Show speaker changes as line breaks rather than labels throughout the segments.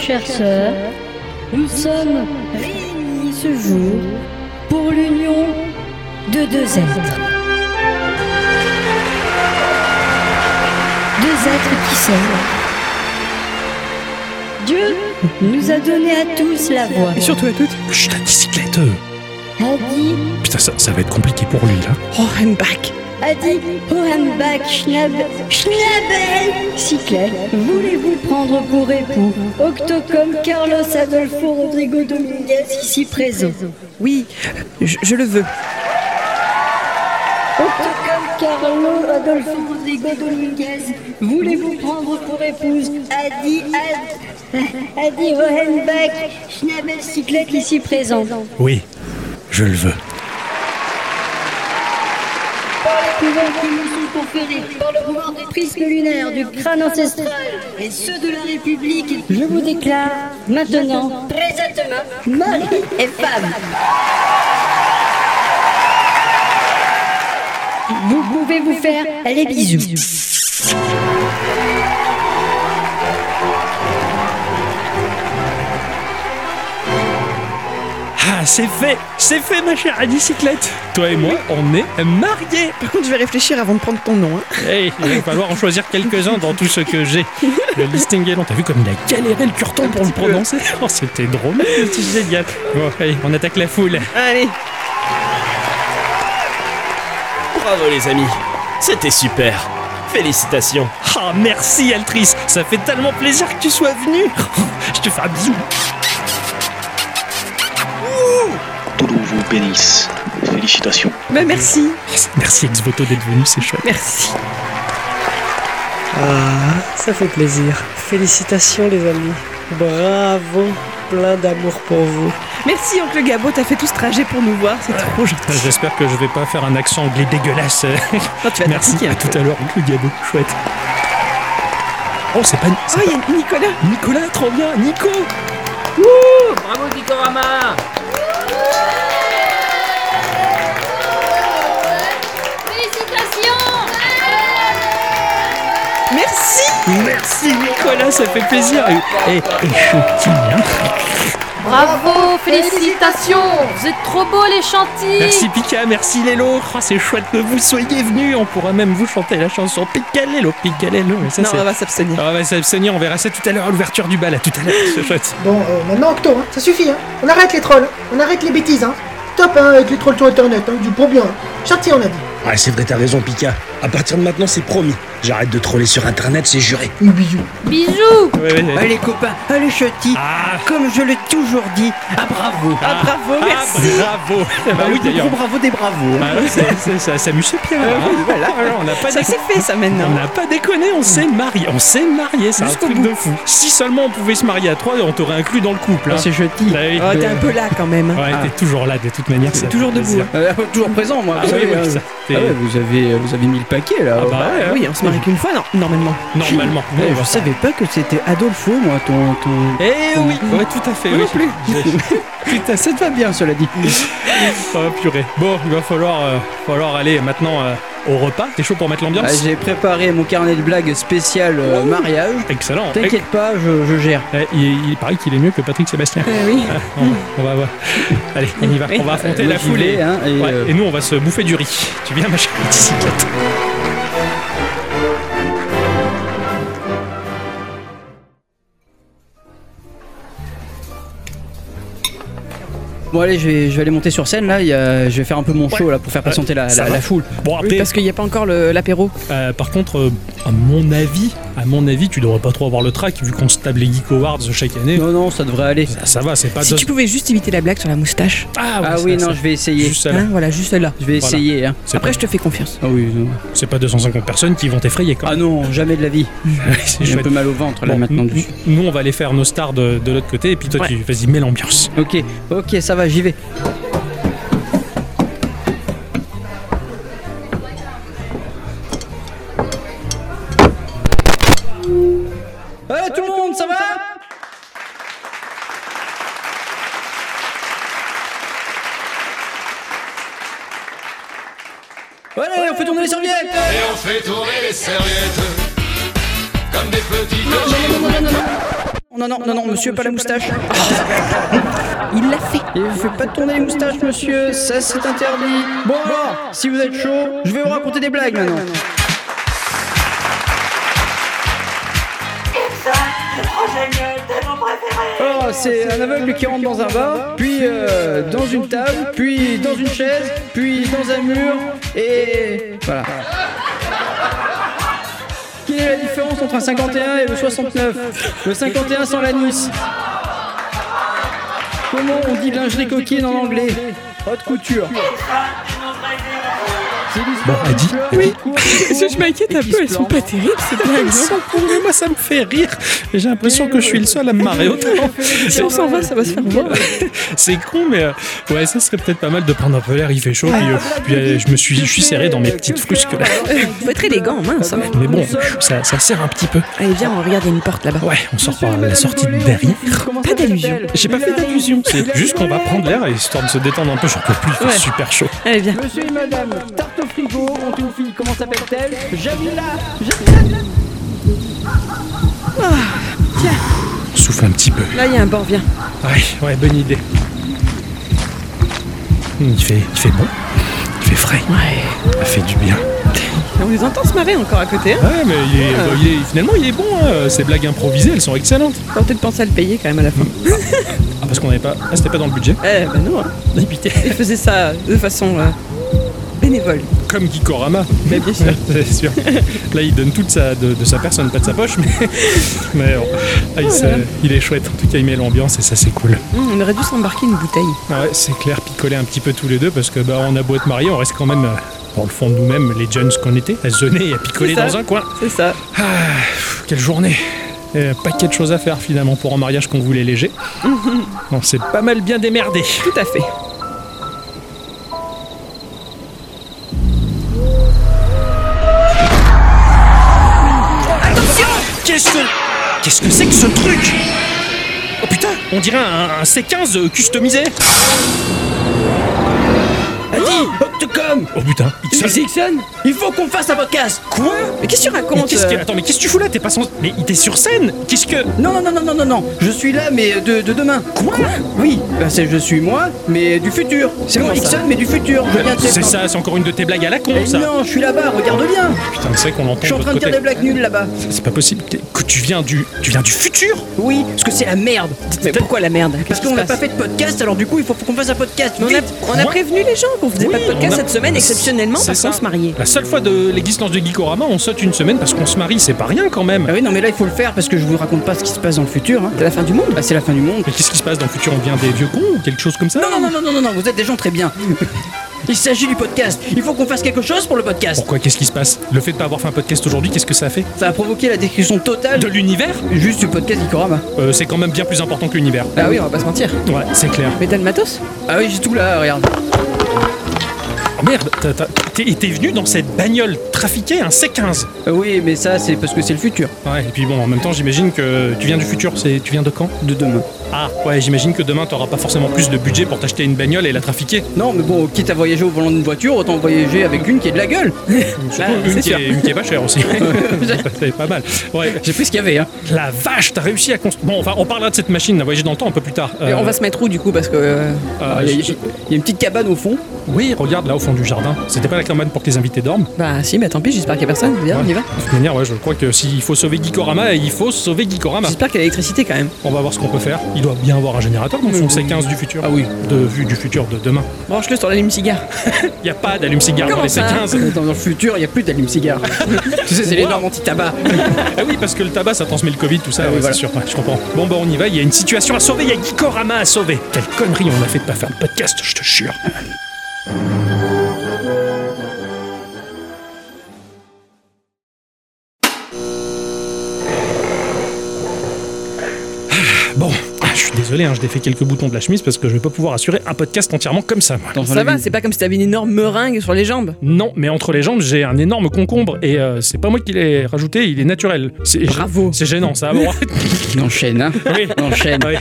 chères sœurs, nous sommes réunis ce jour pour l'union de deux êtres. Deux êtres qui s'aiment. Dieu nous a donné à tous la voix,
Et surtout à toutes.
Chut, la bicyclette euh.
a dit
Putain, ça, ça va être compliqué pour lui, là.
Oh, I'm back.
Adi, Hohenbach, Schnabel, Schnabel, Cyclet, voulez-vous prendre pour époux Octocom Carlos Adolfo Rodrigo Dominguez, ici présent.
Oui, je, je le veux.
Octocom Carlo Adolfo Rodrigo Dominguez, voulez-vous prendre pour épouse Adi, Ad- Adi Hohenbach, Schnabel, Cyclet, ici présent.
Oui, je le veux.
Par les pouvoirs qui nous sont conférés, par le pouvoir des prismes lunaires, du crâne ancestral et ceux de la République, je vous déclare maintenant, présentement, mari et femme. Vous pouvez vous faire les bisous.
Ah, c'est fait C'est fait, ma chère à bicyclette Toi et moi, on est mariés
Par contre, je vais réfléchir avant de prendre ton nom. hein.
Hey, Il va falloir en choisir quelques-uns dans tout ce que j'ai. Le listing est long. T'as vu comme il a galéré le curton pour le prononcer oh, C'était drôle, c'était génial. Bon, allez, on attaque la foule.
Allez,
Bravo les amis, c'était super. Félicitations.
Ah, merci, Altrice Ça fait tellement plaisir que tu sois venue Je te fais un bisou
Toulouse vous bénisse. Félicitations.
bah merci.
Merci, Exvoto, d'être venu, c'est chouette.
Merci. Ah, ça fait plaisir. Félicitations les amis. Bravo. Plein d'amour pour vous. Merci Oncle Gabo, t'as fait tout ce trajet pour nous voir, c'est trop gentil.
J'espère que je vais pas faire un accent anglais dégueulasse.
Non, tu vas
Merci,
t'appliquer un
à
peu.
tout à l'heure, le gabou, chouette. Oh, c'est pas, c'est
Oh, il y a Nicolas.
pas- Nicolas, trop bien, Nico
Bravo Dicorama
Merci.
Merci Nicolas, ça fait plaisir Et, et, et chouti, hein.
Bravo, félicitations Vous êtes trop beaux les chantilly
Merci Pika, merci Lélo, Oh, c'est chouette que vous soyez venus, on pourra même vous chanter la chanson Pika Lélo, Pika Lélo, mais ça
non,
c'est...
on va s'abstenir.
Ah bah s'abstenir, on verra ça tout à l'heure à l'ouverture du bal, à tout à l'heure, c'est chouette.
Bon, euh, maintenant Octo, hein, ça suffit, hein. On arrête les trolls, hein. on arrête les bêtises, hein. Top, hein, avec les trolls sur internet, hein, du bon bien. hein. Gentil, on a dit.
Ouais, c'est vrai, t'as raison, Pika. À partir de maintenant, c'est promis. J'arrête de troller sur internet, c'est juré.
Oui, oui, oui.
Bisous
Ouais, ouais, ouais.
Allez copains, allez chutis,
Ah,
comme je l'ai toujours dit, ah bravo
Ah, bravo,
ah,
merci.
bravo Bah oui
Le
d'ailleurs,
gros bravo des bravos hein.
Ah, c'est- c'est- ça, ça mue ses pieds, là, hein. Voilà, on n'a pas
ça
déco-
c'est fait ça
on
maintenant.
n'a pas déconné, on s'est marié, on s'est marié, c'est un
Jusqu'au
truc
bout.
de fou. Si seulement on pouvait se marier à trois, on t'aurait inclus dans le couple. hein.
Ah, C'est chutis.
Bah oui.
Oh, t'es un peu là quand même.
Ouais,
Ah.
t'es toujours là de toute manière. C'est
toujours debout,
Euh, toujours présent moi.
Ah
vous
oui,
savez,
oui,
euh,
ça, t'es-
ah ouais, vous avez vous avez mis le paquet là.
Ah bah ouais, hein.
Oui, on se marie qu'une fois, non, normalement.
normalement.
Ouais,
Ouais,
Eh, je
bah, ça-
savais pas que c'était Adolfo moi ton ton.
Eh oui, ouais, tout à fait.
Moi
oui.
non plus. Putain, ça te va bien cela dit.
Oh purée. Bon, il va falloir, euh, falloir aller maintenant euh, au repas. T'es chaud pour mettre l'ambiance
Ah, J'ai préparé mon carnet de blagues spécial euh, mariage.
Excellent.
T'inquiète pas, je, je gère.
Eh, il, il paraît qu'il est mieux que Patrick Sébastien.
Eh oui.
On va, on va voir. Allez, on y va. On va affronter
Euh, moi,
la
j'y
foule.
vais,
Et,
hein, et,
ouais,
euh,
et nous, on va se bouffer du riz. Tu viens, ma chère bicyclette.
Bon allez, je vais, je vais aller monter sur scène là. il y a- je vais faire un peu mon show là pour faire patienter la,
Ah, Euh, Ça
la-
va
la foule.
Bon,
Oui,
après,
parce qu'il n'y a pas encore le- l'apéro.
Euh, par contre, euh, à mon avis, à mon avis, tu devrais pas trop avoir le track vu qu'on se table les Geek Awards chaque année. Ah,
Non non, ça devrait aller.
Ça, ça va, c'est pas
Si
de-
tu pouvais juste imiter la blague sur la moustache.
Ah, ouais,
Ah
ça-
oui,
ça-
non, je vais essayer.
juste ça, là.
Hein, voilà, juste là.
Je vais
Voilà.
essayer. hein.
C'est
Après,
pas,
je te fais confiance.
Ah oui. non.
c'est pas 250 personnes qui vont t'effrayer quand
Ah
même.
non, jamais de la vie.
c'est
J'ai un
chouette.
peu mal au ventre là
Bon, Mm,
maintenant.
nous, nous, on va aller faire nos stars de, de l'autre côté et puis toi,
Ouais.
tu vas-y, mets l'ambiance.
Ok, ok, ça va, j'y vais. Allez Euh, tout le monde, ça va Allez, on fait tourner les serviettes
Et on fait tourner les serviettes comme des petites.
On non, non, non, non, monsieur, pas la moustache.
Il l'a fait.
Et vous faites pas tourner les moustaches, monsieur, ça c'est interdit. Bon alors, si vous êtes chaud, je vais vous raconter des blagues maintenant. Alors, c'est un aveugle qui rentre dans un bar, puis euh, dans une table, puis dans une chaise, puis dans un mur, et voilà. Quelle est la différence entre un 51 et le 69 Le 51 sans l'anus. Comment on dit lingerie coquine en anglais Haute couture. C'est l'histoire
Bon, elle dit,
d'une fleur
elle dit.
qui court, qui court,
Je m'inquiète un
et qui se
peu, elles sont
plante.
pas terribles, ces
Elles
blagues. hein.
sont pourries, moi ça me fait rire. Et J'ai l'impression que je suis le seul à me marrer autant.
Si on s'en va, ça va se faire voir.
C'est con, mais euh, ouais, ça serait peut-être pas mal de prendre un peu l'air. Il fait chaud. Puis, euh, puis, euh, je me suis, je suis serré dans mes petites frusques là.
Faut être élégant, mince. hein.
Mais bon, ça, ça sert un petit peu.
Allez, viens, on regarde il y a une porte là-bas.
Ouais, on sort par la sortie de derrière.
Pas d'allusion.
J'ai pas fait d'allusion, c'est juste qu'on va prendre l'air et histoire de se détendre un peu. J'en peux plus, il fait
Ouais.
super chaud.
Allez, viens.
Monsieur et madame, tarte au frigo, on une fille, comment s'appelle-t-elle Jamila
On souffle un petit peu.
Là, il y a un bord, viens.
Ouais, ouais, bonne idée. Hmm, Il fait, il fait bon, il fait frais,
Ouais.
ça fait du bien.
On les entend se marrer encore à côté. Hein.
Ouais, mais il est- bah, il est- finalement, il est bon. hein. Ces blagues improvisées, elles sont excellentes.
Faut peut-être penser à le payer quand même à la fin.
Ah, parce qu'on n'avait pas. Ah, c'était pas dans le budget.
Eh ben non, hein.
Et puis, t'es-
ils faisaient ça de façon euh, bénévole.
Comme Gikorama.
Mais Bah, bien sûr.
C'est sûr. Là, il donne toute sa, de, de sa personne, pas de sa poche, mais, mais bon. Ah, il, se- il est chouette. En tout cas, il met l'ambiance et ça, c'est cool.
Hum, on aurait dû s'embarquer une bouteille.
Ah ouais, c'est clair, picoler un petit peu tous les deux parce que bah, on a beau être mariés, on reste quand même, euh, dans le fond de nous-mêmes, les jeunes qu'on était, à zoner et à picoler
C'est ça.
dans un coin. Ah,
C'est ça.
Pff, quelle journée Euh, paquet de choses à faire finalement pour un mariage qu'on voulait léger. on s'est pas mal bien démerdé.
Tout à fait.
Qu'est-ce que. Qu'est-ce que c'est que ce truc Oh putain, on dirait un, un C15 euh, customisé
Ah, Octocom
Oh putain, il
Mais
se-
Ixon, il faut qu'on fasse un podcast
Quoi
Mais qu'est-ce que tu
Mais
racontes
qu'est-ce que...
euh
Attends, mais qu'est-ce que tu fous là T'es pas censé- Mais il était sur scène Qu'est-ce que.
Non, non, non, non, non, non, non, je suis là, mais de, de demain. Quoi Oui, bah, c'est je suis moi, mais du futur. C'est moi,
Comment ça
Ixon, mais du futur. Je viens de
C'est ça, c'est encore une de tes blagues à la con,
Eh
ça
non, je suis là-bas, regarde bien.
Putain, c'est vrai qu'on l'entend
Je suis en
de
train
l'autre
de dire
côté.
des blagues nulles là-bas.
C'est pas possible t'es- que tu viens du. Tu viens du futur
Oui, parce que c'est la merde.
Mais pourquoi la merde
Parce
Qu'est-ce qui
qu'on
se
n'a pas
passe
fait de podcast, alors du coup, il faut qu'on fasse un podcast.
Mais on, a,
vite.
on a prévenu les gens qu'on faisait
Oui,
pas de
on
podcast
a-
cette semaine exceptionnellement
C'est
parce
ça.
qu'on se mariait.
La seule fois de l'existence de Geekorama, on saute une semaine parce qu'on se marie, c'est pas rien quand même
Ah oui, non, mais là, il faut le faire parce que je vous raconte pas ce qui se passe dans le futur. hein.
C'est la fin du monde
Ah, c'est la fin du monde.
Mais qu'est-ce qui se passe dans le futur On vient des vieux cons ou quelque chose comme ça
Non, non, non, non, non, non, non, vous êtes des gens très bien. Il s'agit du podcast. Il faut qu'on fasse quelque chose pour le podcast.
Pourquoi Qu'est-ce qui se passe Le fait de pas avoir fait un podcast aujourd'hui, qu'est-ce que ça a fait
Ça a provoqué la destruction totale
De l'univers
juste du podcast d'Ikorama.
Euh, C'est quand même bien plus important que l'univers.
Ah oui, on va pas se mentir.
Ouais, c'est clair.
Mais t'as le matos
Ah oui, j'ai tout là, regarde.
Oh merde, t'as- t'as- t'es t'es venu dans cette bagnole trafiquée, un C15
Ah oui, mais ça, c'est parce que c'est le futur
Ouais, et puis bon, en même temps, j'imagine que tu viens du futur, c'est tu viens de quand
de demain.
Ah, ouais, j'imagine que demain, t'auras pas forcément plus de budget pour t'acheter une bagnole et la trafiquer.
Non, mais bon, quitte à voyager au volant d'une voiture, autant voyager avec une qui est de la gueule. Ah,
Surtout une,
c'est
qui
sûr.
est, une qui est pas chère aussi. c'est pas mal. Ouais.
J'ai pris ce qu'il y avait, hein.
La vache, t'as réussi à construire. Bon, enfin, on parlera de cette machine à voyager dans le temps un peu plus tard.
Et
Euh,
On va se mettre où du coup parce que euh,
euh,
Alors, Il y, a-
je-
il y a une petite cabane au fond.
Oui, regarde là au fond du jardin. C'était pas la cabane pour que les invités dorment.
bah si, mais tant pis, j'espère qu'il y a personne. Viens,
Ouais.
on y va.
De toute manière, ouais, je crois que s'il faut sauver Gikorama, il faut sauver Gikorama.
J'espère qu'il y a l'électricité quand même.
On va voir ce qu'on peut faire. Il doit bien avoir un générateur dans son C15 du futur.
Ah oui.
De vue du futur de demain.
Branche-le sur l'allume-cigare.
Il y a pas d'allume-cigare dans
Comment
les
ça
C15.
Dans le futur, il n'y a plus d'allume-cigare. tu sais, c'est les normes anti-tabac.
Ah oui, parce que le tabac, ça transmet le Covid, tout ça. ouais,
voilà.
C'est sûr, ouais, je comprends. Bon, bah on y va. Il y a une situation à sauver. Il y a Gikorama à sauver. Quelle connerie on a fait de pas faire le podcast, je te jure. Ah, Ah, Bon, Ah, je suis désolé, hein, je défais quelques boutons de la chemise parce que je vais pas pouvoir assurer un podcast entièrement comme ça. moi.
Ça va, c'est pas comme si t'avais une énorme meringue sur les jambes.
Non, mais entre les jambes, j'ai un énorme concombre et euh, c'est pas moi qui l'ai rajouté, il est naturel. C'est-
Bravo.
C'est gênant, ça. Bon,
Enchaîne, hein.
oui.
Enchaîne.
Ouais.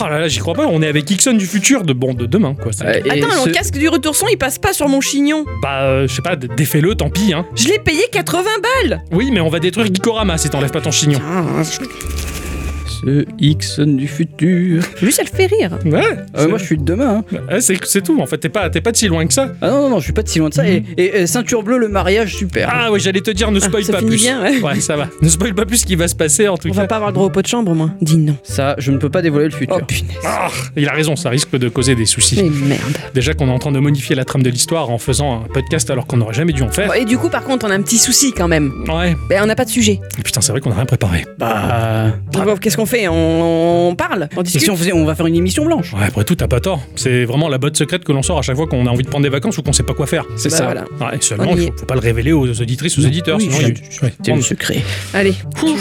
Oh là là, j'y crois pas, on est avec Ixon du futur de bon de demain quoi. Ça-
Euh, et
Attends, mais
ce-
le casque du retour son il passe pas sur mon chignon.
Bah euh, je sais pas, d- défais-le, tant pis hein.
Je l'ai payé 80 balles.
Ah.
Oui, mais on va détruire Gikorama si t'enlèves pas ton chignon.
ce Ixon du futur.
Juste, elle fait rire.
Ouais,
Euh, moi, je suis de demain. hein.
Ouais, c'est c'est tout, en fait, t'es pas, t'es pas de si loin que ça.
Ah non, non, non, je suis pas de si loin de ça. Et,
Mhm.
et- et ceinture bleue, le mariage, super.
Ah oui, j'allais te dire, ne spoil
ça
pas
finit
plus.
bien, ouais.
ça va. Ne spoil pas plus ce qui va se passer, en tout
On
cas.
va pas avoir le droit au pot de chambre, moi. Dis non.
Ça, je ne peux pas dévoiler le futur.
Oh punaise.
Ah, il a raison, ça risque de causer des soucis.
Mais merde.
Déjà qu'on est en train de modifier la trame de l'histoire en faisant un podcast alors qu'on n'aurait jamais dû en faire.
Bon, et du coup, par contre, on a un petit souci quand même.
Ouais.
Ben, on n'a pas de sujet.
Et Putain, c'est vrai qu'on a rien préparé.
Bah.
Donc, bon, Qu'est-ce qu'on fait on, on parle On
Et
discute
si on faisait, on va faire une émission blanche.
Ouais, après tout, t'as pas tort. C'est vraiment la botte secrète que l'on sort à chaque fois qu'on a envie de prendre des vacances ou qu'on sait pas quoi faire.
C'est
Bah
ça.
voilà.
Ouais, seulement,
On y
il faut, faut pas le révéler aux auditrices, aux
Non,
éditeurs.
oui,
sinon,
je-
il- ouais.
C'est le secret.
Allez.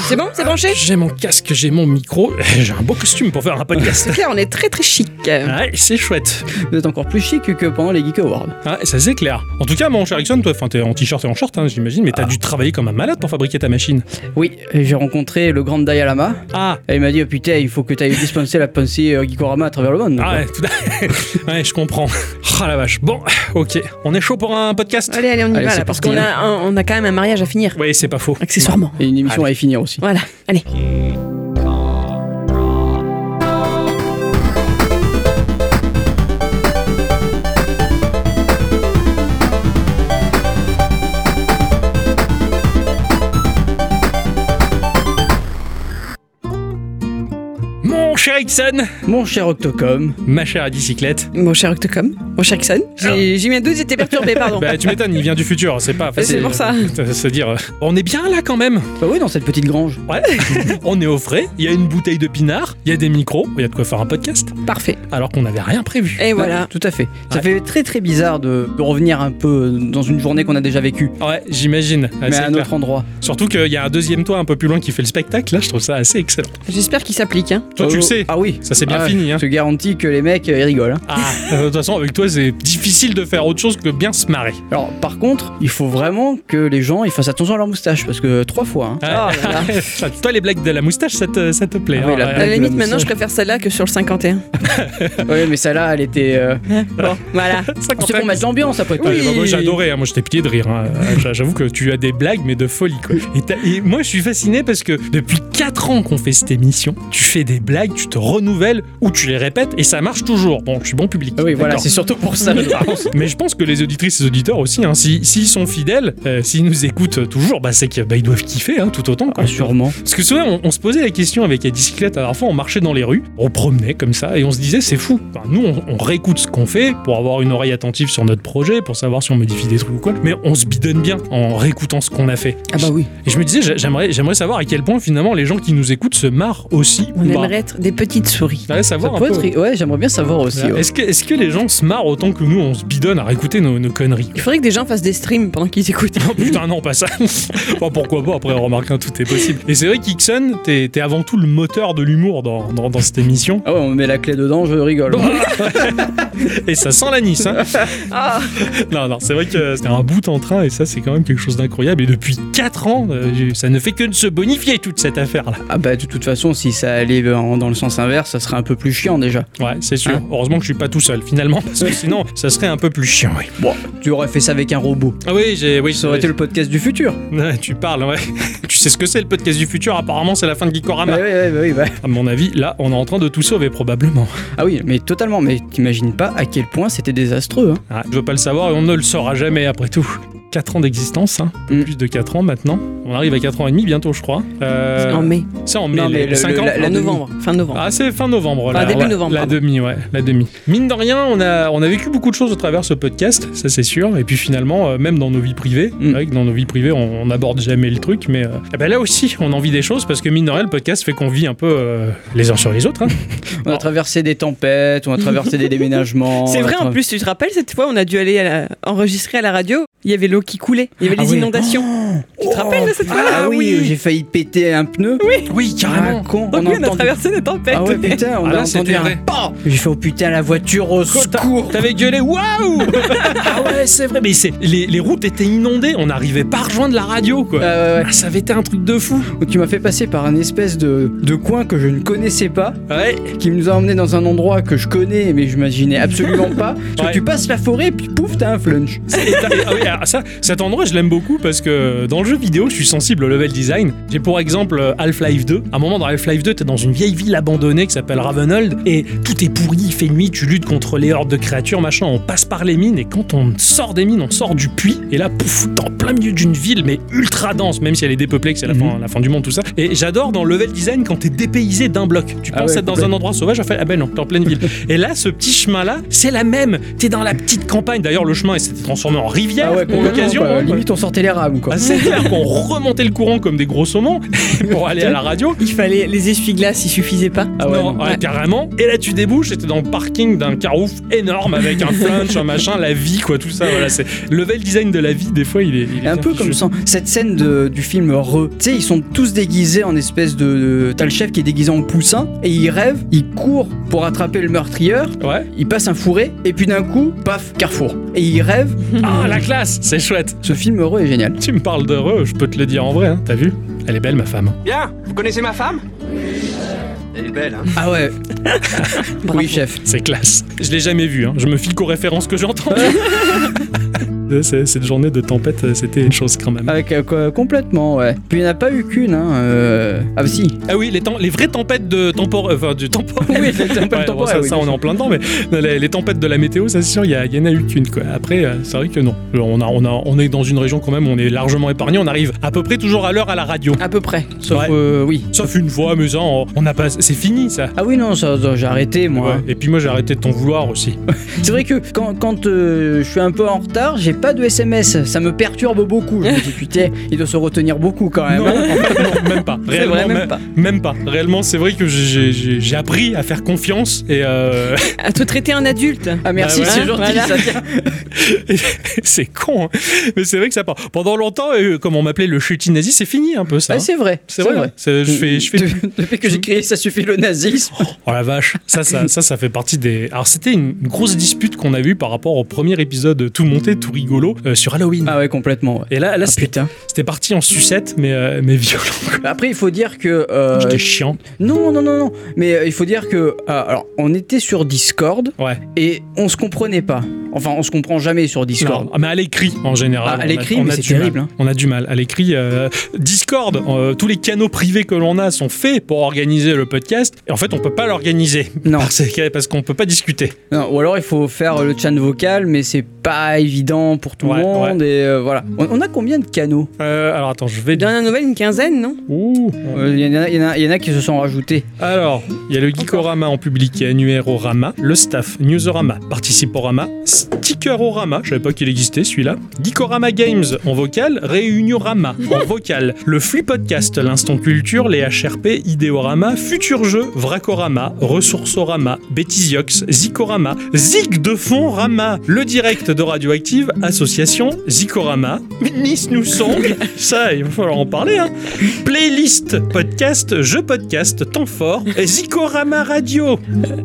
C'est bon C'est branché
J'ai mon casque, j'ai mon micro, j'ai un beau costume pour faire un podcast.
C'est clair, on est très très chic.
Ouais, c'est chouette.
Vous êtes encore plus chic que pendant les Geek Awards.
Ouais, ça s'éclaire. En tout cas, mon cher Ixon, toi, enfin, t'es en t-shirt et en short, hein, j'imagine, mais t'as dû travailler comme un malade pour fabriquer ta machine.
Oui, et j'ai rencontré le grand Dayalama.
Ah,
Et il m'a dit, oh, putain, il faut que tu ailles dispenser la pensée euh, Geekorama à travers le monde.
ah ouais, tout à- ouais, je comprends. Ah la vache. Bon, ok, on est chaud pour un podcast
Allez, allez, on y
Allez,
va
c'est
là, parce
parti, hein.
qu'on a, un- on a quand même un mariage à finir.
Ouais, c'est pas faux.
Accessoirement.
Et une émission à y finir aussi.
Voilà, allez.
Mon cher Ixon,
Mon cher Octocom,
ma chère à bicyclette.
Mon cher Octocom, mon cher Ixon. J'ai j'ai mis un doute, j'étais perturbé, pardon.
Bah, tu m'étonnes, il vient du futur, c'est pas
c'est
facile.
pour ça.
de Se dire, euh, on est bien là quand même.
bah oui, dans cette petite grange.
Ouais, on est au frais. Il y a une bouteille de pinard, il y a des micros, il y a de quoi faire un podcast.
Parfait.
Alors qu'on n'avait rien prévu.
Et
Ouais,
voilà.
tout à fait. Ça
Ouais.
fait très très bizarre de, de revenir un peu dans une journée qu'on a déjà vécue,
Ouais, j'imagine. Ouais,
mais
Ah, c'est
à un
clair.
autre endroit.
Surtout qu'il y a un deuxième toit un peu plus loin qui fait le spectacle. Là, je trouve ça assez excellent.
J'espère qu'il s'applique. Hein.
Toi, tu
Oh,
le sais.
Ah oui.
Ça, c'est bien
Ah,
fini, hein.
Je te garantis que les mecs, euh, ils rigolent. hein.
Ah, euh, de toute façon, avec toi, c'est difficile de faire autre chose que bien se marrer.
Alors, par contre, il faut vraiment que les gens ils fassent attention à leur moustache parce que trois fois. hein.
Ah, là, là.
Ça, toi, les blagues de la moustache, ça te, ça te plaît.
Ah oui,
hein,
la
ouais.
À la
Ouais,
limite,
la
maintenant,
moustache.
je préfère celle-là que sur le 51.
Ah.
ouais, mais celle-là, elle était. euh,
Bon, voilà.
Ça, quand
C'est
même,
pour mettre l'ambiance après tout.
Ah, bah, moi, j'ai adoré, hein. moi j'étais pitié de rire. hein. Euh, J'avoue que tu as des blagues, mais de folie quoi. Et, t'as- et moi je suis fasciné parce que depuis 4 ans qu'on fait cette émission, tu fais des blagues, tu te renouvelles ou tu les répètes et ça marche toujours. Bon, je suis bon public.
Ah oui, voilà,
D'accord.
c'est surtout pour ça. je pense.
Mais je pense que les auditrices et les auditeurs aussi, hein, si- s'ils sont fidèles, euh, s'ils nous écoutent toujours, bah, c'est qu'ils doivent kiffer hein, tout autant. Quoi.
Ah, sûrement.
Parce que souvent, on, on se posait la question avec la bicyclette. À la fois, on marchait dans les rues, on promenait comme ça, et on se disait, c'est fou. Enfin, nous, on, on réécoute ce qu'on fait pour avoir une oreille attentive sur notre projet, pour savoir si on modifie des trucs ou quoi. Mais on se bidonne bien en réécoutant ce qu'on a fait.
Ah bah oui.
Et je me disais, j'a- j'aimerais, j'aimerais savoir à quel point finalement les gens qui nous écoutent se marrent aussi.
On
ou pas.
aimerait être des petites souris.
J'aimerais
Ça
savoir un
peut
peu.
être- Ouais, j'aimerais bien savoir aussi. ouais.
Est-ce que, est-ce que les gens se marrent autant que nous, on se bidonne à réécouter nos, nos conneries
Il faudrait que des gens fassent des streams pendant qu'ils écoutent.
Oh putain, non, pas ça. Enfin, pourquoi pas, après, on remarque, hein, tout est possible. Et c'est vrai qu'Ixon, t'es, t'es avant tout le moteur de l'humour dans- dans- dans cette émission.
Ah ouais, on met la clé dedans, je rigole.
Et ça sent la Nice. Hein.
Ah.
Non, non, c'est vrai que c'était un bout en train et ça, c'est quand même quelque chose d'incroyable. Et depuis 4 ans, euh, j'ai- ça ne fait que de se bonifier toute cette affaire-là.
Ah bah de toute façon, si ça allait en- dans le sens inverse, ça serait un peu plus chiant déjà.
Ouais, c'est sûr.
Hein
Heureusement que je suis pas tout seul finalement, parce que sinon, ça serait un peu plus chiant, oui.
Bon, tu aurais fait ça avec un robot.
Ah oui, j'ai. Oui,
Ça aurait été le podcast du futur.
Ouais, tu parles, ouais. tu sais ce que c'est le podcast du futur, apparemment, c'est la fin de Geekorama.
Ah, ouais, ouais,
bah
ouais, ouais, ouais.
À mon avis, là, on est en train de tout sauver probablement.
Ah oui, mais totalement. Mais t'imagines pas à quel point c'était désastreux. hein.
Ouais, Ah, je veux pas le savoir et on ne le saura jamais après tout. 4 ans d'existence, hein.
Mm.
plus de 4 ans maintenant. On arrive à 4 ans et demi bientôt, je crois. Euh,
En mai,
C'est en mai,
Non, mais
les
le-
5
le-
ans.
la-
en
demi.
novembre, fin novembre.
Ah, c'est fin novembre.
Enfin,
là,
début
ouais,
novembre,
La
pardon.
demi, ouais, la demi. Mine de rien, on a, on a vécu beaucoup de choses au travers de ce podcast, ça c'est sûr. Et puis finalement, euh, même dans nos vies privées,
Mm.
c'est vrai que dans nos vies privées, on n'aborde jamais le truc, mais euh, eh ben là aussi, on en vit des choses parce que mine de rien, le podcast fait qu'on vit un peu euh, les uns sur les autres. hein.
On a
Oh.
traversé des tempêtes, on a traversé des déménagements.
Ah, C'est
on a
vrai, en
tra-
plus, tu te rappelles, cette fois, on a dû aller à la- enregistrer à la radio. Il y avait l'eau qui coulait, il y avait
Ah
les
oui.
inondations. Tu te rappelles de cette
Ah,
fois-là
oui, j'ai failli péter un pneu. Oui,
Oui,
ah, con.
Donc
on
oui,
a
on a
entendu-
traversé des tempêtes.
Ah ouais, putain, on
Ah,
a
là,
entendu
c'était
un.
vrai.
pan. J'ai fait oh putain la voiture au
Quand t'as-
secours.
T'avais gueulé, waouh Ah ouais, c'est vrai, mais c'est les, les routes étaient inondées, on n'arrivait pas à rejoindre la radio, quoi.
Ah ouais, ouais.
Ah, ça avait été un truc de fou.
Donc, tu m'as fait passer par un espèce de, de coin que je ne connaissais pas.
Ouais,
qui nous a emmené dans un endroit que je connais mais je m'imaginais absolument pas. Parce que
Ouais.
tu passes la forêt puis pouf, c'était un flunch.
Et t'as- ah oui, alors ça, cet endroit, je l'aime beaucoup parce que dans le jeu vidéo, je suis sensible au level design. J'ai pour exemple euh, Half-Life 2. À un moment dans Half-Life 2, t'es dans une vieille ville abandonnée qui s'appelle Ravenhold et tout est pourri, il fait nuit, tu luttes contre les hordes de créatures, machin. On passe par les mines et quand on sort des mines, on sort du puits et là, pouf, t'es en plein milieu d'une ville mais ultra dense, même si elle est dépeuplée, que c'est la,
Mhm.
fin, la fin du monde, tout ça. Et j'adore dans le level design quand t'es dépaysé d'un bloc. Tu
Ah
penses
ouais,
être dans un endroit sauvage, en fait, ah ben non, t'es en pleine ville. Et là, ce petit chemin-là, c'est la même. T'es dans la petite campagne. D'ailleurs, le chemin il s'était transformé en rivière
Ah ouais,
pour
complètement,
l'occasion.
quoi.
Eh, hein.
limite on sortait les rames quoi.
Ah, c'est clair qu'on remontait le courant comme des gros saumons pour aller à la radio.
Il fallait les essuie-glaces, il suffisait pas.
Ah ouais,
non,
non.
ouais, carrément. Et là, tu débouches, et t'es dans le parking d'un carouf énorme avec un flunch, un machin, la vie, quoi, tout ça. Voilà, c'est le level design de la vie. Des fois, il est, il est
un
bien
peu
fichu.
comme ça, cette scène de- du film Re. Tu sais, ils sont tous déguisés en espèce de. de- T'as le chef qui est déguisé en poussin et il rêve, il court pour attraper le meurtrier,
Ouais.
il passe un fourré et puis d'un coup, paf, carrefour. Et il rêve.
Ah, la classe, c'est chouette.
Ce film Re est génial.
Tu me parles d'heureux, je peux te le dire en vrai. hein. T'as vu Elle est belle, ma femme.
Bien, vous connaissez ma femme Elle est belle, hein
Ah ouais. oui, chef.
C'est classe. Je l'ai jamais vu, hein. je me fie qu'aux références que j'ai entendues. C'est- Cette journée de tempête, euh, c'était une chose quand même.
Avec, euh, quoi, complètement, ouais. Puis il n'y en a pas eu qu'une, hein. euh, Ah, si.
Ah oui, les, temps- les vraies tempêtes de tempor... euh, Enfin, du temporel.
Oui, les tempêtes
bon,
temporelles,
ça,
oui,
ça,
bien
on est en plein dedans, mais les, les tempêtes de la météo, ça c'est sûr, il y, a- il y en a eu qu'une. Quoi. Après, euh, c'est vrai que non. Alors, On, a, on, a- on est dans une région quand même, on est largement épargné, on arrive à peu près toujours à l'heure à la radio.
À peu près.
Sauf,
Ouais.
euh, oui.
Sauf une fois, mais ça, on on n'a pas... C'est fini, ça.
Ah oui, non, ça, ça, j'ai arrêté,
Ouais.
moi.
Et puis moi, j'ai arrêté de t'en vouloir aussi.
C'est vrai que quand, quand euh, je suis un peu en retard, j'ai pas de SMS. Ça me perturbe beaucoup. Je me dis, putain, il doit se retenir beaucoup quand même.
Non,
hein.
en fait, non, même pas.
C'est
Réellement,
vrai, même
même,
pas.
même pas. Réellement, c'est vrai que j'ai- j'ai j'ai appris à faire confiance et euh,
À te traiter un adulte.
Ah merci,
Bah ouais,
c'est gentil.
voilà.
ça.
c'est con, hein. mais c'est vrai que ça part. Pendant longtemps, euh, comme on m'appelait le chutin nazi, c'est fini un peu ça.
Ah,
hein.
c'est vrai.
c'est vrai. C'est- Je fais, je fais
De- Depuis que j'ai créé, ça suffit le nazisme.
Oh la vache, ça, ça, ça, ça fait partie des. Alors c'était une grosse dispute qu'on a eue par rapport au premier épisode tout monté, tout rigolo euh, sur Halloween.
Ah ouais, complètement. ouais.
Et là, là,
Ah,
c'était
putain.
c'était parti en sucette, mais euh, mais violent. quoi.
Après, il faut dire que. euh,
C'était chiant.
non, non, non, non. Mais euh, il faut dire que. euh, alors, on était sur Discord
Ouais.
et on se comprenait pas. Enfin, on se comprend jamais sur Discord.
Non, mais à l'écrit en général.
Ah, à
on a-
l'écrit,
on
mais
a
c'est
du mal.
terrible, hein.
On a du mal. À l'écrit, euh, Discord, euh, tous les canaux privés que l'on a sont faits pour organiser le podcast. Et en fait, on peut pas l'organiser.
Non.
Parce que- parce qu'on peut pas discuter.
Non, ou alors il faut faire le chan vocal, mais c'est pas évident pour tout
Ouais,
le monde. Et euh, voilà. On, on a combien de canaux
Euh, alors attends, je vais.
Dernière nouvelle, une quinzaine, non
Ouh.
Euh, Il y, en a- il y en a- il y en a qui se sont rajoutés.
Alors, il y a le Geekorama en public, il y a Annuairorama, le staff, Newsorama, Participorama, Stickerorama, je savais pas qu'il existait celui-là, Geekorama Games en vocal, Réuniorama en vocal, le Flux Podcast, l'Instant Culture, les HRP, Idéorama, Futur Jeu, Vracorama, Ressourcorama, Bêtisiox, Zikorama, Zig de Fond Rama, le direct de Radioactive, Association, Zikorama, Nice New Song, ça il va falloir en parler hein, Playlist, podcast, jeu podcast, temps fort, et Zikorama Radio.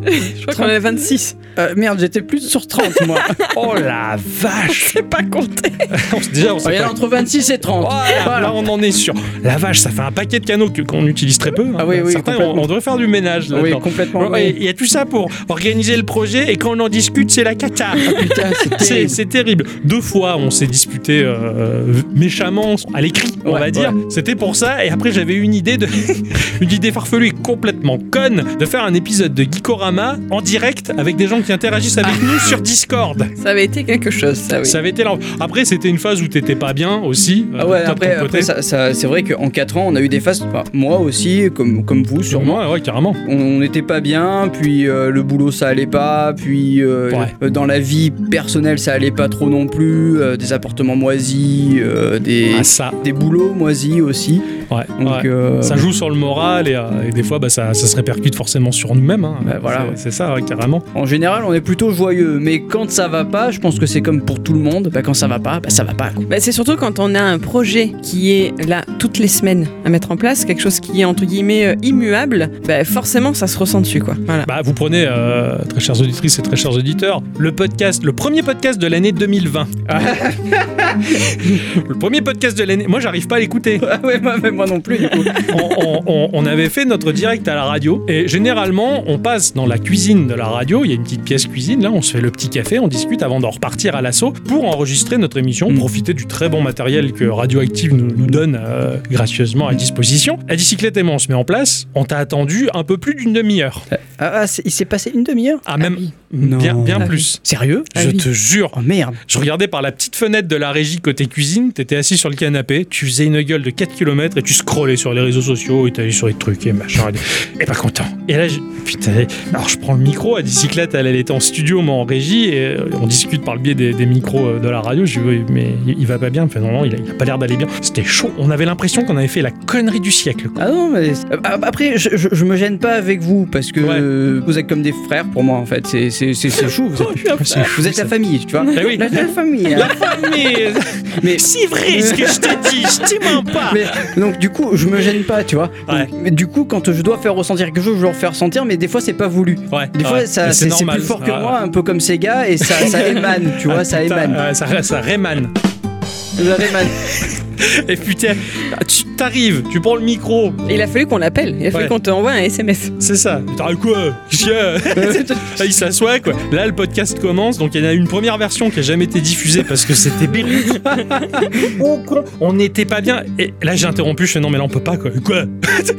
Je crois qu'on en a 26.
Euh, merde, j'étais plus sur 30 moi.
Oh la vache
C'est pas compté.
On se- Déjà, on sait
Ah, Il y en a
pas.
entre 26 et 30.
Voilà,
Voilà.
là, on en est sûr. La vache, ça fait un paquet de canaux que- qu'on utilise très peu. hein.
Ah oui, oui,
Certains, on,
complètement.
on devrait faire du ménage
Oui,
là-dedans.
complètement.
Ouais,
oui.
Il y a tout ça pour organiser le projet et quand on en discute, c'est la cata.
Putain, c'est
C'est
terrible.
c'est terrible. Deux fois, on s'est disputé euh, méchamment à l'écrit, on
Ouais,
va dire. C'était pour ça. Et après, j'avais eu une idée de, une idée farfelue et complètement conne de faire un épisode de Geekorama en direct avec des gens qui interagissent avec
Ah.
nous sur Discord.
Ça avait été quelque chose, ça, oui.
Ça avait été là. Après, c'était une phase où t'étais pas bien aussi. euh,
Ah ouais,
toi, de
après,
ton côté.
après ça, ça- c'est vrai qu'en 4 ans, on a eu des phases, enfin, moi aussi, comme, comme vous sûrement,
Sûrement, ouais, carrément.
on- on n'était pas bien, puis euh, le boulot ça allait pas, puis euh,
Ouais.
euh, dans la vie personnelle ça allait pas trop non plus, euh, des appartements moisis, euh, des,
Ah, ça,
des boulots moisis aussi.
ouais.
Donc,
ouais.
euh,
Ça joue sur le moral et, euh, et des fois bah, ça, ça se répercute forcément sur nous-mêmes. hein.
Bah, voilà,
C'est-
ouais.
c'est ça, ouais, carrément.
en général, on est plutôt joyeux, mais quand ça va pas, je pense que c'est comme pour tout le monde, bah, quand ça va pas, bah, ça va pas. quoi.
Bah, c'est surtout quand on a un projet qui est là toutes les semaines à mettre en place, quelque chose qui est entre guillemets euh, immuable, bah, forcément ça se ressent dessus quoi. Voilà.
Bah, vous prenez, euh, très chères auditrices et très chers auditeurs, le podcast, le premier podcast de l'année 2020. le premier podcast de l'année. Moi, j'arrive pas à l'écouter.
Ah ouais, moi, mais moi non plus, du coup.
On, on- on- on avait fait notre direct à la radio et généralement, on passe dans la cuisine de la radio. Il y a une petite pièce cuisine. Là, on se fait le petit café, on discute avant d'en repartir à l'assaut pour enregistrer notre émission, profiter du très bon matériel que Radioactive nous, nous donne euh, gracieusement à disposition. La bicyclette aimant, on se met en place. On t'a attendu un peu plus d'une demi-heure.
Ah, ah, c'est- il s'est passé une demi-heure
Ah, même bien, bien
Ah
plus.
oui. Sérieux
Je
Ah oui.
te jure.
Oh merde.
Je regardais par la petite fenêtre de la régie côté cuisine, t'étais assis sur le canapé, tu faisais une gueule de 4 km et tu scrollais sur les réseaux sociaux et t'allais sur les trucs et machin. Et, et pas content. Et là, je- putain, alors je prends le micro, à bicyclette, elle, elle était en studio, moi en régie, et euh, on discute par le biais des, des micros euh, de la radio. Je dis, oui, mais il il va pas bien. Enfin, non, non, il a, il a pas l'air d'aller bien. C'était chaud. On avait l'impression qu'on avait fait la connerie du siècle. quoi.
Ah non, mais euh, après, je, je- je me gêne pas avec vous parce que
Ouais.
euh, vous êtes comme des frères pour moi en fait. C'est c'est- c'est- c'est chou. Vous
Oh,
êtes,
C'est fou,
vous êtes
ça.
la famille, tu vois.
Eh oui.
La, la famille. hein.
Mais,
Mais-
c'est vrai ce que je te dis, je t'y mens pas.
Mais, donc du coup, je me gêne pas, tu vois.
Ouais.
Donc, mais du coup, quand je dois faire ressentir quelque chose, je leur fais ressentir, mais des fois c'est pas voulu.
Ouais,
Des fois,
ouais,
ça-
mais
c'est c'est
normal.
plus fort que
Ouais,
moi, un peu comme ces gars, et ça, ça émane, tu vois,
Ah,
ça
putain,
émane.
ouais, ça, ça rémane.
Ça émane.
Et putain, ah, tu t'arrives, tu prends le micro,
Et il a fallu qu'on l'appelle, il a fallu
Ouais.
qu'on t'envoie un SMS.
c'est ça. Putain, quoi Qu'est-ce qu'il y a Là, il s'assoit, quoi. Là, le podcast commence, donc il y en a une première version qui a jamais été diffusée parce que c'était bélique. Oh, con. On n'était pas bien. Et là, j'ai interrompu, je fais non, mais là, on peut pas, quoi. Quoi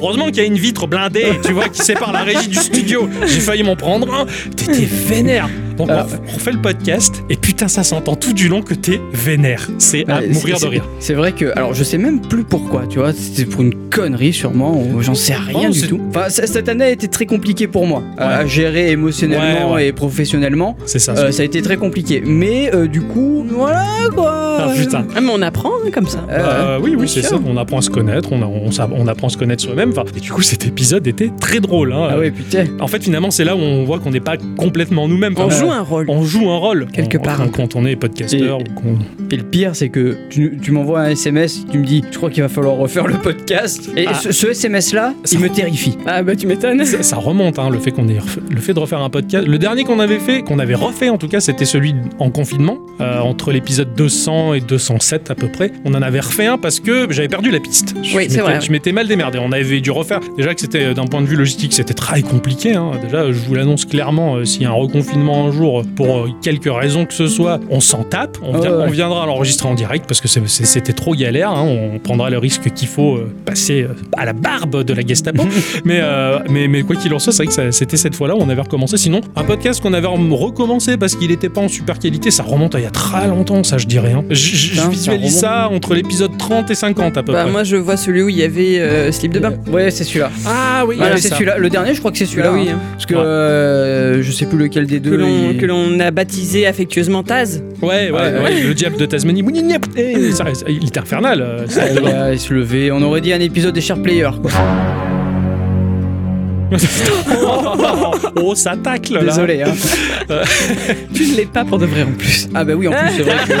Heureusement qu'il y a une vitre blindée, tu vois, qui sépare la régie du studio. J'ai failli m'en prendre un. T'étais vénère. Donc, on,
Ah.
on fait le podcast, et putain, ça s'entend tout du long que t'es vénère. C'est à
Ouais,
mourir
c'est-
de rire.
C'est vrai que, alors je sais même plus pourquoi, tu vois, c'était pour une connerie sûrement, ou j'en sais rien
Oh,
du
c'est-
tout. Enfin, c- cette année a été très compliquée pour moi, euh, à à gérer émotionnellement
Ouais, ouais.
et professionnellement.
C'est ça.
Euh, ça a été très compliqué, mais euh, du coup, voilà quoi.
Ah putain.
Ah, mais on apprend hein, comme ça.
Euh,
Euh, oui, oui,
bien
c'est ça.
sûr.
On apprend à se connaître, on, a- on, s'a- on apprend à se connaître soi-même. Enfin, et du coup, cet épisode était très drôle. hein.
Ah ouais, putain.
En fait, finalement, c'est là où on voit qu'on n'est pas complètement nous-mêmes.
On
Enfin,
joue un rôle.
euh, on joue un rôle.
Quelque
On-
part,
quand-
un peu.
Quand on est podcasteur
Et-
ou qu'on.
Et le pire, c'est que tu, tu m'envoies un SMS, tu me dis, je crois qu'il va falloir refaire le podcast. Et
Ah.
ce, ce SMS là,
Ça-
il me terrifie.
Ah bah tu m'étonnes.
Ça, ça remonte, hein, le fait qu'on ait refait- le fait de refaire un podcast. Le dernier qu'on avait fait, qu'on avait refait en tout cas, c'était celui en confinement, euh, entre l'épisode 200 et 207 à peu près. On en avait refait un parce que j'avais perdu la piste. Je
Oui, c'est
m'étais-
vrai.
Je m'étais mal démerdé. On avait dû refaire. Déjà que c'était euh, d'un point de vue logistique, c'était très compliqué. hein. Déjà, je vous l'annonce clairement, euh, s'il y a un reconfinement un jour, euh, pour euh, quelque raison que ce soit, on s'en tape. On, vient-
Ouais, ouais.
on viendra à l'enregistrer en direct parce que c'est- c'est- c'était trop galère. hein. On prendra le risque qu'il faut euh, passer euh, à la barbe de la Gestapo. Mais, euh, mais, mais quoi qu'il en soit, c'est vrai que ça- c'était cette fois-là où on avait recommencé. Sinon, un podcast qu'on avait rem- recommencé parce qu'il n'était pas en super qualité, ça remonte à il y a très longtemps, ça je dirais. hein. Je- Je je
Putain,
visualise
ça
ça entre l'épisode 30 et 50 à peu
Bah,
près.
moi, je vois celui où il y avait euh, slip de bain.
Ouais, c'est celui-là.
ah oui,
Voilà,
ouais,
c'est
ça.
celui-là. Le dernier, je crois que c'est celui-là.
Celui-là, oui.
hein.
hein.
Parce que
Ouais.
euh, je sais plus lequel des
Que
deux.
l'on
il-
que l'on a baptisé affectueusement Taz.
Ouais, ouais,
Ouais,
ouais, le diable de Tasmanie. Eh, ça- ça- Il est infernal. euh, ça.
Ah, il, a- il se levait. On aurait dit un épisode des Sharp Players. quoi.
oh, ça tacle là.
Désolé. hein.
Tu ne l'es pas pour de vrai en plus.
Ah bah oui, en plus c'est vrai. que-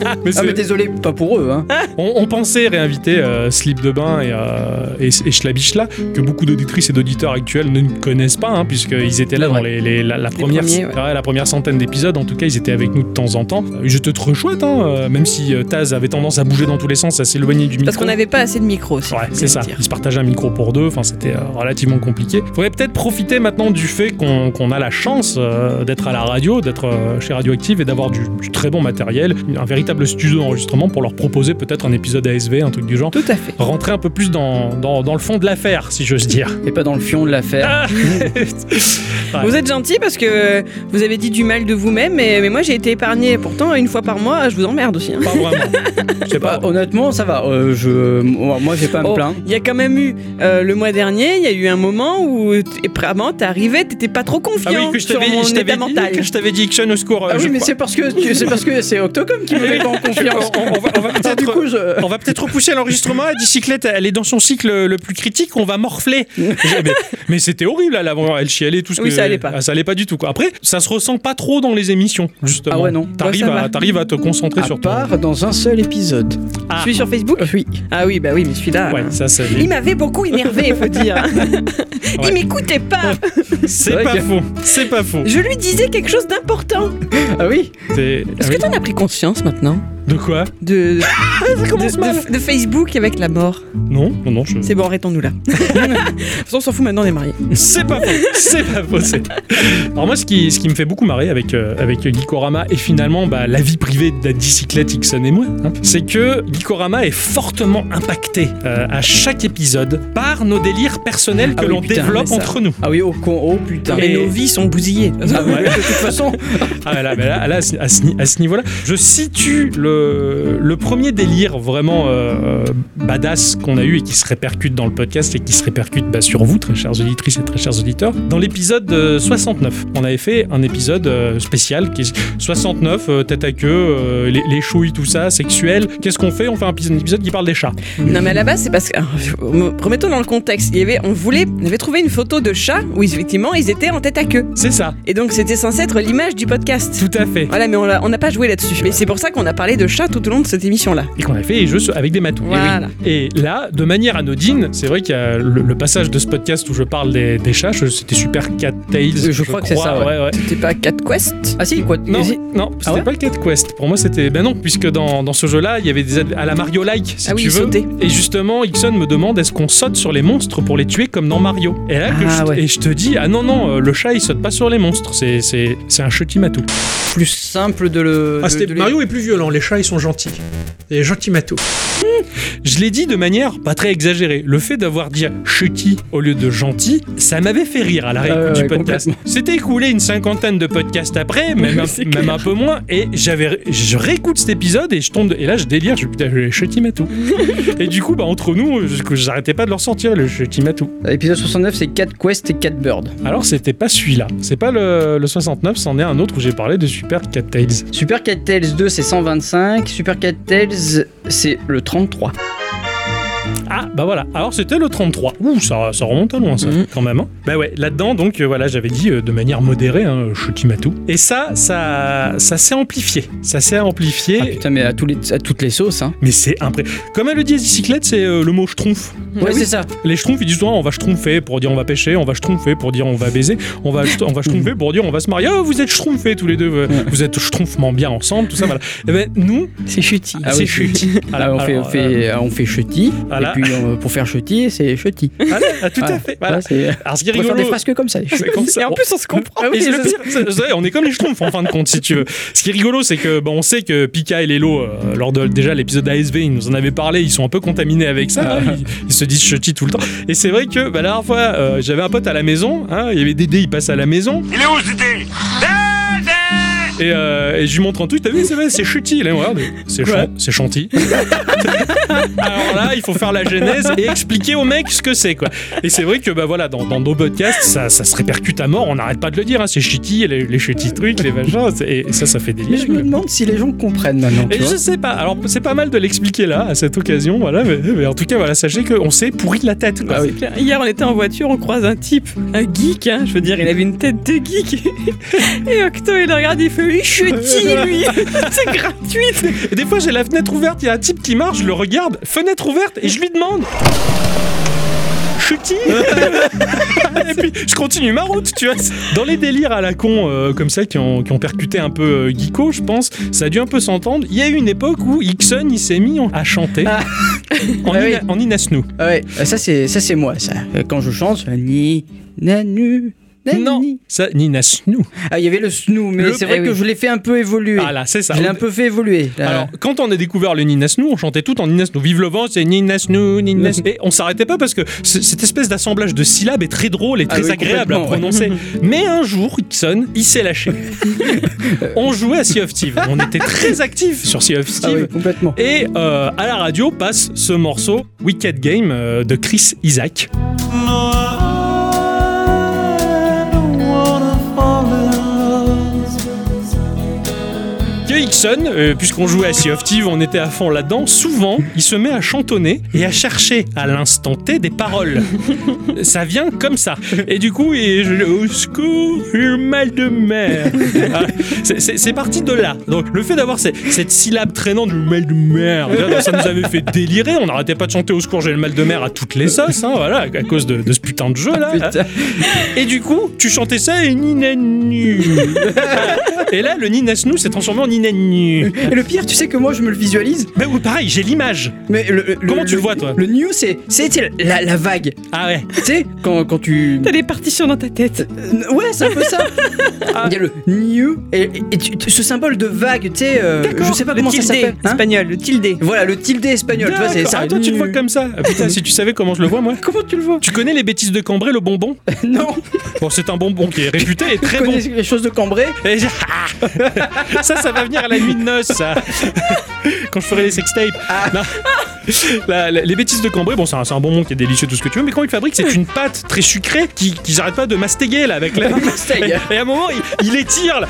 Mais
Ah
c'est-
mais désolé, pas pour eux. Hein.
On, on pensait réinviter euh, Slip de Bain et, euh, et, et Schlabischla, que beaucoup d'auditrices et d'auditeurs actuels ne connaissent pas, hein, puisqu'ils étaient là
Ouais.
dans les, les- la, la première,
premiers, ouais.
ouais, la première centaine d'épisodes. En tout cas, ils étaient avec nous de temps en temps. Euh, J'étais trop chouette, hein, euh, même si euh, Taz avait tendance à bouger dans tous les sens, à s'éloigner du micro.
Parce qu'on n'avait pas assez de micros. si
Ouais,
vous voulez
c'est ça.
dire.
Ils se partageaient un micro pour deux. Enfin, c'était euh, relativement compliqué. Faudrait peut-être profiter maintenant du fait qu'on qu'on a la chance euh, d'être à la radio, d'être euh, chez Radioactive et d'avoir du, du très bon matériel, un véritable studio d'enregistrement pour leur proposer peut-être un épisode ASV, un truc du genre.
Tout à fait.
Rentrer un peu plus dans, dans, dans le fond de l'affaire, si j'ose dire.
Et pas dans le fion de l'affaire.
Ouais.
Vous êtes gentil parce que vous avez dit du mal de vous-même, mais, mais moi j'ai été épargné. Pourtant, une fois par mois, je vous emmerde aussi. hein.
Pas vraiment. C'est
Bah,
pas.
honnêtement, ça va. Euh, je, moi, moi, j'ai pas à me
Oh,
plaindre.
Il y a quand même eu euh, le mois dernier, il y a eu un moment où t- vraiment t'es arrivé, t'étais pas trop
Ah
confiant
oui, que je
sur
t'avais
mon
je
état
t'avais dit,
mental.
que je t'avais dit Action au secours. euh,
Ah
je
oui, mais
crois.
c'est parce que tu- c'est parce que c'est Octocom qui me met pas en confiance.
On- on- on va- on va
Ah, du
peut-être-
coup, je.
On va peut-être repousser l'enregistrement. La bicyclette, elle est dans son cycle le plus critique. On va morfler. Je- mais mais c'était horrible à l'avant. Elle chialait tout ce
Oui,
que.
ça allait pas.
Ah, ça allait pas du tout. Quoi. Après, ça se ressent pas trop dans les émissions, justement.
Ah ouais, non.
T'arrives
Ouais, ça
à,
va. Ah bah.
t'arrives à te concentrer
À
sur toi.
part dans un seul épisode.
Ah.
Celui sur Facebook
Oui.
Ah oui, bah oui, mais celui-là.
Ouais,
hein.
ça, ça
Il m'avait beaucoup énervé, faut dire.
Ouais.
Il m'écoutait pas.
c'est
vrai
pas
que-
faux. C'est pas faux.
Je lui disais quelque chose d'important.
Ah oui
C'est-
Est-ce que t'en as pris conscience maintenant
De quoi
De.
Ah,
Ça commence
de- de-
mal.
de Facebook avec la mort.
Non, non, non, je.
C'est bon, arrêtons-nous là. De toute façon, on s'en fout maintenant, on est mariés.
C'est pas faux, c'est pas faux. c'est- Alors moi, ce qui, ce qui me fait beaucoup marrer avec, euh, avec Geekorama et finalement bah, la vie privée de la bicyclette Ixon et moi, hein, c'est que Geekorama est fortement impacté euh, à chaque épisode par nos délires personnels que
Ah oui,
l'on
putain,
développe
mais ça-
entre nous.
Ah oui, oh, con, oh putain.
Et-
Nos vies sont bousillées.
Ah ouais, de toute façon.
Ah bah là, bah là, là, à ce, à ce ni- à ce niveau-là, je situe le, le premier délire vraiment euh, badass qu'on a eu et qui se répercute dans le podcast et qui se répercute bah, sur vous, très chères auditrices et très chers auditeurs, dans l'épisode euh, 69. On avait fait un épisode euh, spécial qui est 69, euh, tête à queue, euh, les, les chouilles, tout ça, sexuel. Qu'est-ce qu'on fait On fait un épisode, un épisode qui parle des chats.
Non mais à la base c'est parce que alors, remettons dans le contexte. Il y avait, on voulait, on avait trouvé une photo de chat où effectivement ils étaient en tête à queue.
C'est ça.
Et donc c'était censé être l'image du podcast.
Tout à fait.
Voilà, mais on l'a- on n'a pas joué là-dessus. Mais c'est pour ça qu'on a parlé de chat tout au long de cette émission là.
et qu'on a fait les jeux avec des matous.
Voilà.
Et, oui. Et là, de manière anodine, c'est vrai qu'il y a le, le passage de ce podcast où je parle des, des chats, je- c'était Super Cat Tales.
Je, crois que c'est ça. Ouais.
C'était pas Cat Quest
Ah si, quoi
Non,
si-
non c'était
ouais
pas le Cat Quest. Pour moi, c'était. Ben non, puisque dans, dans ce jeu-là, il y avait des ad- à la Mario-like, si
Ah oui,
tu veux.
sauter.
Et justement, Ixon me demande est-ce qu'on saute sur les monstres pour les tuer comme dans Mario Et là, que
Ah
je,
ouais.
et je te dis ah non, non, euh, le chat, il saute pas sur les monstres. C'est- C'est c'est un chutty matou.
Plus simple de le.
Ah,
de-
c'était-
de les-
Mario est plus violent, les chats ils sont gentils. Les gentils matos.
Je l'ai dit de manière pas très exagérée. Le fait d'avoir dit chutty au lieu de gentil, ça m'avait fait rire à la réécoute
Ah ouais,
du
ouais,
podcast. C'était écoulé une cinquantaine de podcasts après, même, un, même un peu moins, et j'avais, je réécoute cet épisode et je tombe, de- et là je délire, je putain, le chutty matou. et du coup, bah entre nous, je- que j'arrêtais pas de leur sortir le chutty matou.
Euh, Épisode 69, c'est 4 Quest et 4 Bird.
Alors c'était pas celui-là, c'est pas le, le 69, c'en est un autre où j'ai parlé de Super Cat Tales.
Super Cat Tales 2, c'est 125. Super Cat Tales, c'est le 33.
Ah bah voilà, alors c'était le 33. Ouh, ça, ça remonte à loin ça,
Mhm.
quand même. hein. Bah ouais, là-dedans, donc euh, voilà, j'avais dit euh, de manière modérée, hein, Matou. Et ça, ça, ça s'est amplifié. Ça s'est amplifié.
Ah putain, mais à, tous les, à toutes les sauces, hein.
Mais c'est impré... Comme elle le dit à bicyclette, c'est euh, le mot schtroumpf.
Ouais,
Ah
c'est ça.
Les schtroumpfs, ils disent Ah, on va schtroumpfer pour dire on va pêcher, on va schtroumpfer pour dire on va baiser, on va, scht- on va schtroumpfer pour dire on va se marier. Oh, vous êtes schtroumpfés tous les deux, vous- vous êtes schtroumpfement bien ensemble, tout ça, voilà. Eh ben, nous,
C'est chutis.
Ah
c'est
oui,
chutis.
Ah, on,
Alors, euh,
fait, on,
alors,
fait, on fait chutty,
Voilà.
et puis on- pour faire chutty, c'est chutty.
Voilà, ah, tout à fait. Voilà.
Ouais, c'est-
Alors, ce qui est
on peut faire
rigolo-
des phrases que comme ça. les
C'est comme ça.
Et en plus on se comprend.
Ah oui, le pire, c'est- c'est vrai, on est comme les schtroumpfs en fin de compte, si tu veux. Ce qui est rigolo, c'est que bah, on sait que Pika et Lelo, euh, lors de déjà l'épisode ASV, ils nous en avaient parlé, ils sont un peu contaminés avec ça. hein, ils, ils se disent chutis tout le temps. Et c'est vrai que bah, la dernière fois, euh, j'avais un pote à la maison, hein, il y avait Dédé, il passe à la maison. Il est où Dédé et, euh, et je lui montre un truc, t'as vu, c'est vrai, c'est chutis. Là, on regarde, c'est chan- c'est chanty. Alors là, il faut faire la genèse et expliquer au mec ce que c'est, quoi. Et c'est vrai que, bah voilà, dans, dans nos podcasts, ça, ça se répercute à mort, on n'arrête pas de le dire, hein, c'est chutty, les, les chutty trucs, les machins, c'est- et ça, ça fait
Mais
délire.
je me demande si les gens comprennent maintenant.
Et
tu vois.
je sais pas, alors c'est pas mal de l'expliquer là, à cette occasion, voilà, mais, mais en tout cas, voilà, sachez qu'on s'est pourri de la tête, quoi.
Ah oui.
Hier, on était en voiture, on croise un type, un geek, hein, je veux dire, il avait une tête de geek. Et Octo, il le regarde, il fait Oui, je suis qui, lui C'est gratuit
Et des fois, j'ai la fenêtre ouverte, il y a un type qui marche, je le regarde, fenêtre ouverte, et je lui demande. Chuti Et puis je continue ma route, tu vois. Dans les délires à la con, euh, comme ça, qui ont, qui ont percuté un peu euh, Geeko, je pense, ça a dû un peu s'entendre. Il y a eu une époque où Ixon, il s'est mis en- à chanter en,
Ah oui.
ina- en Inasnu.
Ah ouais, ça c'est ça c'est moi ça. Euh, Quand je chante, euh, ni nanu. nani.
Non, ça, Ninasnu.
Ah, il y avait le snoo, mais
Le-
c'est vrai
eh
que
oui.
je l'ai fait un peu évoluer.
Ah là, c'est ça.
je l'ai un peu fait évoluer. là.
Alors, quand on a découvert le Ninasnu, on chantait tout en Ninasnu. Vive le vent, c'est Ninasnu, Ninasnu. Et on s'arrêtait pas parce que c- cette espèce d'assemblage de syllabes est très drôle et
Ah
très
oui,
agréable à
complètement,
prononcer. Mais un jour, Ixon, il s'est lâché. on jouait à Sea of Thieves. On était très actifs sur Sea of
Ah oui,
Thieves.
complètement.
Et euh, à la radio passe ce morceau Wicked Game euh, de Chris Isaac. Que Hickson, euh, puisqu'on jouait à Sea of Thieves, on était à fond là-dedans, souvent il se met à chantonner et à chercher à l'instant T des paroles. ça vient comme ça. Et du coup, il, je- au secours, j'ai eu mal de mer. Ah, c'est- c'est c'est parti de là. Donc le fait d'avoir ces- cette syllabe traînante du mal de mer, regarde, ça nous avait fait délirer. On n'arrêtait pas de chanter au secours, j'ai le mal de mer à toutes les sauces, hein, voilà, à cause de, de ce putain de
Ah,
Ah, jeu là.
Putain.
Et du coup, tu chantais ça et ni na, nu. Et là, le Ninasnu s'est transformé en Ninanu.
Et le pire, tu sais que moi, je me le visualise.
Bah oui, pareil, j'ai l'image.
Mais le, le-
Comment tu le vois, toi
Le new, c'est c'est tu sais, la, la vague.
Ah ouais.
Tu sais, quand, quand tu.
T'as des partitions dans ta tête.
Euh, Ouais, c'est un peu ça. Il y a le new et, et tu- tu- ce symbole de vague, tu sais, euh,
D'accord,
je sais pas
le
comment ça
tilde
s'appelle. hein
espagnol, le tilde.
voilà, le tilde espagnol, tu vois, c'est
D'accord.
ça.
Ah, toi, tu le vois comme ça. Ah, putain, si tu savais comment je le vois, moi.
Comment tu le vois
Tu connais les bêtises de Cambrai, le bonbon
Non,
Bon, c'est un bonbon qui est réputé et
je
très bon.
connais les choses de Cambrai.
Et j'ai- Ah ça, ça va venir à la nuit de noces, ça. quand je ferai les sextapes. Non. La- la- les bêtises de Cambrai, bon, c'est un, c'est un bonbon qui est délicieux, tout ce que tu veux, mais quand ils le fabriquent, c'est une pâte très sucrée qui- qu'ils arrêtent pas de mastéguer là avec la.
Mustang.
Et à un moment, il, il étire là.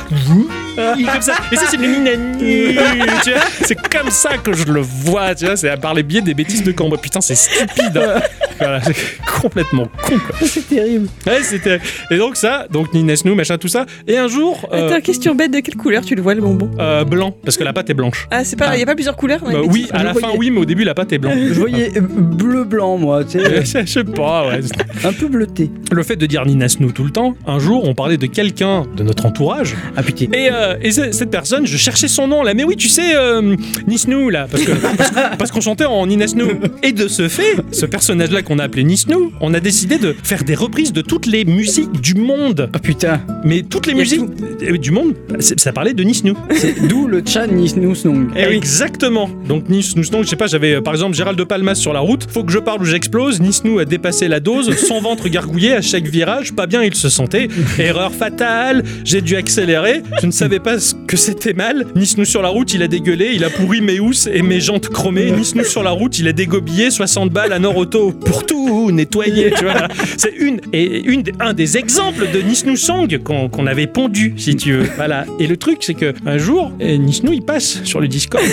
Il est comme ça. Et ça, c'est le minani. tu vois C'est comme ça que je le vois, tu vois. C'est par les biais des bêtises de Cambrai. Putain, c'est stupide. hein. Voilà, c'est complètement con, quoi.
C'est terrible.
Ouais, c'était. Et donc, ça, donc Ninesnu, machin, tout ça. Et un jour. euh,
Attends, question bête, de quelle couleur tu le vois le bonbon
euh, blanc, parce que la pâte est blanche.
Ah, c'est pas, y a pas plusieurs couleurs dans les
Bah
bêtises Ah,
oui, à
Je
la fin
voyais.
oui, mais au début la pâte est blanche.
Je voyais euh, bleu-blanc, moi, tu sais,
Je sais pas, ouais.
un peu bleuté.
Le fait de dire Ninasnu tout le temps, un jour on parlait de quelqu'un de notre entourage,
Ah putain.
et, euh, et ce- cette personne, je cherchais son nom là, mais oui, tu sais, euh, Nisnu là, parce que- parce que- parce qu'on chantait en Ninasnu. Et de ce fait, ce personnage là qu'on a appelé Nisnu, on a décidé de faire des reprises de toutes les musiques du monde.
Ah putain,
Mais toutes les
Y a
musiques euh, du monde, c'est- ça parlait de Nisnu.
c'est d'où le Chan Nisnousnong.
Exactement. Donc Nice Nous je sais pas, j'avais euh, par exemple Gérald de Palmas sur la route. Faut que je parle ou j'explose. Nice Nous a dépassé la dose. Son ventre gargouillé à chaque virage. Pas bien, il se sentait. Erreur fatale. J'ai dû accélérer. Je ne savais pas ce que c'était mal. Nice Nous sur la route, il a dégueulé. Il a pourri mes housses et mes jantes chromées. Nice Nous sur la route, il a dégobillé 60 balles à Nord Auto pour tout nettoyer. Tu vois, c'est une et une des- un des exemples de Nisnu Song qu'on qu'on avait pondu, si tu veux. Voilà. Et le truc, c'est que un jour, eh, Nisnu il passe sur le Discord,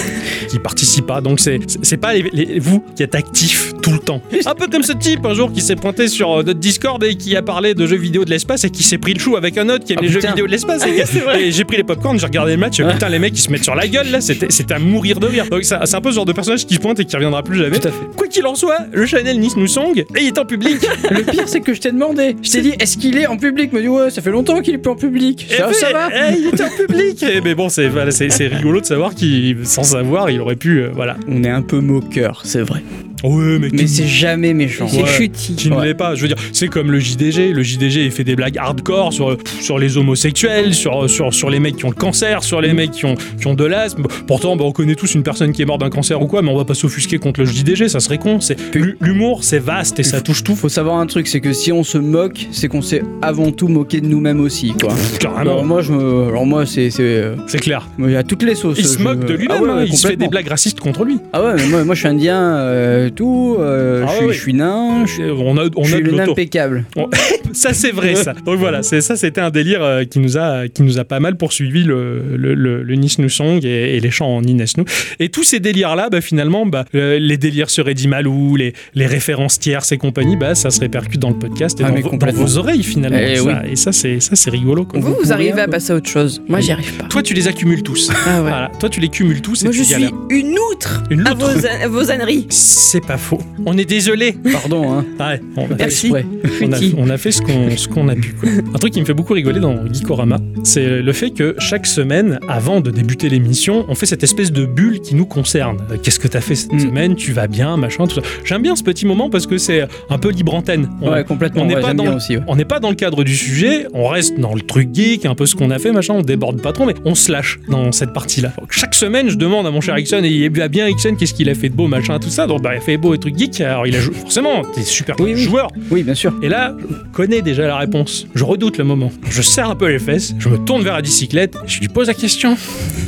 qui participe pas. Donc c'est c'est- c'est pas les- les- vous qui êtes actifs tout le temps. Un peu comme ce type un jour qui s'est pointé sur euh, notre Discord et qui a parlé de jeux vidéo de l'espace et qui s'est pris le chou avec un autre qui aime
Ah,
les jeux
putain. Ah.
vidéo de l'espace. Et, et j'ai pris les popcorns, j'ai regardé le match. et Putain, les mecs ils se mettent sur la gueule là. C'était c'était à mourir de rire. Donc ça- c'est un peu ce genre de personnage qui se pointe et qui reviendra plus jamais.
Tout à fait.
Quoi qu'il en soit, le Chanel Nisnu Song, et il est en public.
Le pire, c'est que je t'ai demandé. Je t'ai dit, est-ce qu'il est en public Il m'a dit, ouais, ça fait longtemps qu'il est plus en public.
Eh
Ça,
ben,
ça va
eh, il était en public Eh, Mais bon, c'est voilà, c'est- c'est rigolo de savoir qu'il, sans savoir, il aurait pu. euh, voilà.
On est un peu moqueur, c'est vrai.
Ouais,
Mais c'est jamais méchant.
C'est
Ouais.
chutis.
qui ne
Ouais.
l'est pas. Je veux dire, c'est comme le JDG. Le JDG, il fait des blagues hardcore sur, pff, sur les homosexuels, sur, sur, sur les mecs qui ont le cancer, sur les mecs qui ont, qui ont de l'asthme. Pourtant, bah, on connaît tous une personne qui est morte d'un cancer ou quoi, mais on va pas s'offusquer contre le JDG, ça serait con. C'est l'hu- L'humour, c'est vaste et ça touche tout.
Faut savoir un truc, c'est que si on se moque, c'est qu'on s'est avant tout moqué de nous-mêmes aussi, quoi.
Ah
Alors
Carrément,
moi, je me... Alors moi, c'est... c'est, euh,
c'est clair.
Il y a toutes les sauces.
Il se
je-
moque de lui-même,
Ah ouais,
hein, il se fait des
complètement.
blagues racistes contre lui.
Ah ouais, mais moi, moi je suis indien, euh, tout, euh,
Ah
je, suis,
ouais.
je suis nain, je,
Euh, On a, on
je
a
suis
de
le nain
l'auto.
impeccable.
Ça c'est vrai ça. Donc voilà, c'est ça c'était un délire euh, qui nous a qui nous a pas mal poursuivi le le, le, le Nishnu Song et, et les chants en Inesnu. Et tous ces délires là, bah finalement bah euh, les délires seraient dit malou, les les références tierces et compagnie, bah ça se répercute dans le podcast et
Ah,
dans,
mais
vos- dans
complètement.
vos oreilles finalement.
Eh
ça.
oui.
Et ça c'est ça c'est rigolo quoi.
Vous, vous
pourrez
arrivez
un
à
peu.
passer à autre chose. Moi, j'y arrive pas.
Toi tu les accumules tous.
Ah ouais.
Voilà, toi tu les cumules tous et
Moi,
tu
je suis
galères.
une outre,
Une
à
outre.
vos, à vos âneries.
C'est pas faux. On est désolé.
Pardon, hein.
Ouais, on a-
Merci.
Ouais.
on a,
Futi.
on a fait ce qu'on ce qu'on a pu. quoi. Un truc qui me fait beaucoup rigoler dans Geekorama, c'est le fait que chaque semaine, avant de débuter l'émission, on fait cette espèce de bulle qui nous concerne. Euh, Qu'est-ce que t'as fait cette
Mm.
semaine Tu vas bien, machin, tout ça. J'aime bien ce petit moment parce que c'est un peu libre antenne. On-
Ouais, complètement,
on n'est
ouais,
pas
j'aime
dans-
bien aussi. ouais.
on n'est pas dans le cadre du sujet, on reste dans le truc geek, un peu ce qu'on a fait, machin, on déborde pas trop, mais on se lâche dans cette partie-là. Donc, Chaque semaine, je demande à mon cher Ixon, et il va bien Ixon, qu'est-ce qu'il a fait de beau, machin, tout ça. Donc, bah, il a fait beau et truc geek, alors il a joué. Forcément, t'es super
Oui, oui.
joueur.
Oui, bien sûr.
Et là, je connais déjà la réponse. Je redoute le moment. Je serre un peu les fesses, je me tourne vers la bicyclette, je lui pose la question.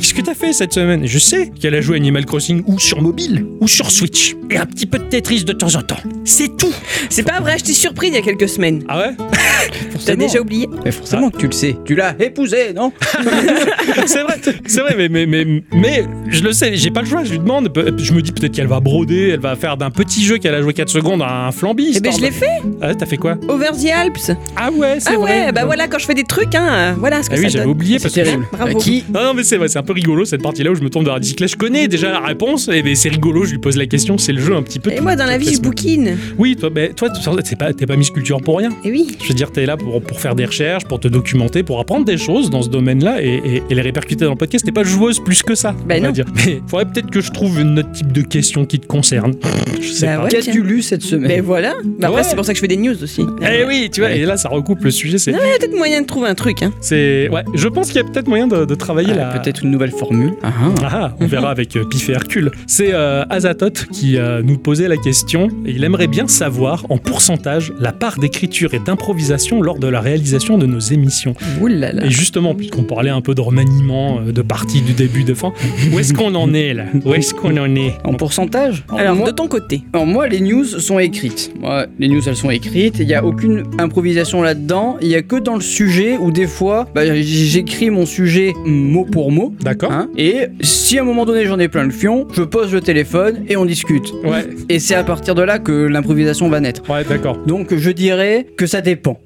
Qu'est-ce que t'as fait cette semaine Je sais qu'elle a joué à Animal Crossing ou sur mobile ou sur Switch. Et un petit peu de Tetris de temps en temps. C'est tout
C'est pas vrai, je t'ai surpris il y a quelques semaines.
Ah ouais
T'as
Forcément.
déjà oublié.
Mais forcément
Ah.
que tu le sais. Tu l'as épousé, non
C'est vrai, c'est vrai, mais, mais, mais, mais je le sais, j'ai pas le choix, je lui demande. Pe- Je me dis peut-être qu'elle va broder, elle va faire faire d'un petit jeu qu'elle a joué 4 secondes à un flambi.
Eh ben,
histoire
je l'ai
de-
fait.
Ah, t'as fait quoi
Over the Alps.
Ah ouais, c'est
ah
vrai.
ouais, bah voilà, quand je fais des trucs, hein, euh, voilà ce que
Ah
ça
oui, j'avais
donne.
oublié parce que
Bravo.
Non, non, mais c'est vrai, c'est un peu rigolo cette partie-là où je me tombe dans la bicyclette. Je connais déjà la réponse, et ben c'est rigolo. Je lui pose la question, c'est le jeu un petit peu.
Et moi, dans la vie, je bouquine.
Oui, toi, ben, toi, tu- t'es pas, t'es pas Miss Culture pour rien.
Et oui.
Je veux dire, t'es là pour, pour faire des recherches, pour te documenter, pour apprendre des choses dans ce domaine-là et, et- et les répercuter dans le podcast. T'es pas joueuse plus que ça.
Ben
on va
non.
dire. Mais faudrait peut-être que je trouve une autre type de question qui te concerne. Je sais
Bah
pas.
ouais, tiens.
lu cette semaine
Ben voilà. Bah après,
Ouais.
c'est pour ça que je fais des news aussi.
Eh oui, tu vois, et là, ça recoupe le sujet. C'est.
Non, mais
Eh.
il y a peut-être moyen de trouver un truc, hein.
C'est ouais, je pense qu'il y a peut-être moyen de, de travailler la
Peut-être une nouvelle formule.
Ah, on verra avec euh, Pif et Hercule. C'est euh, Azathoth qui euh, nous posait la question et il aimerait bien savoir en pourcentage la part d'écriture et d'improvisation lors de la réalisation de nos émissions.
Oulala.
Et justement, puisqu'on parlait un peu de remaniement, euh, de partie du début, de fin, où est-ce qu'on en est là Où est-ce qu'on en est
En pourcentage
Alors,
moi,
de ton côté.
alors, moi, les news sont écrites. Moi, les news, elles sont écrites. Il n'y a aucune improvisation là-dedans. Il n'y a que dans le sujet où des fois, bah, j- j'écris mon sujet mot pour mot.
D'accord.
hein, et si à un moment donné, j'en ai plein le fion, je pose le téléphone et on discute.
Ouais.
Et c'est à partir de là que l'improvisation va naître.
Ouais, d'accord.
Donc, je dirais que ça dépend.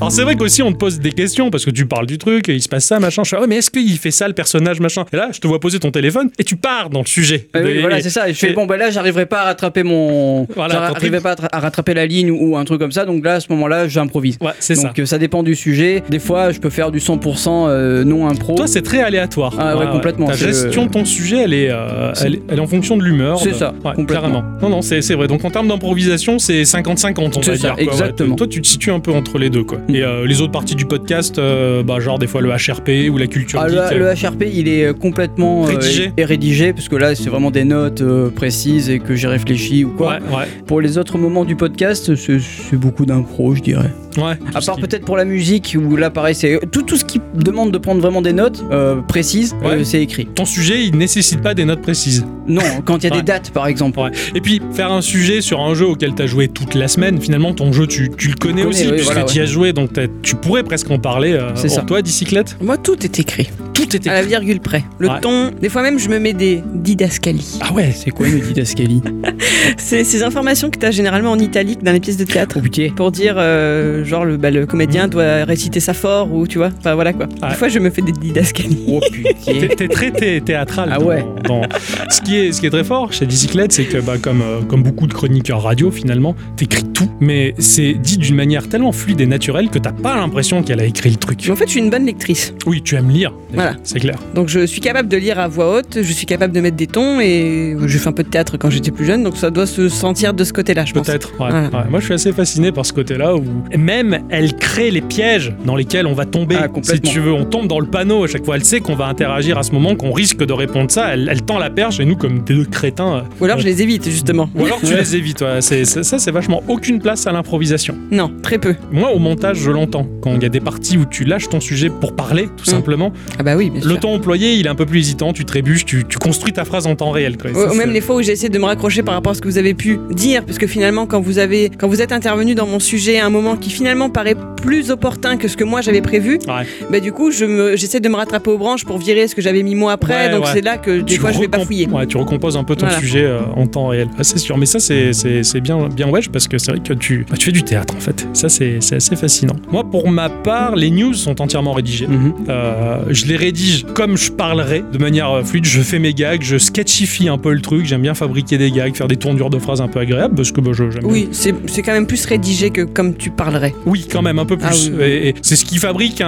Alors c'est vrai qu'aussi on te pose des questions parce que tu parles du truc, et il se passe ça, machin. Je fais, ouais, mais est-ce qu'il fait ça le personnage, machin Et là, je te vois poser ton téléphone et tu pars dans le sujet.
Ah oui,
Et-
voilà, c'est ça. Et je fais,
et-
bon, bah là, j'arriverai pas à rattraper mon.
Voilà, ton
j'arriverai
truc.
pas à tra- à rattraper la ligne ou, ou un truc comme ça. Donc là, à ce moment-là, j'improvise.
Ouais, c'est ça.
Donc euh, ça dépend du sujet. Des fois, je peux faire du 100% euh, non impro.
Toi, c'est très aléatoire.
Ah ouais, complètement.
Ta
C'est-
gestion de ton sujet, elle est, euh,
C'est-
elle, est- elle est en fonction de l'humeur.
C'est
de-
ça,
ouais,
complètement.
Carrément. Non, non, c'est c'est vrai. Donc en termes d'improvisation, c'est 50-50, on va
C'est ça,
dire. quoi. Ouais,
exactement. Mm.
toi, tu te situes un peu entre les deux, quoi. Et euh, les autres parties du podcast, euh, bah, genre des fois le HRP ou la culture
Ah,
geek,
le,
euh,
le HRP, il est euh, complètement euh,
Rédigé.
et rédigé parce que là, c'est vraiment des notes euh, précises et que j'ai réfléchi ou quoi.
euh, Ouais, ouais.
Pour les autres moments du podcast, c'est c'est beaucoup d'impro, je dirais.
Ouais,
À part peut-être pour la musique où là, pareil, c'est tout, tout ce qui demande de prendre vraiment des notes euh, précises,
Ouais.
euh, c'est écrit.
ton sujet, il nécessite pas des notes précises.
Non, quand il y a
Ouais.
des dates, par exemple.
Ouais. Et puis, faire un sujet sur un jeu auquel tu as joué toute la semaine, finalement, ton jeu, tu, tu le connais,
connais,
aussi,
oui,
puisque
voilà,
tu y as joué, donc t'as- tu pourrais presque en parler. euh,
C'est
pour
ça.
toi, bicyclette
Moi, tout est écrit.
Tout était.
À la virgule près. Le
Ouais.
ton. Des fois même, je me mets des didascalies.
Ah ouais, c'est
C'est quoi une didascalie
C'est ces informations que t'as généralement en italique dans les pièces de théâtre.
Oh putain.
Pour dire, euh, genre, le, bah, le comédien doit réciter ça fort ou tu vois. Enfin, voilà quoi.
Mm. Ouais.
Des fois, je me fais des didascalies.
Oh putain.
T'es- T'es très thé- théâtral.
Ah
dans-
ouais.
dans- Ce, qui est, ce qui est très fort chez Bicyclette, c'est que bah, comme, euh, comme beaucoup de chroniqueurs radio, finalement, t'écris tout, mais c'est dit d'une manière tellement fluide et naturelle que t'as pas l'impression qu'elle a écrit le truc.
Mais en fait, je suis une bonne lectrice.
Oui, tu aimes lire.
Voilà.
C'est clair.
Donc, je suis capable de lire à voix haute, je suis capable de mettre des tons et j'ai fait un peu de théâtre quand j'étais plus jeune, donc ça doit se sentir de ce côté-là, je pense.
Peut-être. ouais,
Voilà.
ouais. Moi, je suis assez fasciné par ce côté-là où même elle crée les pièges dans lesquels on va tomber.
Ah,
si
complètement.
tu veux, on tombe dans le panneau à chaque fois. Elle sait qu'on va interagir à ce moment, qu'on risque de répondre ça. Elle, elle tend la perche et nous, comme des deux crétins, euh,
Ou alors, je les évite justement.
Ou alors tu les évites, ouais. C'est- c'est- ça c'est vachement aucune place à l'improvisation.
Non, très peu.
Moi au montage je l'entends, quand il y a des parties où tu lâches ton sujet pour parler tout simplement,
Ah bah oui, bien
le
sûr.
temps employé il est un peu plus hésitant, tu trébuches, tu, tu construis ta phrase en temps réel. quoi.
Ou-
Ça,
Ou même
c'est-
les fois où j'essaie de me raccrocher par rapport à ce que vous avez pu dire, parce que finalement, quand vous avez, quand vous êtes intervenu dans mon sujet à un moment qui finalement paraît plus opportun que ce que moi j'avais prévu,
Ouais.
bah du coup, je me, j'essaie de me rattraper aux branches pour virer ce que j'avais mis moi après,
Ouais,
donc
ouais.
c'est là que des
Tu
fois je vais
recom-
bafouiller.
Ouais, tu recomposes un peu ton
Voilà.
sujet euh, en temps réel. Ah, c'est sûr, mais ça c'est, c'est, c'est bien, bien wesh parce que c'est vrai que tu, bah, tu fais du théâtre en fait. Ça c'est, c'est assez fascinant. Moi pour ma part, les news sont entièrement rédigées.
Mhm.
Euh, je les rédige comme je parlerai, de manière euh, fluide. Je fais mes gags, je sketchifie un peu le truc. J'aime bien fabriquer des gags, faire des tournures de phrases un peu agréables parce que bah, je- j'aime bien.
Oui, c'est, c'est quand même plus rédigé que comme tu parlerais.
Oui, quand même, un peu plus.
Ah oui, oui.
Et- et c'est ce qui fabrique un,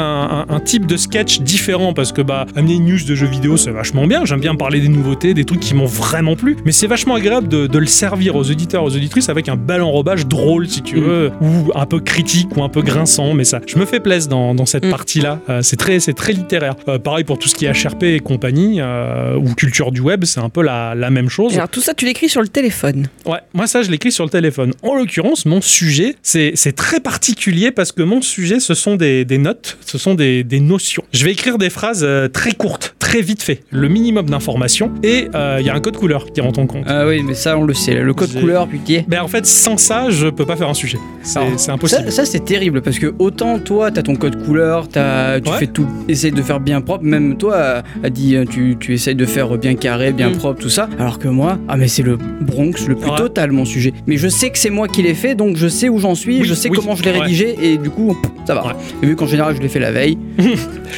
un- un type de sketch différent parce que bah, amener une news de jeux vidéo, c'est vachement bien. J'aime bien parler des nouveautés, des trucs qui m'ont vraiment plu. Mais c'est vachement agréable de, de le servir aux auditeurs, aux auditrices avec un bel enrobage drôle, si tu
Mhm.
veux, ou un peu critique ou un peu grinçant. Mais ça, je me fais plaisir dans, dans cette
Mhm.
partie-là. Euh, c'est très, c'est très littéraire. Euh, pareil pour tout ce qui est HRP et compagnie euh, ou culture du web, c'est un peu la, la même chose.
Et Alors tout ça, tu l'écris sur le téléphone.
Ouais, moi ça je l'écris sur le téléphone. En l'occurrence, mon sujet, c'est c'est très particulier parce que mon sujet, ce sont des, des notes, ce sont des, des notions. Je vais écrire des phrases euh, très courtes, très très vite fait le minimum d'informations et euh, il y a un code couleur qui rentre en compte.
Ah oui, mais ça, on le sait. Le code
J'ai-
couleur, putain.
Ben en fait, sans ça, je peux pas faire un sujet. C'est c'est impossible.
Ça, ça, c'est terrible parce que autant toi, t'as ton code couleur, t'as- tu
Ouais.
fais tout, essayes de faire bien propre, même toi, euh, a dit, euh, tu, tu essayes de faire bien carré,
Mm.
bien propre, tout ça. Alors que moi, ah mais c'est le Bronx le plus total mon sujet. Mais je sais que c'est moi qui l'ai fait, donc je sais où j'en suis, je sais comment je l'ai
ouais.
rédigé et du coup, pff, ça va. Et vu qu'en général, je l'ai fait la veille.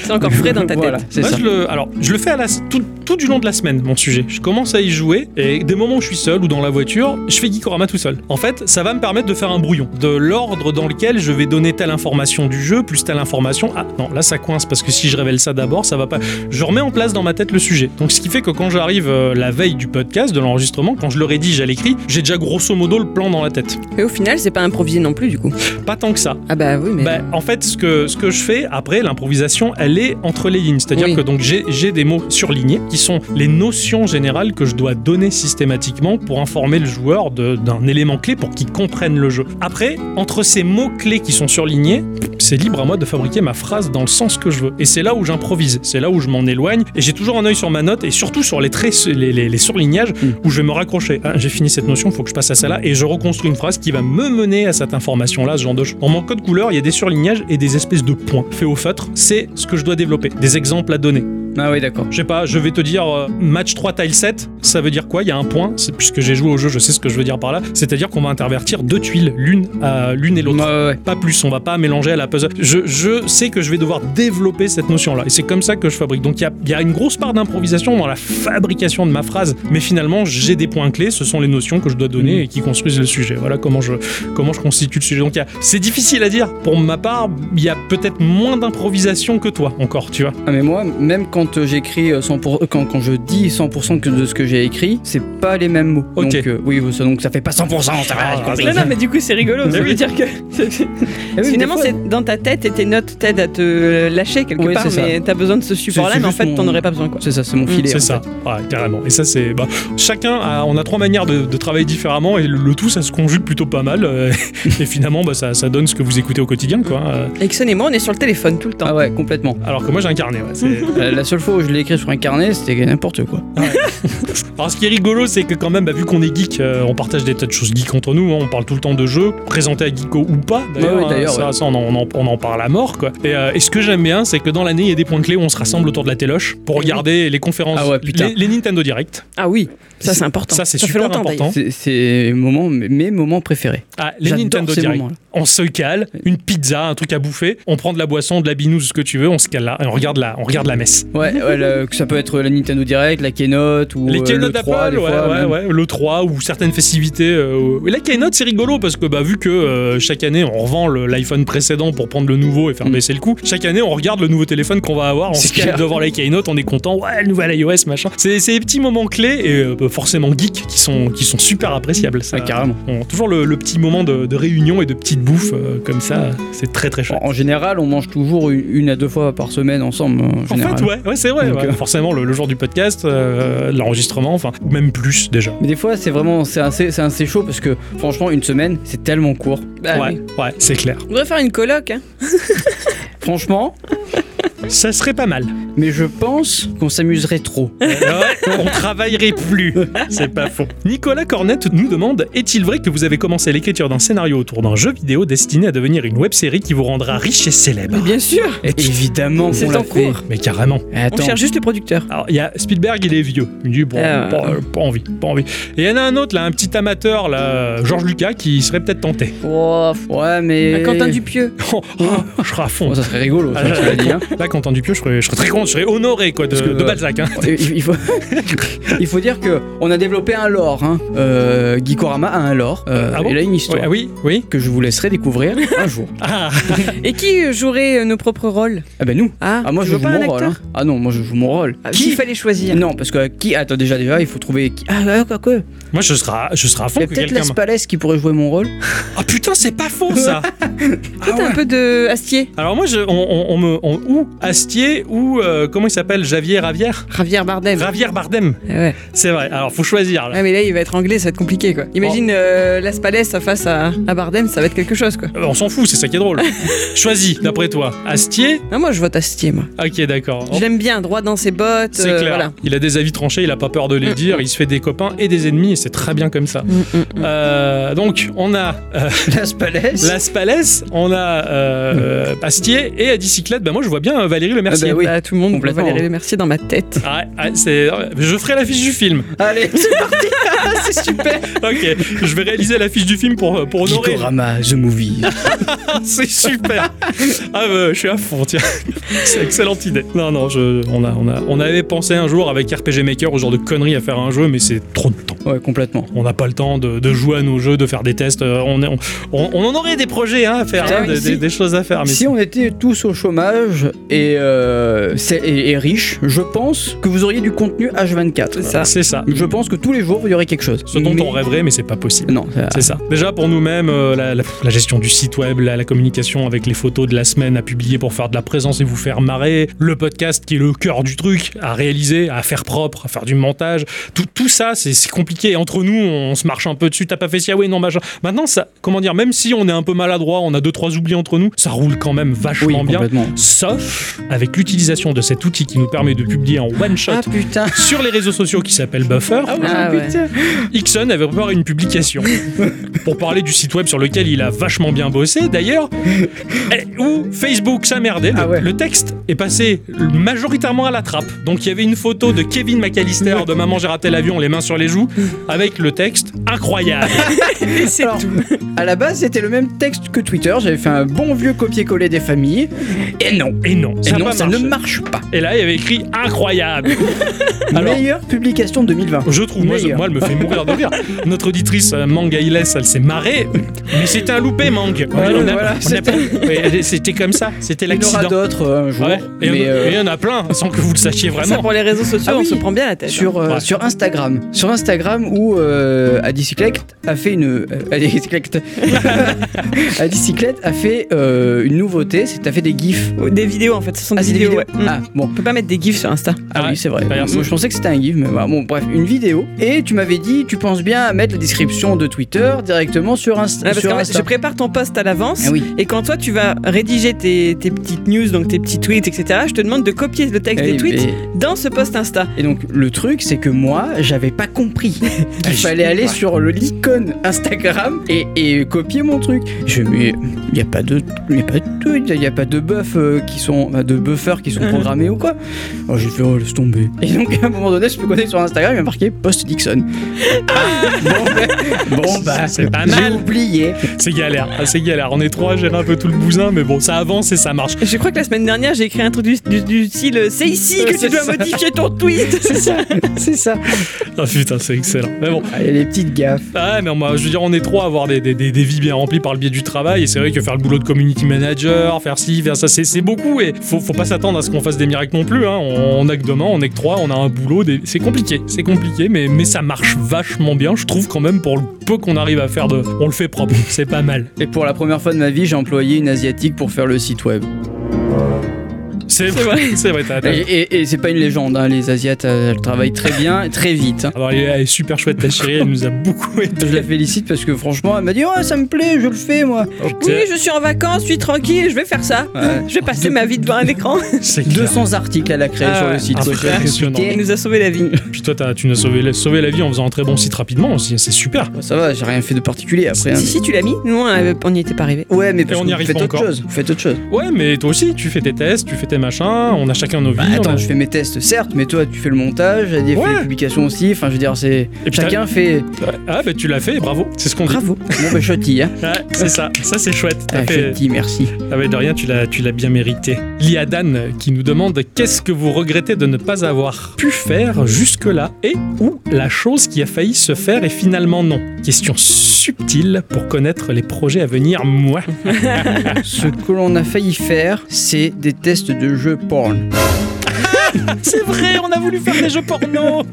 C'est encore frais dans ta tête.
Voilà, c'est
Moi,
ça.
je le, alors, je le fais à la, tout, tout du long de la semaine, mon sujet. Je commence à y jouer, et des moments où je suis seul ou dans la voiture, je fais Geekorama tout seul. En fait, ça va me permettre de faire un brouillon, de l'ordre dans lequel je vais donner telle information du jeu, plus telle information. Ah non, là ça coince, parce que si je révèle ça d'abord, ça va pas. Je remets en place dans ma tête le sujet. Donc, ce qui fait que quand j'arrive euh, la veille du podcast, de l'enregistrement, quand je le rédige à l'écrit, j'ai déjà grosso modo le plan dans la tête.
Et au final, c'est pas improvisé non plus, du coup.
Pas tant que ça.
Ah bah oui, mais.
Bah, en fait, ce que, ce que je fais après, l'improvisation, elle est entre les lignes. C'est-à-dire que donc j'ai j'ai des mots surlignés qui sont les notions générales que je dois donner systématiquement pour informer le joueur de- d'un élément clé pour qu'il comprenne le jeu. Après, entre ces mots clés qui sont surlignés, c'est libre à moi de fabriquer ma phrase dans le sens que je veux. Et c'est là où j'improvise, c'est là où je m'en éloigne. Et j'ai toujours un œil sur ma note et surtout sur les traits, sur- les, les- les surlignages où je vais me raccrocher. Ah, j'ai fini cette notion, faut que je passe à ça là et je reconstruis une phrase qui va me mener à cette information là, ce genre de choses. Dans mon code couleur, il y a des surlignages et des espèces de points faits au feutre. C'est ce que je dois développer, des exemples à donner.
Ah oui, d'accord.
Je sais pas, je vais te dire euh, match 3 tile 7, ça veut dire quoi Il y a un point, c'est- puisque j'ai joué au jeu, je sais ce que je veux dire par là. C'est-à-dire qu'on va intervertir deux tuiles, l'une à- l'une et l'autre. Pas plus, on va pas mélanger à la puzzle. Je, je sais que je vais devoir développer cette notion-là, et c'est comme ça que je fabrique. Donc il y a- il y, a une grosse part d'improvisation dans la fabrication de ma phrase, mais finalement j'ai des points clés, ce sont les notions que je dois donner et qui construisent le sujet. Voilà comment je, comment je constitue le sujet. Donc il y a- c'est difficile à dire. Pour ma part, il y a peut-être moins d'improvisation que toi encore, tu vois.
Ah mais moi, même quand euh, j'écris euh, 100%, pour- quand, quand je dis 100% que de ce que j'ai écrit, c'est pas les mêmes mots. Donc euh, oui, ça, donc ça fait pas 100%, ça va, j'ai compris.
Non, non, mais du coup, c'est rigolo.
Mais
Ça veut
oui.
dire que.
mais
Finalement,
des fois-
c'est dans ta tête et tes notes t'aident à te lâcher quelque
Oui,
part,
c'est ça.
mais t'as besoin de ce support-là,
C'est
mais en
juste
fait,
mon-
t'en aurais pas besoin, quoi.
C'est ça, c'est mon filet.
C'est ça, ouais, carrément. Et ça, c'est. bah, chacun, a- on a trois manières de, de travailler différemment et le, le tout, ça se conjugue plutôt pas mal. euh, et finalement, bah, ça, ça donne ce que vous écoutez au quotidien, quoi. euh.
Exxon et moi, on est sur le téléphone tout le temps.
Ah ouais, complètement.
Alors que moi, j'ai un carnet, ouais. c'est-
Euh, La seule fois où je l'ai écrit sur un carnet, c'était n'importe quoi.
Alors, ce qui est rigolo, c'est que quand même, bah, vu qu'on est geek, euh, on partage des tas de choses geeks entre nous. hein. on parle tout le temps de jeux, présentés à Geeko ou pas. D'ailleurs,
Ouais, ouais,
hein,
d'ailleurs,
ça,
ouais.
ça, on, en, on en- on en parle à mort, quoi. Et, euh, et ce que j'aime bien, c'est que dans l'année, il y a des points clés où on se rassemble autour de la téloche pour regarder les conférences,
Ah ouais, putain.
les, les Nintendo Direct.
Ah oui, ça c'est important.
Ça, c'est super important.
C'est- C'est moments- mes- mes moments préférés.
Ah, les
J'adore
Nintendo
ces
Direct.
moments-là.
On se cale, une pizza, un truc à bouffer, on prend de la boisson, de la binouse, ce que tu veux, on se cale là et on regarde la, on regarde la messe.
Ouais, ouais, le- que ça peut être la Nintendo Direct, la Keynote ou
Les
euh,
Keynote
le 3,
d'Apple,
des
ouais,
fois,
ouais,
même.
ouais, le 3 ou certaines festivités. euh, et la Keynote, c'est rigolo parce que bah, vu que euh, chaque année on revend le- l'iPhone précédent pour prendre le nouveau et faire baisser le coût, chaque année on regarde le nouveau téléphone qu'on va avoir, on
Hmm. C'est
se cale
clair.
devant la Keynote, on est content, ouais, le nouvel iOS, machin. C'est c'est des petits moments clés et euh, bah, forcément geeks qui sont, qui sont super appréciables. Ça,
Ah, carrément.
On, toujours le, le petit moment de, de réunion et de petite bouffe euh, comme ça, c'est très très chouette.
En général, on mange toujours une, une à deux fois par semaine ensemble. En,
En
général.
fait, ouais, ouais, c'est vrai.
Donc,
ouais.
euh,
Forcément, le, le jour du podcast, euh, l'enregistrement, enfin, ou même plus déjà.
Mais des fois, c'est vraiment c'est assez, c'est assez chaud parce que franchement, une semaine, c'est tellement court.
Bah
ouais,
oui.
ouais, c'est clair.
On devrait faire une coloc, hein.
Franchement,
ça serait pas mal.
Mais je pense qu'on s'amuserait trop.
Ouais, on travaillerait plus. C'est pas faux. Nicolas Cornette nous demande Est-il vrai que vous avez commencé l'écriture d'un scénario autour d'un jeu vidéo destiné à devenir une web série qui vous rendra riche et célèbre
Bien sûr.
Et évidemment
qu'on
C'est
l'a
en
fait.
cours.
Mais carrément.
On cherche juste le producteur.
Alors, il y a Spielberg, il est vieux. Il dit bon,
Ah ouais.
pas, euh, pas envie, pas envie. Et il y en a un autre, là, un petit amateur, là, Georges Lucas, qui serait peut-être tenté.
ouais, mais.
Un Quentin Dupieux.
Oh, oh, je serais à fond.
ça serait rigolo, ça, tu l'as dit, hein.
Là, Quentin Dupieux, je serais, je serais très content, je serais honoré quoi, de,
Parce que,
de
euh,
Balzac. hein.
Il, il faut... il faut dire que on a développé un lore. Hein. Euh, Gikorama a un lore. Euh,
Ah bon
il a une histoire.
Oui, oui.
Que je vous laisserai découvrir un jour.
Ah,
Et qui euh, jouerait euh, nos propres rôles
Ah ben nous.
Ah,
moi
tu
je
veux
joue
pas un
mon rôle.
acteur
hein. Ah non, moi je joue mon rôle.
Qui fallait choisir
Non, parce que euh, qui Attends, déjà, déjà, il faut trouver qui. Ah,
bah, oh,
ouais, quoi, quoi
Moi, je serais à- je serais à
Il y
fond
a
que
peut-être
quelqu'un. me-
Las qui pourrait jouer mon rôle.
Ah putain, c'est pas faux ça
Toi, t'as un peu de Astier.
Alors moi, je, on, on- on me, on- ou Astier ou euh, comment il s'appelle Javier Ravière
Javier Bardem.
Javier Bardem.
Eh Ouais.
C'est vrai. Alors faut choisir. Là.
Ouais, mais là, il va être anglais, ça va être compliqué, quoi. Imagine euh, Las Palais face à, à Bardem, ça va être quelque chose, quoi.
Euh, On s'en fout, c'est ça qui est drôle. Choisis, d'après toi, Astier.
Non, moi, je vote Astier, moi.
Ok, d'accord. Oh,
Je l'aime bien, droit dans ses bottes.
C'est
euh,
clair.
Voilà.
Il a des avis tranchés, il a pas peur de les dire, il se fait des copains et des ennemis, et c'est très bien comme ça.
Mm,
Euh, donc, on a euh,
Las Palais.
Las Palais, on a euh, Astier et à bicyclette, ben moi je vois bien euh, Valérie Le Mercier.
Ah bah oui. Bah, tout le monde
Complètement.
Valérie Le Mercier dans ma
Ah,
tête.
Ouais, ouais, Ah, c'est- je ferai l'affiche du film. Ah,
Allez, c'est parti. c'est super.
Ok, je vais réaliser l'affiche du film pour, pour honorer.
Gikorama, The Movie.
c'est super. Ah bah, je suis à fond, tiens. C'est une excellente idée. Non, non, je, on, a, on, a, on avait pensé un jour avec RPG Maker au genre de conneries à faire un jeu, mais c'est trop de temps.
Ouais, complètement.
On n'a pas le temps de, de jouer à nos jeux, de faire des tests. euh, On, est- on, on- on en aurait des projets hein, à faire,
Putain,
hein, des,
si.
des- des choses à faire. Mais
Si on était tous au chômage et, euh, c'est- et, et riches, je pense que vous auriez du contenu H24.
C'est ça.
Je pense que tous les jours, il y aurait quelque chose.
Ce dont on rêverait, mais c'est pas possible.
Non,
C'est ça. Déjà pour nous-mêmes, euh, la, la- la gestion du site web, la, la communication avec les photos de la semaine à publier pour faire de la présence et vous faire marrer, le podcast qui est le cœur du truc, à réaliser, à faire propre, à faire du montage, tout, tout ça c'est c'est compliqué. Et Entre nous, on se marche un peu dessus. T'as pas fait si ah ouais non machin. Maintenant ça, comment dire, même si on est un peu maladroit, on a deux trois oublis entre nous, ça roule quand même vachement bien.
complètement.
Sauf avec l'utilisation de cet outil qui nous permet de publier en one
Ah,
shot sur les réseaux sociaux qui s'appelle Buffer.
Ah ouais.
Ixon avait préparé une publication pour parler du site web sur lequel il a vachement bien bossé d'ailleurs, et où Facebook ça merdait.
Ah
Le, le texte est passé majoritairement à la trappe. Donc il y avait une photo de Kevin McAllister de Maman j'ai raté l'avion, les mains sur les joues, avec le texte incroyable.
Alors, À la base, c'était le même texte que Twitter. J'avais fait un bon vieux copier-coller des familles. Et non.
Et non,
Et
ça, a
non,
pas
ça
marché.
ne marche pas.
Et là il y avait écrit incroyable. Alors,
Meilleure publication 2020.
Je trouve, moi, je-
Meilleur.
moi, elle me fait mourir de rire. Notre auditrice euh, Mang Ailes, elle s'est marrée, mais c'était un loupé, Mang. On a-
Ouais,
on a-
voilà,
on a
c'était-
pas- ouais, C'était comme ça, c'était
Il y en aura
l'accident.
d'autres euh, un jour.
Ah Ouais, et
mais,
il y en-
euh,
et il y en a plein, sans que vous le sachiez vraiment.
Ça, pour les réseaux sociaux,
Ah
on
oui.
se prend bien la tête.
Sur, euh,
hein.
sur Instagram. Sur Instagram où euh, Adicyclect a fait une. euh, Adicyclect. Adicyclect a fait euh, une nouveauté, c'est que t'as fait des gifs.
Des vidéos, en fait, ce sont des,
Ah, c'est des
vidéos.
vidéos.
ouais. Mm.
Ah, bon.
On peut pas mettre des gifs sur Insta.
Ah oui, c'est vrai.
d'ailleurs,
Moi, je pensais que c'était un gif, mais voilà. bon, bref, une vidéo. Et tu m'avais dit, tu penses bien à mettre la description de Twitter directement sur, Insta
Ouais, Ah, parce
sur
qu'en fait,
Insta.
je prépare ton post à l'avance
Ah oui.
et quand toi tu vas rédiger tes, tes petites news, donc tes petits tweets, etc., je te demande de copier le texte
Eh,
des tweets
mais-
dans ce post Insta.
Et donc, le truc, c'est que moi, j'avais pas compris qu'il fallait aller sur le- l'icône Instagram et, et copier mon truc. Je mais il y a pas de y a pas de tweet, y a pas de buffs euh, qui sont bah, de buffers qui sont
Uh-huh.
programmés ou quoi. Alors, j'ai fait oh laisse tomber. Et donc à un moment donné, je me connecter sur Instagram, il y a marqué post Dixon. Ah, bon, bah, bon bah
C'est pas
j'ai
mal.
oublié.
C'est galère, ah, c'est galère. On est trois à gérer un peu tout le bousin, mais bon, ça avance et ça marche.
Je crois que la semaine dernière j'ai écrit un truc du, du- du style c'est ici
Euh,
que tu
c'est
dois
ça.
modifier ton tweet.
C'est ça, c'est ça.
Ah putain, c'est excellent. Mais bon,
Ah, Il y a des petites gaffes.
Ah ouais, mais moi, je veux dire, on est trois à avoir des, des- des- des vies bien remplies par le biais du travail. Et c'est vrai que faire le boulot de community manager, faire ci, faire ça, c'est c'est beaucoup. Et faut, faut pas s'attendre à ce qu'on fasse des miracles non plus. hein. On, on a que demain, on est que trois, on a un boulot. des- C'est compliqué, c'est compliqué, mais, mais ça marche vachement bien. Je trouve quand même pour le peu qu'on arrive à faire de. On le fait propre, c'est pas mal.
Et pour la première fois de ma vie, j'ai employé une asiatique pour faire le site web.
C'est vrai, c'est vrai. t'as-
Et,
t'as-
et- et c'est pas une légende, hein, les Asiates, euh, elles travaillent très bien, et très vite. hein.
Alors, elle est- elle est super chouette, ta chérie, elle nous a beaucoup aidé.
Je la félicite parce que franchement, elle m'a dit Ouais, ça me plaît, je le fais moi.
Oui, je suis en vacances, je suis tranquille, je vais faire ça.
Ouais.
Je vais passer ma vie devant un écran.
C'est clair.
200 articles elle a créé
Ah
sur le
ouais.
site.
Impressionnant.
Il nous a sauvé la vie.
Puis toi, t'as- tu nous as sauvé la, sauvé la vie en faisant un très bon site rapidement aussi. C'est super.
Ça va, j'ai rien fait de particulier après. hein.
Si, si, tu l'as mis Nous, on avait- on n'y était pas arrivé.
Ouais, mais
Et
parce
on
que
y
vous
arrive
faites
pas
autre
encore.
chose. Vous faites autre chose.
Ouais, mais toi aussi, tu fais tes tests, tu fais tes machins, on a chacun nos vies.
Bah,
on a-
attends, je fais mes tests, certes, mais toi, tu fais le montage, elle dit, elle
Ouais.
fait les publications aussi. Enfin, je veux dire, c'est.
Et puis
Chacun fait.
Ah bah tu l'as fait, bravo. C'est ce qu'on dit.
Bravo. Bon, bah, chouti, hein.
Ouais, c'est ça, ça c'est chouette. T'as
Ah,
fait...
chouti, merci.
Ah ouais, de rien, tu l'as, tu l'as bien mérité. Il y a Dan qui nous demande qu'est-ce que vous regrettez de ne pas avoir pu faire jusque-là et ou la chose qui a failli se faire et finalement non. Question subtile pour connaître les projets à venir, moi.
Ce que l'on a failli faire, c'est des tests de jeux porn.
C'est vrai, on a voulu faire des jeux porno.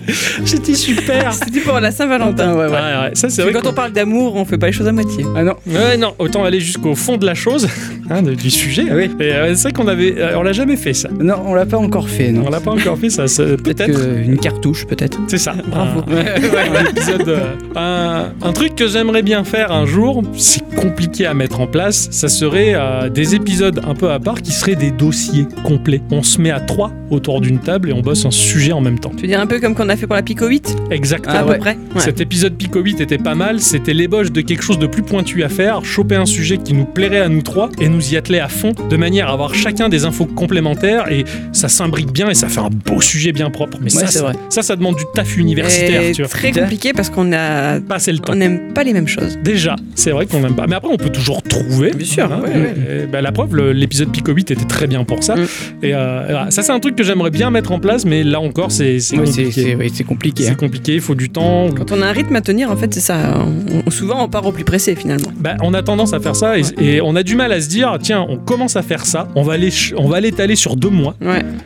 C'était super. Ah,
C'était pour la Saint-Valentin.
Ouais, ouais, ça, c'est
Parce que
vrai
quand
qu'on-
on parle d'amour, on fait pas les choses à moitié.
Ah non.
Ouais, non, autant aller jusqu'au fond de la chose, hein, de- du sujet. Et, euh, c'est vrai qu'on avait, euh, on l'a jamais fait ça.
Non, on l'a pas encore fait. Non.
On l'a pas encore fait ça. ça- Peut-être.
que une cartouche, peut-être.
C'est ça. Bravo. un, épisode, euh, un- un truc que j'aimerais bien faire un jour, c'est compliqué à mettre en place, ça serait euh, des épisodes un peu à part qui seraient des dossiers complets. On se met à trois autour d'une table et on bosse un sujet en même temps.
Tu veux dire un peu comme qu'on a fait pour la Pico 8
Ah
Exactement.
À peu près. Ouais.
Cet épisode Pico 8 était pas mal, c'était l'ébauche de quelque chose de plus pointu à faire, choper un sujet qui nous plairait à nous trois et nous y atteler à fond, de manière à avoir chacun des infos complémentaires et ça s'imbrique bien et ça fait un beau sujet bien propre. Mais
Ouais,
ça,
c'est
ça,
vrai.
ça, ça demande du taf universitaire.
Et
tu vois.
Très compliqué parce qu'on a.
Passé le temps.
On n'aime pas les mêmes choses.
Déjà, c'est vrai qu'on n'aime pas. Mais après, on peut toujours trouver. hein. Bien sûr.
ouais, ouais.
bah,
Mm.
la preuve, le- l'épisode Pico 8 était très bien pour ça. Et euh, voilà, ça, c'est un truc que j'aimerais bien mettre en place, mais là encore, c'est c'est
Ouais, c'est-
compliqué.
c'est- ouais, c'est compliqué.
hein.
hein.
C'est compliqué, il faut du temps.
Quand on a un rythme à tenir, en fait, c'est ça. On- on- souvent, on part au plus pressé finalement.
Bah, on a tendance à faire ça et, et on a du mal à se dire tiens, on commence à faire ça, on va aller ch- on va l'étaler sur deux mois.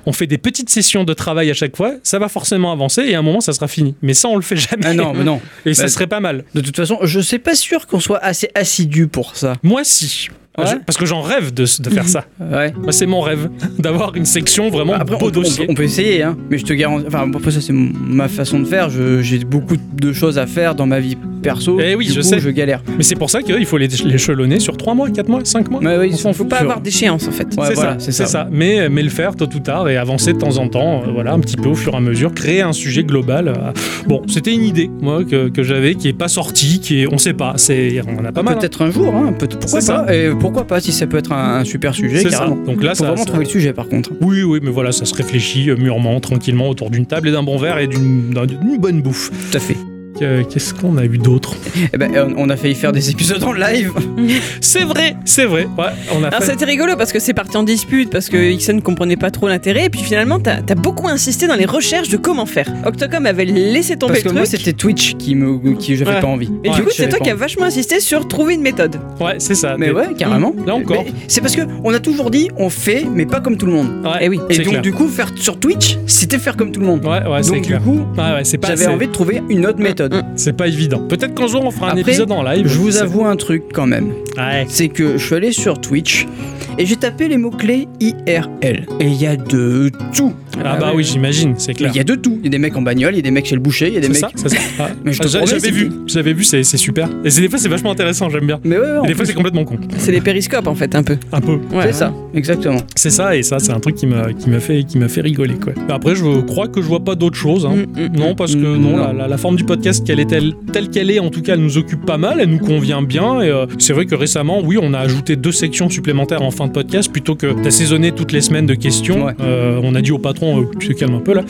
On fait des petites sessions de travail à chaque fois, ça va forcément avancer et à un moment ça sera fini. Mais ça on le fait jamais.
Ah non, mais non.
Et ça
Bah,
serait pas mal.
De toute façon, je sais pas sûr qu'on soit assez assidu pour ça.
Moi si. Je- Parce que j'en rêve de, de faire ça. Moi, c'est mon rêve d'avoir une section vraiment
Bah, Après,
beau
on, peut-
dossier.
on peut essayer, hein. mais je te garantis. Enfin, après, ça, c'est m- ma façon de faire. Je- J'ai beaucoup de choses à faire dans ma vie perso.
Eh oui,
Du
je
coup,
sais.
Je galère.
Mais c'est pour ça qu'il faut les- l'échelonner sur 3 mois, 4 mois, 5 mois.
Mais oui,
on s'en fout.
Pas avoir d'échéance en fait.
c'est ça, c'est ça. Mais, mais le faire tôt ou tard et avancer de temps en temps, euh, voilà, un petit peu au fur et à mesure, créer un sujet global. euh. Bon, c'était une idée, moi, que, que j'avais, qui est pas sortie, qui est, on sait pas, c'est, on en a pas mal.
Peut-être un jour, hein, peut- pourquoi
C'est
pas
ça.
Et pourquoi pas si ça peut être un, un super sujet
C'est ça.
carrément.
Donc là,
Faut
ça-
vraiment
ça-
trouver le sujet par contre.
Oui, oui, mais voilà, ça se réfléchit euh, mûrement, tranquillement, autour d'une table et d'un bon verre et d'une d'un- d'une bonne bouffe.
Tout à fait.
Qu'est-ce qu'on a eu d'autre
Eh ben, on- on a failli faire des épisodes en live.
C'est vrai, c'est vrai. Ouais, on a
Ah,
Alors
fait-
c'était rigolo parce que c'est parti en dispute parce que Ixon ne comprenait pas trop l'intérêt et puis finalement t'as as beaucoup insisté dans les recherches de comment faire. Octocom avait laissé tomber
Parce que
le
moi
truc.
c'était Twitch qui me qui j'avais
Ouais.
pas envie.
Et du coup c'est toi qui as
as
vachement insisté sur trouver une méthode.
Ouais, c'est ça.
Mais
T'es-
ouais, carrément.
Là encore.
Mais C'est parce que on a toujours dit on fait, mais pas comme tout le monde.
Ouais,
et oui. Et
c'est
donc
clair.
du coup faire sur Twitch, c'était faire comme tout le monde.
Ouais, ouais, c'est
donc du
clair.
coup,
Ouais, ouais, c'est pas- Mm.
j'avais
c'est-
envie de trouver une autre méthode.
C'est pas évident. Peut-être qu'un jour on fera un
Après,
épisode en live.
Je vous
C'est-
avoue un truc quand même.
Ouais.
C'est que je suis allé sur Twitch et j'ai tapé les mots-clés IRL. Et il y a de tout.
Ah bah oui, j'imagine, c'est clair.
Il y a de tout. Il y a des mecs en bagnole, il y a des mecs chez le boucher, il y a des
C'est
mecs.
ça, c'est ça. Ah,
Mais je te
ah, j'a-
promets,
j'avais
c'est-
vu, j'avais vu, c'est c'est super. Et c'est- des fois c'est vachement intéressant, j'aime bien.
Mais ouais, ouais,
Et
en
des fois
plus.
c'est complètement con.
C'est les périscopes en fait un peu.
Un peu.
Ouais.
C'est ça, exactement.
C'est ça et ça, c'est un truc qui me, qui me fait, qui me fait rigoler quoi. Mais Après, je crois que je vois pas d'autre chose. hein. non, parce que non, la, la- la forme du podcast qu'elle est telle, telle qu'elle est, en tout cas, elle nous occupe pas mal, elle nous convient bien. Et euh, c'est vrai que récemment, oui, on a ajouté deux sections supplémentaires en fin de podcast plutôt que d'assaisonner toutes les semaines de questions. Euh, on a dit au patron, euh, tu te calmes un peu là.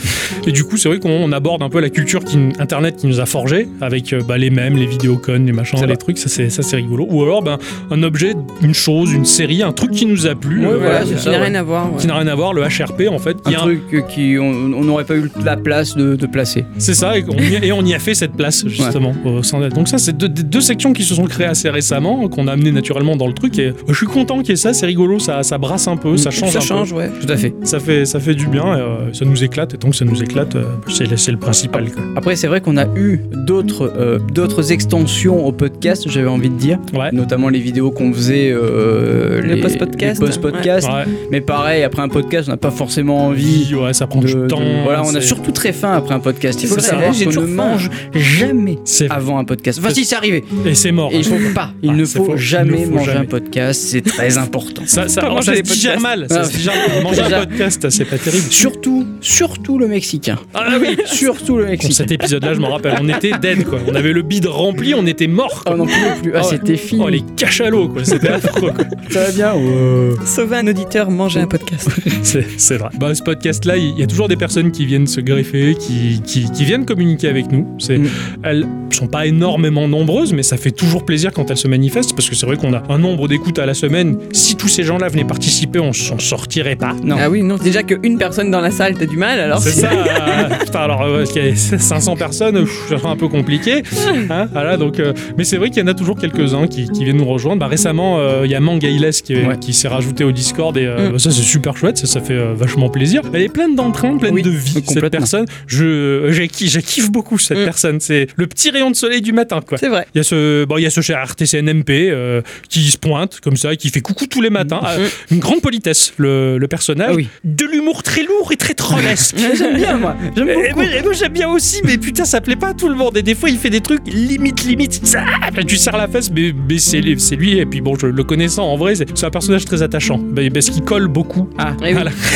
Et du coup, c'est vrai qu'on on aborde un peu la culture qui, internet qui nous a forgé avec euh, bah, les mêmes, les vidéocons, les machins, les trucs. Ça c'est ça c'est rigolo. Ou alors, ben, un objet, une chose, une série, un truc qui nous a plu.
Ouais,
Euh,
voilà, c'est
qui
ça,
n'a
ouais.
Rien à voir. ouais.
qui n'a rien à voir, le HRP en fait.
Un
qui a un-
truc euh, qui on- on n'aurait pas eu la place de, de placer.
C'est ça, et on, y a, et on y a fait cette place justement. au sein de- Donc ça, c'est deux, deux sections qui se sont créées assez récemment, qu'on a amené naturellement dans le truc. Et je suis content qu'il y ait ça, c'est rigolo, ça, ça brasse un peu, ça change
Ça
un peu.
change ouais.
Tout à fait.
Ça fait, ça fait du bien, et, euh, ça nous éclate, et tant que ça nous éclate, euh, c'est le- c'est le principal. quoi.
Après, c'est vrai qu'on a eu d'autres euh, d'autres extensions au podcast, j'avais envie de dire. Notamment les vidéos qu'on faisait. euh,
Le
les-
post-podcast.
les post-podcast.
Ouais. Ouais.
Mais pareil, après un podcast, on n'a pas forcément envie.
Ouais, ça prend
du
temps,
voilà, on a
c'est-
surtout très faim après un podcast. Il faut
C'est
le
ça.
savoir,
J'ai
qu'on ne
toujours faim.
mange jamais
C'est-
avant un podcast. Enfin,
C'est-
si c'est arrivé.
Et c'est mort.
Et il faut pas. Il
Ah,
ne
c'est
faut,
faux.
jamais
Il ne faut
manger un
jamais.
podcast, c'est très important.
Ça, ça,
Pas
alors,
manger
ça se
les
digère
podcasts.
mal, ça
Ah.
se digère mal. Manger
Déjà.
un podcast, c'est pas terrible.
Surtout, surtout le Mexicain.
Ah oui
Surtout le
Pour
Mexicain.
cet épisode-là, je m'en rappelle, on était dead quoi. On avait le bide rempli, on était mort.
Oh, on n'en pouvait plus. Ah, c'était fini.
Oh les cachalots quoi, c'était affreux quoi.
Ça va bien euh
Sauver un auditeur, manger un podcast.
C'est c'est vrai. Bah, ce podcast-là, il y a toujours des personnes qui viennent se greffer, qui, qui, qui viennent communiquer avec nous. C'est
Mm.
Elles sont pas énormément nombreuses, mais ça fait toujours plaisir quand elles se manifestent, parce que c'est vrai qu'on a un nombre d'écoutes à la semaine. Si tous ces gens-là venaient participer, on s'en sortirait pas.
Non.
Ah oui non. Déjà qu'une personne dans la salle, t'as du mal alors
C'est ça. euh, putain, alors, euh, parce qu'il y a 500 personnes, pff, ça sera un peu compliqué. Hein, voilà, donc, euh, mais c'est vrai qu'il y en a toujours quelques-uns qui, qui viennent nous rejoindre. Bah, récemment, euh, il y a Mangailes qui, est- qui s'est rajouté au Discord et euh,
Mm.
bah, ça, c'est super chouette. Ça, ça fait euh, vachement plaisir. Elle est pleine d'entrain, pleine de vie, cette personne. Je, euh, j'ai qui- je kiffe beaucoup cette personne. C'est le petit rayon de soleil du matin, quoi.
C'est vrai.
Il y a ce, bon, il y a ce cher RTCNMP euh, qui se pointe comme ça, qui fait coucou tous les matins. Ah, une grande politesse, le, le personnage. De l'humour très lourd et très trollesque.
J'aime bien, moi. J'aime
Eh
Et
beaucoup.
moi- et moi, j'aime bien aussi, mais putain, ça plaît pas à tout le monde. Et des fois, il fait des trucs limite, limite. Ça, tu serres la fesse, mais, mais c'est lui- c'est lui. Et puis bon, je le connaissant, en vrai, c'est c'est un personnage très attachant. Bah, Parce qu'il colle beaucoup.
ben, eh
Ah,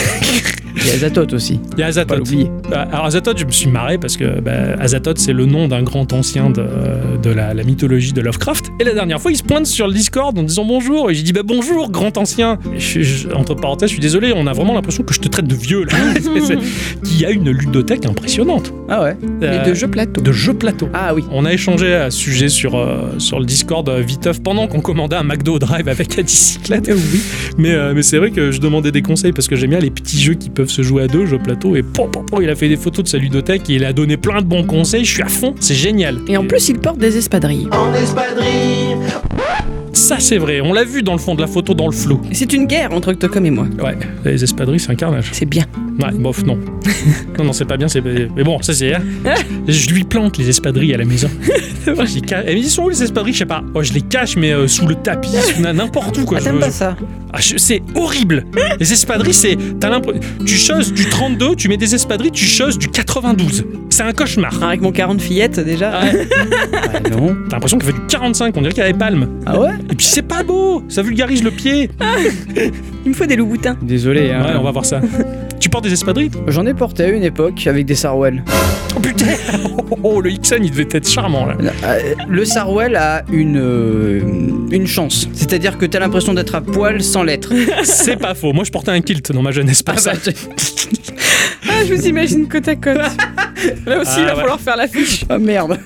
Il y a Zatoth aussi.
Il y a Azatoth. Ah, Alors Azatoth, je me suis marré parce que bah, Azatoth, c'est le nom d'un grand ancien de, de la, la mythologie de Lovecraft. Et la dernière fois, il se pointe sur le Discord en disant bonjour. Et j'ai dit bah bonjour, grand ancien. Et je- je- entre parenthèses, je suis désolé, on a vraiment l'impression que je te traite de vieux là. C'est- c'est- Qu'il y a une ludothèque impressionnante.
Ah ouais.
Euh,
Mais de jeux plateau.
De jeux plateau.
Ah oui.
On a échangé à ce sujet sur, euh, sur le Discord euh, viteuf pendant qu'on commandait un McDo au Drive avec la
Eh
bicyclette. oui. Mais, euh, mais c'est vrai que je demandais des conseils parce que j'aime bien les petits jeux qui peuvent se jouer à deux, jeux plateau. Et pom, pom, pom, il a fait des photos de sa ludothèque et il a donné plein de bons conseils. Je suis à fond, c'est génial.
Et en plus, il porte des espadrilles.
En espadrille Ça, c'est vrai. On l'a vu dans le fond de la photo, dans le flou.
C'est une guerre entre Octocom et moi.
Ouais, les espadrilles, c'est un carnage.
C'est bien.
Ouais, bof, non. non, non, c'est pas bien, c'est. Mais bon, ça, c'est. hein. je lui plante les espadrilles à la maison. Ah, Je les cache. Elle me dit, ils sont où les espadrilles Je sais pas. Oh, je les cache, mais euh, sous le tapis, sous na- n'importe où, quoi.
Ah,
Je-
t'aimes pas
je-
ça
Ah, je- C'est horrible. Les espadrilles, c'est. T'as l'impression. Tu choses du 32, tu mets des espadrilles, tu choses du 92. C'est un cauchemar.
hein, Avec mon 40 fillettes, déjà.
non.
T'as l'impression qu'il fait du 45, on dirait qu'il y a des palmes.
Ah ouais
Et puis c'est pas beau, ça vulgarise le pied.
Il me faut des loups boutins.
Désolé. hein.
Ah
Ouais, on va voir ça. tu portes des espadrilles
J'en ai porté à une époque avec des sarouels.
Oh putain Oh, le Ixon, il devait être charmant là.
Euh, Le sarouel a une, euh, une chance. C'est-à-dire que t'as l'impression d'être à poil sans l'être.
C'est pas faux. Moi, je portais un kilt dans ma jeunesse pour
bah,
ça.
Ah, je vous imagine côte à côte. Là aussi,
Ah,
il va
ouais.
falloir faire la fiche.
Ah merde.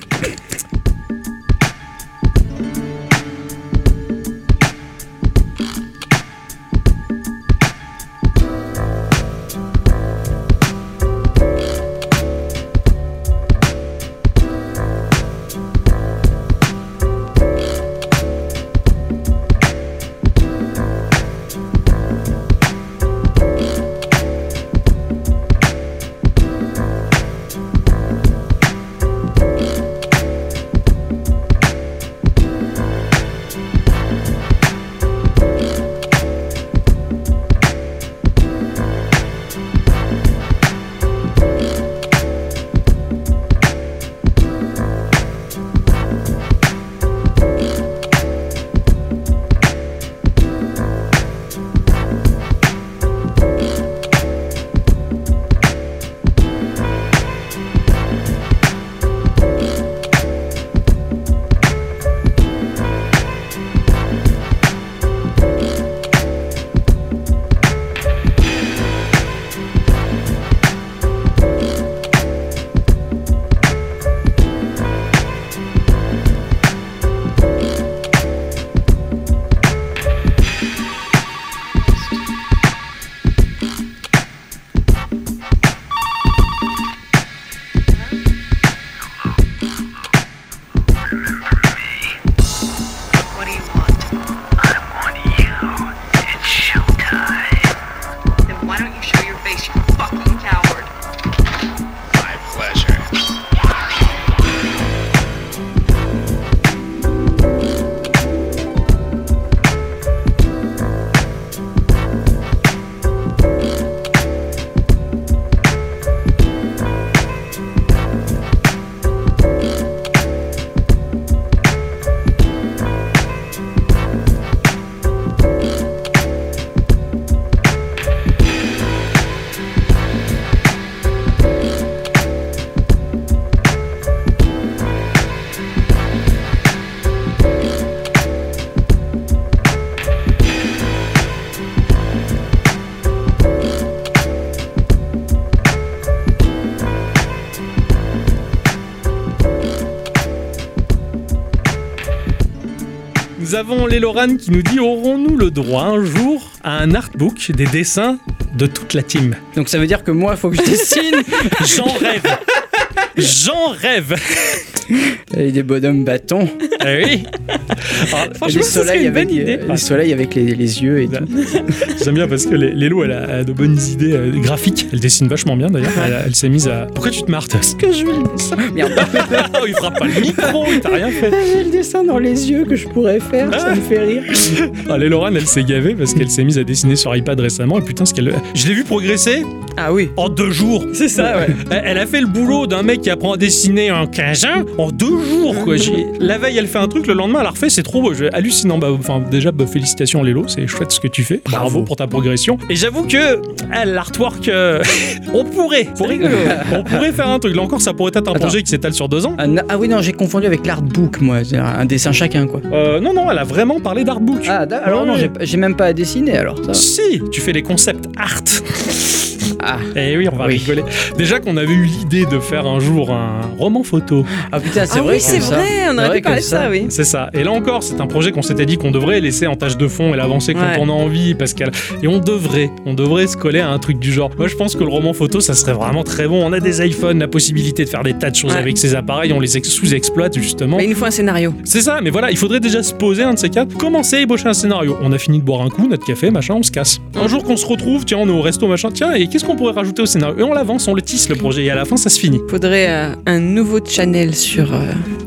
Nous avons Léloran qui nous dit aurons-nous le droit un jour à un artbook des dessins de toute la team.
Donc ça veut dire que moi, faut que je dessine.
J'en rêve. J'en rêve.
Et des bonhommes bâtons.
Eh oui. Ah,
Et le soleil avec, euh, Le soleil avec les, les yeux et tout.
J'aime bien parce que Lé- Lélo, elle a, elle a de bonnes idées euh, graphiques. Elle dessine vachement bien d'ailleurs. Elle, elle s'est mise à. Pourquoi tu te marres Parce que je vais.
Merde.
oh, il frappe pas le micro, il t'a rien fait.
J'ai le dessin dans les yeux que je pourrais faire, ça me fait rire.
Ah, Lé Lorraine, elle s'est gavée parce qu'elle s'est mise à dessiner sur iPad récemment. Et putain, ce qu'elle. Je l'ai vu progresser.
Ah oui.
En deux jours.
C'est ça, ouais.
Elle, elle a fait le boulot d'un mec qui apprend à dessiner en 15 ans en deux jours, quoi. J'ai- La veille, elle fait un truc, le lendemain, elle la refait. C'est trop beau. Je- Hallucinant. Bah, enfin, déjà, bah, félicitations, Lélo. C'est chouette ce que tu fais. Bravo, pour ta progression. Et j'avoue que ah, l'artwork, euh, on pourrait. Faut rigoler. on pourrait faire un truc. Là encore, ça pourrait être un
Attends.
projet qui s'étale sur deux ans.
Ah, na- ah oui, non, j'ai confondu avec l'artbook, moi. C'est un dessin chacun, quoi.
Euh, non, non, elle a vraiment parlé d'artbook.
Ah, d'a- alors
Ouais,
non,
ouais.
j'ai pas- j'ai même pas à dessiner, alors. Ça. va.
Si, tu fais des concepts art.
Ah.
Eh oui, on va rigoler. Déjà qu'on avait eu l'idée de faire un jour un roman photo.
Ah putain, c'est
Ah
vrai
oui,
que
c'est
ça.
vrai, on aurait
C'est
dû parler
que
de ça, oui.
C'est ça. Et là encore, c'est un projet qu'on s'était dit qu'on devrait laisser en tâche de fond et l'avancer quand
Ouais.
on a envie, parce qu'elle et on devrait, on devrait se coller à un truc du genre. Moi, je pense que le roman photo, ça serait vraiment très bon. On a des iPhones, la possibilité de faire des tas de choses
Ouais.
avec ces appareils, on les ex- sous-exploite justement.
Mais il nous faut un scénario.
C'est ça, mais voilà, il faudrait déjà se poser un de ces quatre, commencer à ébaucher un scénario. On a fini de boire un coup, notre café, machin, on se casse. Un jour qu'on se retrouve, tiens, on est au resto, machin, tiens, et qu'est-ce qu'on pourrait rajouter au scénario Et on l'avance, on le tisse le projet, et à la fin, ça se finit.
Faudrait euh, un nouveau channel sur. euh,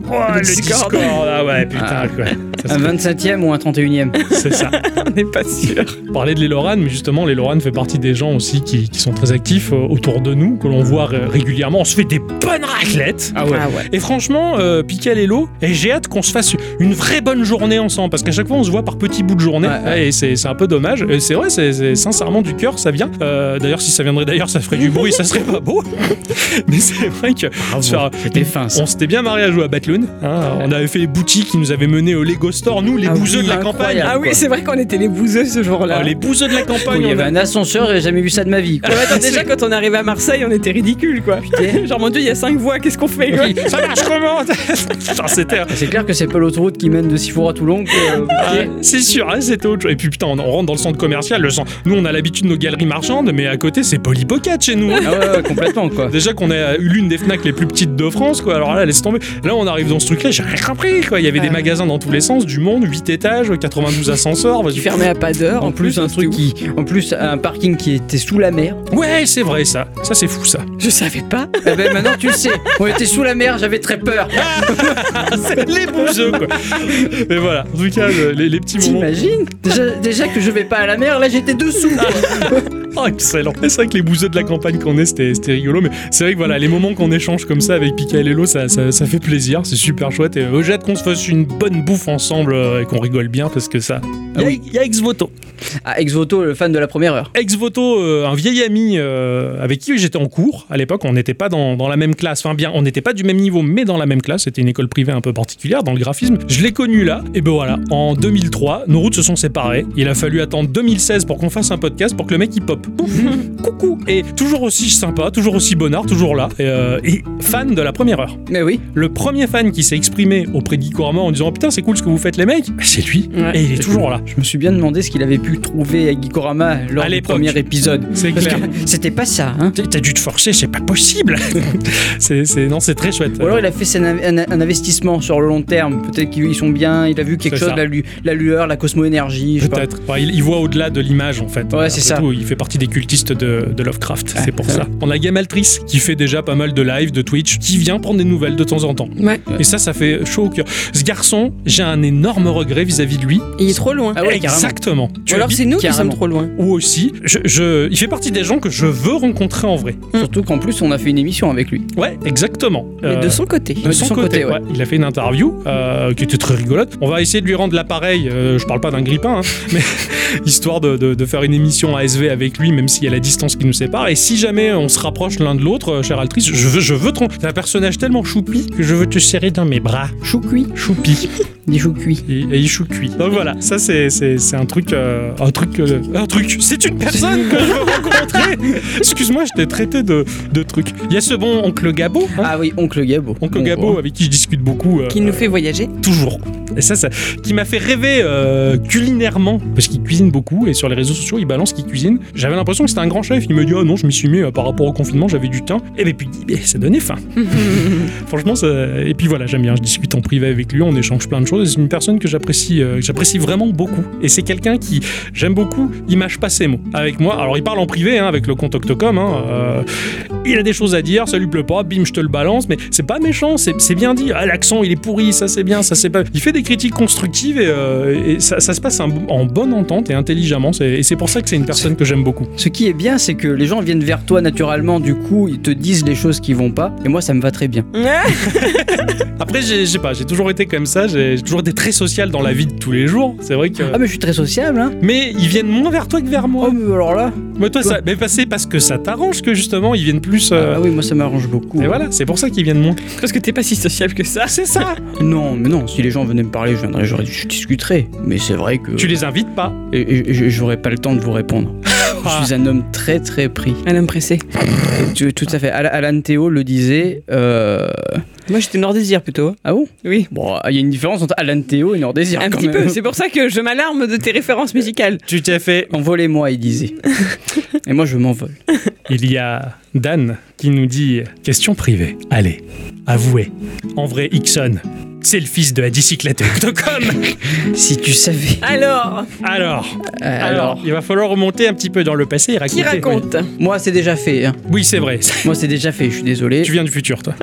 Oh, le Discord, Ah ouais, putain, quoi. Ça
Un
serait-
25e ou un 31e
C'est ça.
on n'est pas sûr.
parler de l'Eloran, mais justement, l'Eloran fait partie des gens aussi qui, qui sont très actifs euh, autour de nous, que l'on voit euh, régulièrement. On se fait des bonnes raclettes.
Ah ouais.
Et franchement, euh, Pika Lelo, et j'ai hâte qu'on se fasse une vraie bonne journée ensemble, parce qu'à chaque fois, on se voit par petits bouts de journée, et c'est c'est un peu dommage. Et C'est vrai, c'est c'est- sincèrement du cœur, ça vient. Euh, d'ailleurs, si ça viendrait d'ailleurs, ça ferait du bruit, ça serait pas beau. mais c'est vrai que. se faire-
C'était fin, ça.
on s'était bien marié à jouer à Batloon. hein. on avait fait les boutiques qui nous avaient mené au Lego Store, nous, les
Ah
bouseux
oui,
de la campagne.
incroyable,
Ah oui,
quoi.
c'est vrai qu'on était les bouseux ce jour-là.
Oh,
Ah, les bouseux de la campagne.
Où il y
on
avait
a-
un ascenseur, j'ai jamais vu ça de ma vie. quoi.
Ah ouais, attends, déjà quand on arrivait à Marseille, on était ridicule quoi. Genre mon dieu, il y a cinq voies, qu'est-ce qu'on fait quoi
Ça marche comment Putain, C'était.
C'est clair que c'est pas l'autoroute qui mène de Sifour à Toulon. que, euh,
Ah, c'est sûr, hein, c'était autre chose. Et puis putain, on, on rentre dans le centre commercial, le centre. Nous, on a l'habitude de nos galeries marchandes, mais à côté, c'est Polly Pocket chez nous.
Ah ouais, ouais, complètement quoi.
Déjà qu'on a eu l'une des Fnac les plus petites de France, quoi. Alors là, laisse tomber. Là, on arrive dans ce truc-là, j'ai rien compris, quoi. Il y avait des magasins dans tous les sens, du monde, 8 étages, 92 ascenseurs. vas-y.
Tu fermais à pas d'heure
En plus, un truc qui. En plus, un parking qui était sous la mer.
Ouais, c'est vrai, ça. Ça, c'est fou, ça.
Je savais pas. Ah,
Eh ben maintenant tu le sais. On était sous la mer, j'avais très peur.
C'est les bouseux, quoi. Mais voilà, en tout cas, le- les, les petits moments.
T'imagines déjà, déjà que je vais pas à la mer, là j'étais dessous.
Ah.
Oh, excellent. C'est vrai que les bouseux de la campagne qu'on est, c'était c'était rigolo. Mais c'est vrai que voilà, les moments qu'on échange comme ça avec Pika et Lelo, ça, ça, ça fait plaisir. C'est super chouette. Et euh, j'ai hâte qu'on se fasse une bonne bouffe ensemble euh, et qu'on rigole bien parce que ça. Il y a, il y a Exvoto.
Ah, Exvoto, le fan de la première heure.
Exvoto, euh, un vieil ami euh, avec qui j'étais en cours à l'époque. On n'était pas dans, dans la même classe. Enfin, bien, on n'était pas du même niveau, mais dans la même classe. C'était une école privée un peu particulière dans le graphisme. Je l'ai connu là. Et ben voilà, en 2003, nos routes se sont séparées. Il a fallu attendre 2016 pour qu'on fasse un podcast pour que le mec il pop. Pouf, coucou. Et toujours aussi sympa, toujours aussi bonnard, toujours là. Et, euh, et fan de la première heure.
Mais oui.
Le premier fan qui s'est exprimé auprès de Guy Corama en disant Oh, Putain, c'est cool ce que vous faites, les mecs. C'est lui.
Ouais.
Et il est toujours là.
Je me suis bien demandé ce qu'il avait pu trouver à Gikorama lors
À
du
l'époque.
premier épisode.
C'est
Parce
clair.
que c'était pas ça, hein.
T'as t'as dû te forcer, c'est pas possible. c'est, c'est- non, c'est très chouette.
Ou alors il a fait son av- un, un investissement sur le long terme. Peut-être qu'ils sont bien, il a vu quelque
Euh, C'est
chose,
ça.
la, lu- la lueur, la cosmo-énergie. je sais pas.
Peut-être. Enfin, il, il voit au-delà de l'image en fait.
Ouais,
Après
c'est ça. Ah,
tout, il fait partie des cultistes de, de Lovecraft,
Ouais,
c'est pour
ouais.
ça. On a Gamaltrice qui fait déjà pas mal de live, de Twitch, qui vient prendre des nouvelles de temps en temps.
Ouais.
Et ça, ça fait chaud au cœur. Ce garçon, j'ai un énorme regret vis-à-vis de lui.
Et il est trop loin.
Ah ouais, carrément.
Exactement.
Ou alors
habites-
c'est nous qui
carrément.
sommes trop loin.
ou aussi, je- je- il fait partie des gens que je veux rencontrer en vrai.
Surtout qu'en plus on a fait une émission avec lui.
Ouais, exactement.
Mais de
Euh,
son côté.
de son, côté, ouais. il a fait une interview euh, qui était très rigolote. On va essayer de lui rendre l'appareil. euh, je parle pas d'un grippin, hein, mais histoire de, de- de faire une émission ASV avec lui, même s'il y a la distance qui nous sépare. Et si jamais on se rapproche l'un de l'autre, euh, chère Altrice, je veux, je veux tron- C'est un personnage tellement choupi que je veux te serrer dans mes bras.
Choukoui.
Choupi.
Des choux cuits.
Et, et il choux cuits. Donc voilà, ça c'est c'est- c'est un truc. euh, un truc. euh, un truc. C'est une personne que je veux rencontrer Excuse-moi, je t'ai traité de, de truc. Il y a ce bon oncle Gabo. hein,
ah oui, oncle Gabo.
Oncle
Bon,
Gabo
voilà.
avec qui je discute beaucoup. euh,
Qui nous fait voyager.
toujours. Et ça, ça qui m'a fait rêver euh, culinairement, parce qu'il cuisine beaucoup et sur les réseaux sociaux, il balance qu'il cuisine. J'avais l'impression que c'était un grand chef. Il me dit, ah non, je m'y suis mis euh, par rapport au confinement, j'avais du temps. Et puis, il dit, Mais ça donnait faim. Franchement, ça... et puis voilà, j'aime bien. Je discute en privé avec lui, on échange plein de choses. C'est une personne que j'apprécie, euh, que j'apprécie vraiment beaucoup. Et c'est quelqu'un qui, j'aime beaucoup, il mâche pas ses mots avec moi. Alors, il parle en privé hein, avec le compte Octocom. hein, euh, il a des choses à dire, ça lui plaît pas, bim, je te le balance. Mais c'est pas méchant, c'est c'est bien dit. Ah, l'accent, il est pourri, ça c'est bien, ça c'est pas. Il fait des critiques constructives et, euh, et ça, ça se passe en- en bonne entente et intelligemment. C'est- Et c'est pour ça que c'est une personne que j'aime beaucoup.
Ce qui est bien, c'est que les gens viennent vers toi naturellement, du coup, ils te disent les choses qui vont pas, et moi, ça me va très bien.
Après, j'ai- je sais pas, j'ai toujours été comme ça, j'ai j'ai toujours été très social dans la vie de tous les jours. C'est vrai que.
Ah, mais je suis très sociable, hein
Mais ils viennent moins vers toi que vers moi.
Oh, mais alors là
Mais toi, ça, mais bah, c'est parce que ça t'arrange que justement ils viennent plus. euh,
Ah oui, moi ça m'arrange beaucoup.
Et voilà, c'est pour ça qu'ils viennent moins.
Parce que t'es pas si sociable que ça.
C'est ça.
Non, mais non, si les gens venaient me parler, je viendrais, j'aurais- je discuterais. Mais c'est vrai que.
Tu les invites pas.
Et, et- et je- j'aurais pas le temps de vous répondre. Je suis un homme très très pris.
Un homme pressé.
Tu- Tout à fait. Al- Alan Théo le disait. euh,
Moi j'étais Nord-Désir plutôt.
Ah bon
Oui.
Bon, il y a une différence entre Alan Théo et Nord-Désir.
Un
Ah, quand
petit
même.
peu, c'est pour ça que je m'alarme de tes références musicales.
Tu t'es fait.
Envolez-moi, il disait. et moi je m'envole.
Il y a Dan qui nous dit question privée. Allez, avouez. En vrai, Ixon, c'est le fils de la bicyclette Octocom.
Si tu savais.
Alors,
Alors,
Euh,
alors, il va falloir remonter un petit peu dans le passé et raconter.
qui raconte
Moi c'est déjà fait. hein.
Oui, c'est vrai.
Moi c'est déjà fait, je suis désolé.
Tu viens du futur, toi.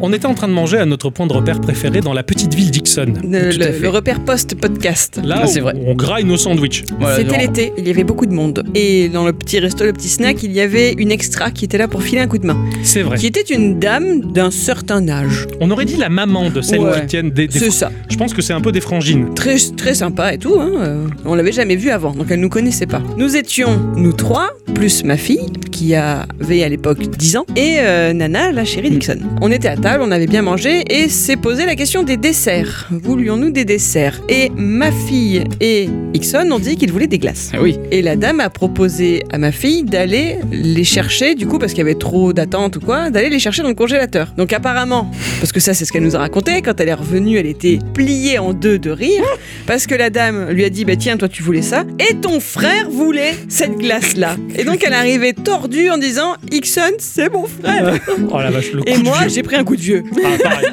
On était en train de manger à notre point de repère préféré dans la petite ville d'Ixon.
Le,
Tout à
le-
fait.
le repère post-podcast.
Là,
Ah, c'est
on-
vrai.
on graille nos sandwichs.
Voilà,
C'était
genre,
l'été, il y avait beaucoup de monde. Et dans le petit resto, le petit snack, il y avait une extra qui était là pour filer un coup de main.
C'est vrai.
Qui était une dame d'un certain âge.
On aurait dit la maman de celles
Ouais.
qui tiennent des. des-
C'est ça.
Je pense que c'est un peu des frangines.
Très, très sympa et tout. Hein. euh, On l'avait jamais vue avant, donc elle nous connaissait pas. Nous étions, nous trois, plus ma fille, qui avait à l'époque 10 ans, et euh, Nana, la
Mm.
chérie Dixon. On était à table, on avait bien mangé, et s'est posé la question des desserts. Voulions-nous des desserts Et ma fille et Dixon ont dit qu'ils voulaient des glaces.
Ah oui.
Et la dame a proposé à ma fille d'aller les chercher, du coup, parce qu'il y avait trop d'attente ou quoi, d'aller les chercher dans le congélateur. Donc apparemment, parce que ça c'est ce qu'elle nous a raconté, quand elle est revenue, elle était pliée en deux de rire, parce que la dame lui a dit, bah tiens, toi tu voulais ça, et ton frère voulait cette glace-là. Et donc elle arrivait tordue en disant, Ixon, c'est mon frère.
Oh la vache, le coup
Et
de
moi,
vieux.
j'ai pris un coup de vieux.
Ah, pareil.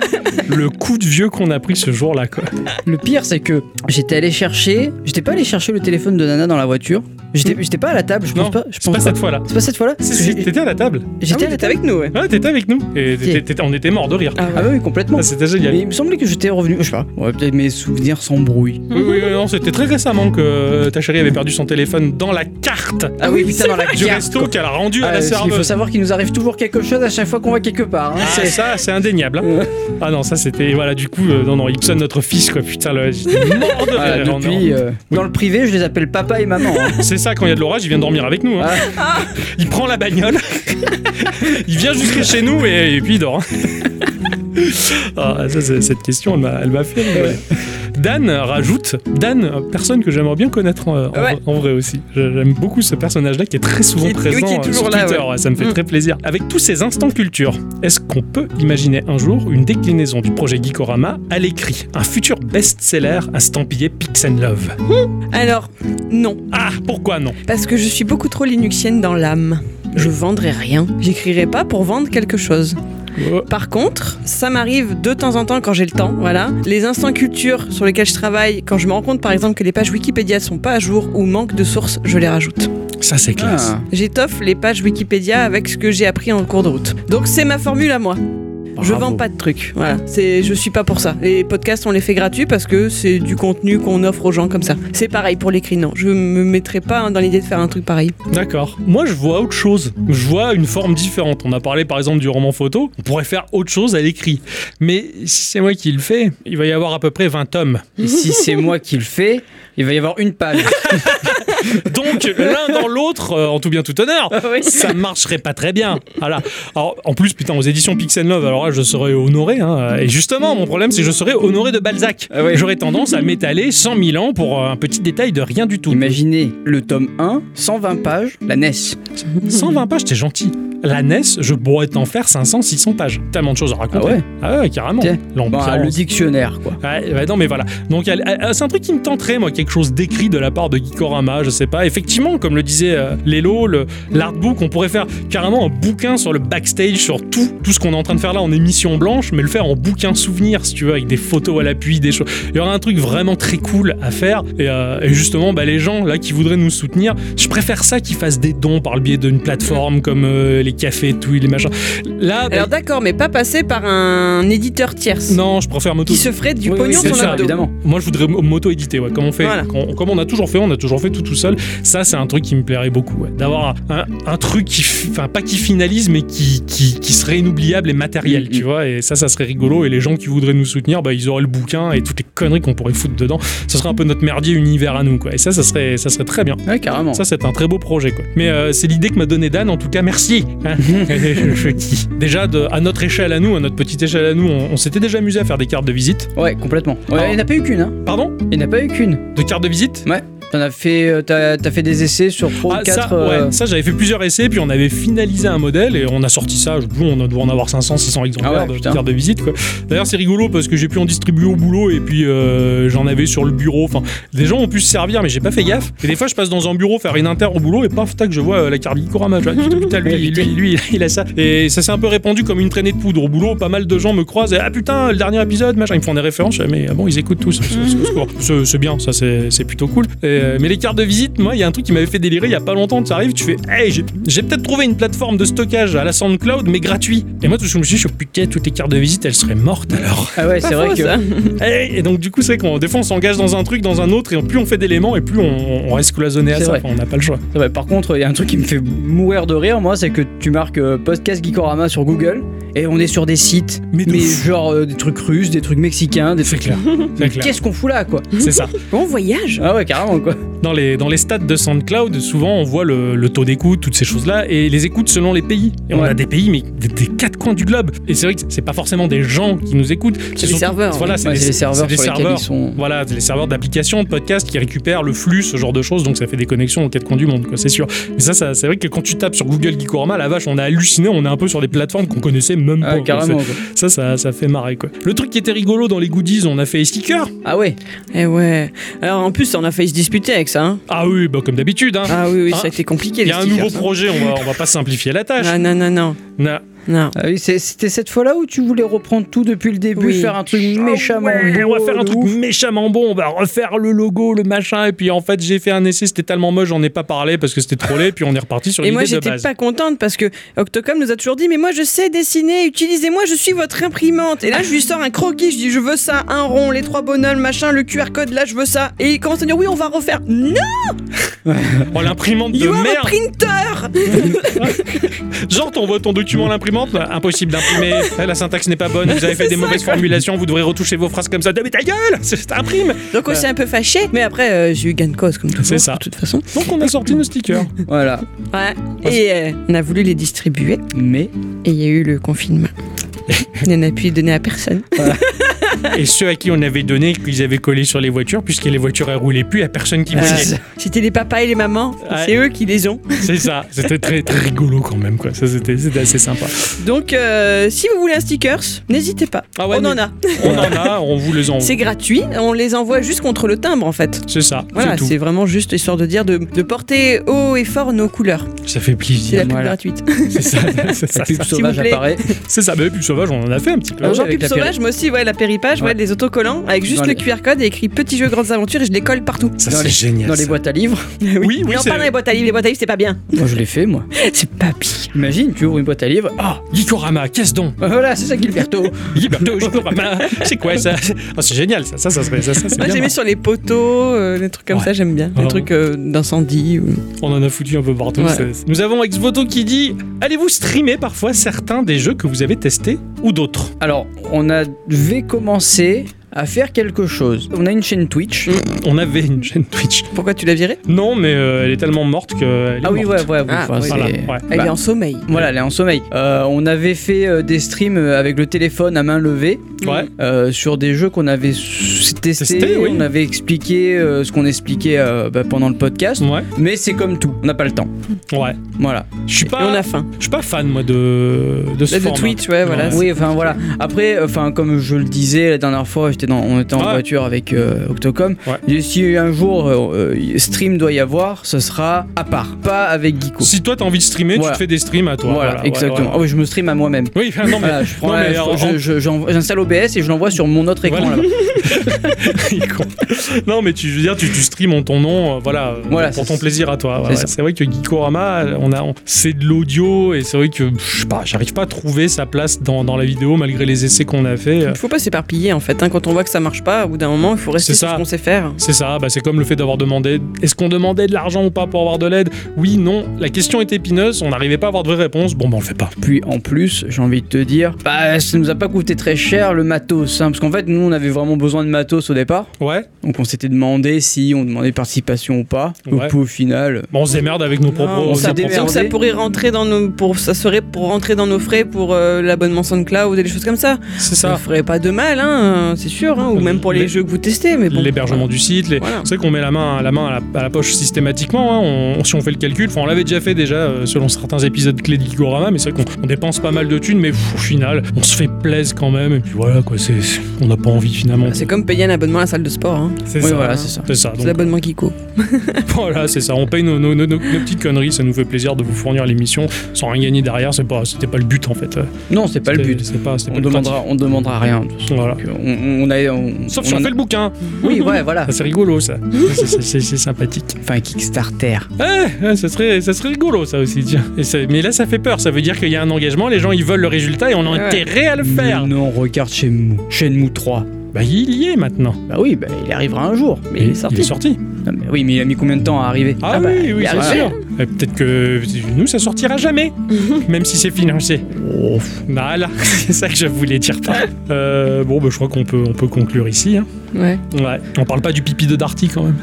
le coup de vieux qu'on a pris ce jour-là, quoi.
Le pire, c'est que j'étais allé chercher. J'étais pas allé chercher le téléphone de Nana dans la voiture. J'étais j'étais pas à la table, je pense
Non,
pas. Je
C'est
pense
pas cette fois-là.
C'est pas cette fois-là
Si, si, T'étais à la table.
Ah oui,
J'étais à la
t'étais
table.
avec nous, ouais.
Ouais, t'étais avec nous. Et
Si.
t'étais- t'étais- on était morts de rire.
Ah ouais.
Ah oui, complètement.
Ah, C'était génial.
Mais il me semblait que j'étais revenu, je sais pas. Ouais, peut-être mes souvenirs s'embrouillent.
Oui, oui, oui, non, c'était très récemment que euh, ta chérie avait perdu son téléphone dans la carte
Ah oui, putain, dans la
du
carte.
resto qu'elle a rendu à
Ah,
la
il faut
serveuse.
savoir qu'il nous arrive toujours quelque chose à chaque fois qu'on va quelque part. hein.
Ah,
C'est- Euh.
ça, c'est indéniable. hein. Ah non, ça c'était. Voilà, du coup, euh, non, non, Ipson, notre fils, quoi. Putain, le, j'étais mort de
Ah,
rire, on-
depuis, euh, dans le privé, je les appelle papa et maman. hein.
C'est ça, quand il y a de l'orage, il vient dormir avec nous. hein.
Ah.
Il prend la bagnole, il vient jusqu'à chez nous et, et puis il dort. hein. Ah, ça, c'est- cette question, elle m'a- elle m'a fait rigoler. Dan rajoute, Dan, personne que j'aimerais bien connaître en, en-
Ouais.
en vrai aussi. Je- J'aime beaucoup ce personnage-là qui est très souvent
Qui est- oui,
présent
qui est
euh,
toujours
sur
là,
Twitter.
ouais.
ouais, ça me fait
Mm.
très plaisir. Avec tous ces instants culture, est-ce qu'on peut imaginer un jour une déclinaison du projet Geekorama à l'écrit Un futur best-seller estampillé Pix and Love
Alors, non.
Ah, pourquoi non
Parce que je suis beaucoup trop linuxienne dans l'âme. Je vendrai rien. J'écrirai pas pour vendre quelque chose.
Oh.
Par contre, ça m'arrive de temps en temps quand j'ai le temps, voilà. Les instants culture sur lesquels je travaille, quand je me rends compte par exemple que les pages Wikipédia sont pas à jour ou manquent de sources, je les rajoute.
Ça, c'est classe.
Ah.
J'étoffe les pages Wikipédia avec ce que j'ai appris en cours de route. Donc c'est ma formule à moi. Je
Bravo.
vends pas de trucs, voilà. C'est, je suis pas pour ça. Les podcasts, on les fait gratuits parce que c'est du contenu qu'on offre aux gens comme ça. C'est pareil pour l'écrit, non. Je me mettrai pas hein, dans l'idée de faire un truc pareil.
Euh, D'accord. Moi, je vois autre chose. Je vois une forme différente. On a parlé par exemple du roman photo. On pourrait faire autre chose à l'écrit. Mais si c'est moi qui le fais, il va y avoir à peu près 20 tomes.
Et si c'est moi qui le fais, il va y avoir une page.
Donc l'un dans l'autre, euh, en tout bien tout honneur, ça marcherait pas très bien. Voilà. Alors, en plus, putain, aux éditions Pixel Love, alors là, je serais honoré. hein. Et justement, mon problème, c'est que je serais honoré de Balzac. J'aurais tendance à m'étaler 100 000 ans pour euh, un petit détail de rien du tout.
Imaginez le tome 1, 120 pages, la NES.
120 pages, t'es gentil. La NES, je pourrais t'en faire 500, 600 pages. Tellement de choses à raconter.
Ah ouais
Ah ouais, carrément.
Tiens.
L'ambiance.
Bah, le dictionnaire, quoi.
Ouais, bah non, mais voilà. Donc, elle- elle- elle- c'est un truc qui me tenterait, moi, quelque chose d'écrit de la part de Gikorama, je sais pas. Effectivement, comme le disait euh, Lelo, le- l'artbook, on pourrait faire carrément un bouquin sur le backstage, sur tout, tout ce qu'on est en train de faire là en émission blanche, mais le faire en bouquin souvenir, si tu veux, avec des photos à l'appui, des choses. Il y aurait un truc vraiment très cool à faire. Et, euh, et justement, bah, les gens là qui voudraient nous soutenir, je préfère ça qu'ils fassent des dons par le biais d'une plateforme comme euh, les cafés, tout, les machins. Là, bah,
Alors d'accord, mais pas passer par un éditeur tierce.
Non, je préfère m'auto.
Qui se ferait du
Oui,
pognon
oui, c'est
sur
ça,
l'abdo.
Moi, je voudrais m- m'auto-éditer, ouais, comme on fait,
Voilà.
qu'on- comme on a toujours fait, on a toujours fait tout tout seul. Ça, c'est un truc qui me plairait beaucoup, ouais. d'avoir un, un truc qui, fi- enfin, pas qui finalise, mais qui, qui, qui serait inoubliable et matériel, tu vois. Et ça, ça serait rigolo. Et les gens qui voudraient nous soutenir, bah, ils auraient le bouquin et toutes les conneries qu'on pourrait foutre dedans. Ce serait un peu notre merdier univers à nous, quoi. Et ça, ça serait, ça serait très bien.
Ouais, carrément.
Ça, c'est un très beau projet, quoi. Mais euh, c'est l'idée que m'a donné Dan. En tout cas, merci. hein. je dis. Déjà, de- à notre échelle à nous, à notre petite échelle à nous, on, on s'était déjà amusé à faire des cartes de visite.
Ouais, complètement. Ouais, il n'y en a pas eu qu'une. Hein.
Pardon
Il n'y en a pas eu qu'une.
De carte de visite
Ouais. T'en as fait, euh, t'as, t'as fait des essais sur
Ah,
3 ou euh, 4.
ça, ouais, ça j'avais fait plusieurs essais, puis on avait finalisé un modèle et on a sorti ça. Je plus, on doit en avoir 500, 600 exemplaires
Ah ouais,
de- de
putain.
cartes de visite. quoi. D'ailleurs, c'est rigolo parce que j'ai pu en distribuer au boulot et puis euh, j'en avais sur le bureau. Enfin, des gens ont pu se servir, mais j'ai pas fait gaffe. Et des fois, je passe dans un bureau faire une inter au boulot et paf, tac, je vois euh, la carte Gikorama. Je vois, putain, lui, lui, lui, il a ça. Et ça s'est un peu répandu comme une traînée de poudre au boulot. Pas mal de gens me croisent et ah putain, le dernier épisode, machin. Ils me font des références, Je fais, mais ah bon, ils écoutent tous. C'est- c'est- Bon, C'est c'est bien, ça c'est c'est plutôt cool. Et, euh, mais les cartes de visite, moi, il y a un truc qui m'avait fait délirer il y a pas longtemps. Tu arrives, tu fais, hey, j'ai- j'ai peut-être trouvé une plateforme de stockage à la SoundCloud, mais gratuit. Et moi, tout ce que je me suis dit, je suis, putain, toutes les cartes de visite, elles seraient mortes alors.
Ah ouais, c'est vrai que.
et, et donc, du coup, c'est qu'on des fois, on s'engage dans un truc, dans un autre, et plus on fait d'éléments, et plus on, on reste cloisonné à
C'est
ça.
vrai.
Enfin, on n'a pas le choix.
C'est vrai, par contre, il y a un truc qui me fait mourir de rire, moi, c'est que tu marques euh, podcast Geekorama sur Google et on est sur des sites, mais, genre euh, des trucs russes, des trucs mexicains, des trucs.
clair.
Mais
clair.
qu'est-ce qu'on fout là, quoi
C'est ça.
On voyage Ah ouais, carrément, quoi.
Dans les, dans les stats de SoundCloud, souvent on voit le, le taux d'écoute, toutes ces choses-là, et les écoutes selon les pays. Et on a des pays, mais des, des quatre coins du globe. Et c'est vrai que c'est pas forcément des gens qui nous écoutent.
des
surtout-
serveurs,
Voilà,
ouais.
c'est
Ouais,
des,
c'est les serveurs
c'est des
sur lesquels
serveurs.
ils sont-
Voilà, c'est les serveurs d'applications, de podcasts qui récupèrent le flux, ce genre de choses. Donc ça fait des connexions aux quatre coins du monde, quoi, c'est sûr. Mais ça, ça- c'est vrai que quand tu tapes sur Google Gikorama, la vache, on a halluciné, on est un peu sur des plateformes qu'on connaissait même
Ah,
pas. quoi.
Ah, carrément,
C'est-
quoi.
Ça, ça, ça fait marrer, quoi. Le truc qui était rigolo dans les goodies, on a fait les stickers.
Ah ouais
Eh ouais. Alors en plus, on a failli se disputer avec ça. hein.
Ah oui, bah comme d'habitude. hein.
Ah oui, oui,
Hein
ça a été compliqué.
Il y
les
a un
stickers,
nouveau
hein.
projet, on va, on va pas simplifier la tâche.
Non, non, non, non.
Non.
Non.
Ah oui, c'est- c'était cette fois-là où tu voulais reprendre tout depuis le début,
Oui.
faire un truc méchamment
Ah Ouais,
beau,
on va faire un
de
truc
ouf.
méchamment bon, on va refaire le logo, le machin, et puis en fait j'ai fait un essai, c'était tellement moche, j'en ai pas parlé parce que c'était trop laid, puis on est reparti sur
Et moi
l'idée de
j'étais
base.
pas contente parce que Octocom nous a toujours dit mais moi je sais dessiner, utilisez-moi, je suis votre imprimante. Et là je lui sors un croquis, je dis je veux ça, un rond, les trois bonhommes, machin, le QR code là je veux ça. Et il commence à dire oui on va refaire. Non
Oh l'imprimante de
You are a
merde
printer
Genre t'envoies ton document à l'imprimante, là, impossible d'imprimer, Eh, la syntaxe n'est pas bonne, vous avez fait des mauvaises formulations, vous devrez retoucher vos phrases comme ça, mais ta gueule C'est imprime
Donc on s'est un peu fâché, mais après euh, j'ai eu gain de cause comme tout
C'est ça.
de toute façon.
Donc on a sorti nos stickers.
Voilà.
Ouais. Et euh, on a voulu les distribuer.
Mais.
Et il y a eu le confinement. Il n'y en a plus donné à personne.
Et ceux à qui on avait donné, qu'ils avaient collé sur les voitures, puisque les voitures elles roulaient plus, à personne qui voulait.
Euh, C'était les papas et les mamans. C'est eux qui les ont.
C'est ça, c'était très, très rigolo quand même, quoi. Ça, c'était c'était assez sympa.
Donc, euh, si vous voulez un stickers, n'hésitez pas. on en a.
On en a, Ah on vous les envoie.
C'est gratuit. On les envoie juste contre le timbre, en fait.
C'est ça.
Voilà,
tout.
c'est vraiment juste histoire de dire de, de porter haut et fort nos couleurs.
Ça fait plaisir.
C'est la pub
Voilà. Ah
gratuite.
C'est ça, c'est ça.
La pub
ça.
sauvage S'il vous plaît. apparaît.
C'est ça, mais la pub sauvage, on en a fait un petit peu.
Alors, Genre pub sauvage, moi aussi, ouais, la péripage, ouais,
Ouais.
les autocollants avec juste
Dans
le
les-
QR code et écrit petit jeu grandes aventures et je les colle partout.
Ça, c'est génial.
Dans les
ça.
boîtes à livres.
Oui,
non, pas dans les boîtes à livres, les boîtes à livres c'est pas bien.
Moi, je l'ai fait, moi.
C'est pas pire.
Imagine, tu ouvres une boîte à livres. Ah
Gikorama, qu'est-ce donc
Voilà, c'est ça, Gilberto.
Gilberto, Gikorama. C'est quoi ça Ah, C'est génial, ça, ça, ça serait. Ça, ça, c'est
Moi
bien,
j'ai mis
ça.
sur les poteaux, euh, les trucs comme ça, j'aime bien.
Ah
Les
ouais.
trucs euh, d'incendie. ou-
On en a foutu un peu partout.
Ouais.
c'est- c'est- Nous avons Exvoto qui dit Allez-vous streamer parfois certains des jeux que vous avez testés ou d'autres
Alors, on avait commencé à faire quelque chose. On a une chaîne Twitch.
On avait une chaîne Twitch.
Pourquoi tu l'as virée
Non, mais euh, elle est tellement morte que.
Ah oui, ouais, ouais, ouais, enfin, c'est-
Elle
Bah,
est en sommeil.
Voilà, elle est en sommeil. Euh, on avait fait euh, des streams euh, avec le téléphone à main levée euh, sur des jeux qu'on avait s- testés.
Testé, oui.
On avait expliqué euh, ce qu'on expliquait euh, bah, pendant le podcast. Mais c'est comme tout, on n'a pas le temps.
Ouais.
Voilà.
Je suis pas.
on a faim.
Je suis pas fan, moi, de, de ce
Là, de
format.
Twitch, ouais, voilà. Oui, enfin voilà. Après, enfin comme je le disais la dernière fois, j'étais dans, on était en voiture avec euh, Octocom. Et Si un jour euh, euh, stream doit y avoir, ce sera à part, pas avec Geeko.
Si toi t'as envie de streamer, tu
Voilà.
te fais des streams à toi.
Voilà,
Voilà, ouais,
exactement.
ouais.
Ah oui, je me stream à moi-même.
Oui, non, mais-
Voilà, je prends
non,
la-
mais
je-
en-
je- je- j'envoie- j'installe OBS et je l'envoie sur mon autre écran là-bas.
non, mais tu je veux dire, tu, tu streams en ton nom, euh, voilà, euh,
Voilà,
pour
c'est-
ton plaisir à toi.
c'est
Ouais,
ça.
C'est vrai que Geekorama, on a, on- c'est de l'audio et c'est vrai que pff, je sais pas, j'arrive pas à trouver sa place dans, dans la vidéo malgré les essais qu'on a fait.
Il faut pas s'éparpiller en fait. hein. Quand on voit que ça marche pas, au bout d'un moment, il faut rester
C'est
sur
ça.
ce qu'on sait faire.
C'est ça, bah, c'est comme le fait d'avoir demandé est-ce qu'on demandait de l'argent ou pas pour avoir de l'aide Oui, non. La question était épineuse, on n'arrivait pas à avoir de vraie réponse. Bon, bah on le fait pas.
Puis en plus, j'ai envie de te dire, bah ça nous a pas coûté très cher le matos, hein, parce qu'en fait nous on avait vraiment besoin de matos au départ.
Ouais.
Donc on s'était demandé si on demandait participation ou pas.
Ouais.
Et puis au final,
Bon, on se démerde avec
Ah,
nos propres.
on
nos
s'est
propres-
démerdé.
Donc ça pourrait rentrer dans nos, pour, ça serait pour rentrer dans nos frais pour euh, l'abonnement SoundCloud et des choses comme ça.
C'est ça.
Ça ferait pas de mal, hein, euh, c'est sûr, hein, ou même pour les, jeux que vous testez, mais bon.
l'hébergement du site. Les... C'est vrai qu'on met la main, la main à, la, à la poche systématiquement. hein, on- si on fait le calcul, enfin, on l'avait déjà fait déjà euh, selon certains épisodes clés de Gigorama, mais c'est vrai qu'on on dépense pas mal de thunes, mais pff, au final, on se fait plaisir quand même. Et puis voilà, quoi, c'est, c'est- on n'a pas envie finalement.
C'est comme payer un abonnement à la salle de sport. hein.
C'est
Oui,
ça.
voilà, c'est ça.
C'est ça. donc,
C'est l'abonnement Geeko.
voilà, c'est ça. On paye nos, nos- nos- nos- nos petites conneries, ça nous fait plaisir de vous fournir l'émission sans rien gagner derrière. C'est pas, c'était pas le but en fait.
Non, c'est pas le but.
C'est pas, c'est
on
pas le
demandera,
principe.
on demandera rien. de toute façon.
Voilà.
Donc, euh, On, on a, on-
Sauf si
on
on
en a-
fait le bouquin.
Oui, ouais, voilà.
Ça, c'est rigolo, ça. C'est- c'est- C'est c'est sympathique.
Enfin, Kickstarter.
Eh, ouais, ça serait, ça serait rigolo, ça aussi, tiens. Et ça- mais là, ça fait peur. Ça veut dire qu'il y a un engagement, les gens, ils veulent le résultat et on a
Ouais.
intérêt à le
Mais
faire.
non, regarde chez Mou, chez Mou 3.
Bah, il y est maintenant.
Bah oui, bah, il arrivera un jour. Mais il est sorti.
Il est sorti.
Non, mais oui, mais il a mis combien de temps à arriver
Ah,
bah, il
oui, oui,
est
c'est
arrivé.
sûr. Et Peut-être que nous, ça sortira jamais, même si c'est financé. Voilà, c'est ça que je voulais dire.
Ah.
Euh, bon, bah, je crois qu'on peut, on peut conclure ici. hein.
Ouais.
Ouais. On parle pas du pipi de Darty quand même.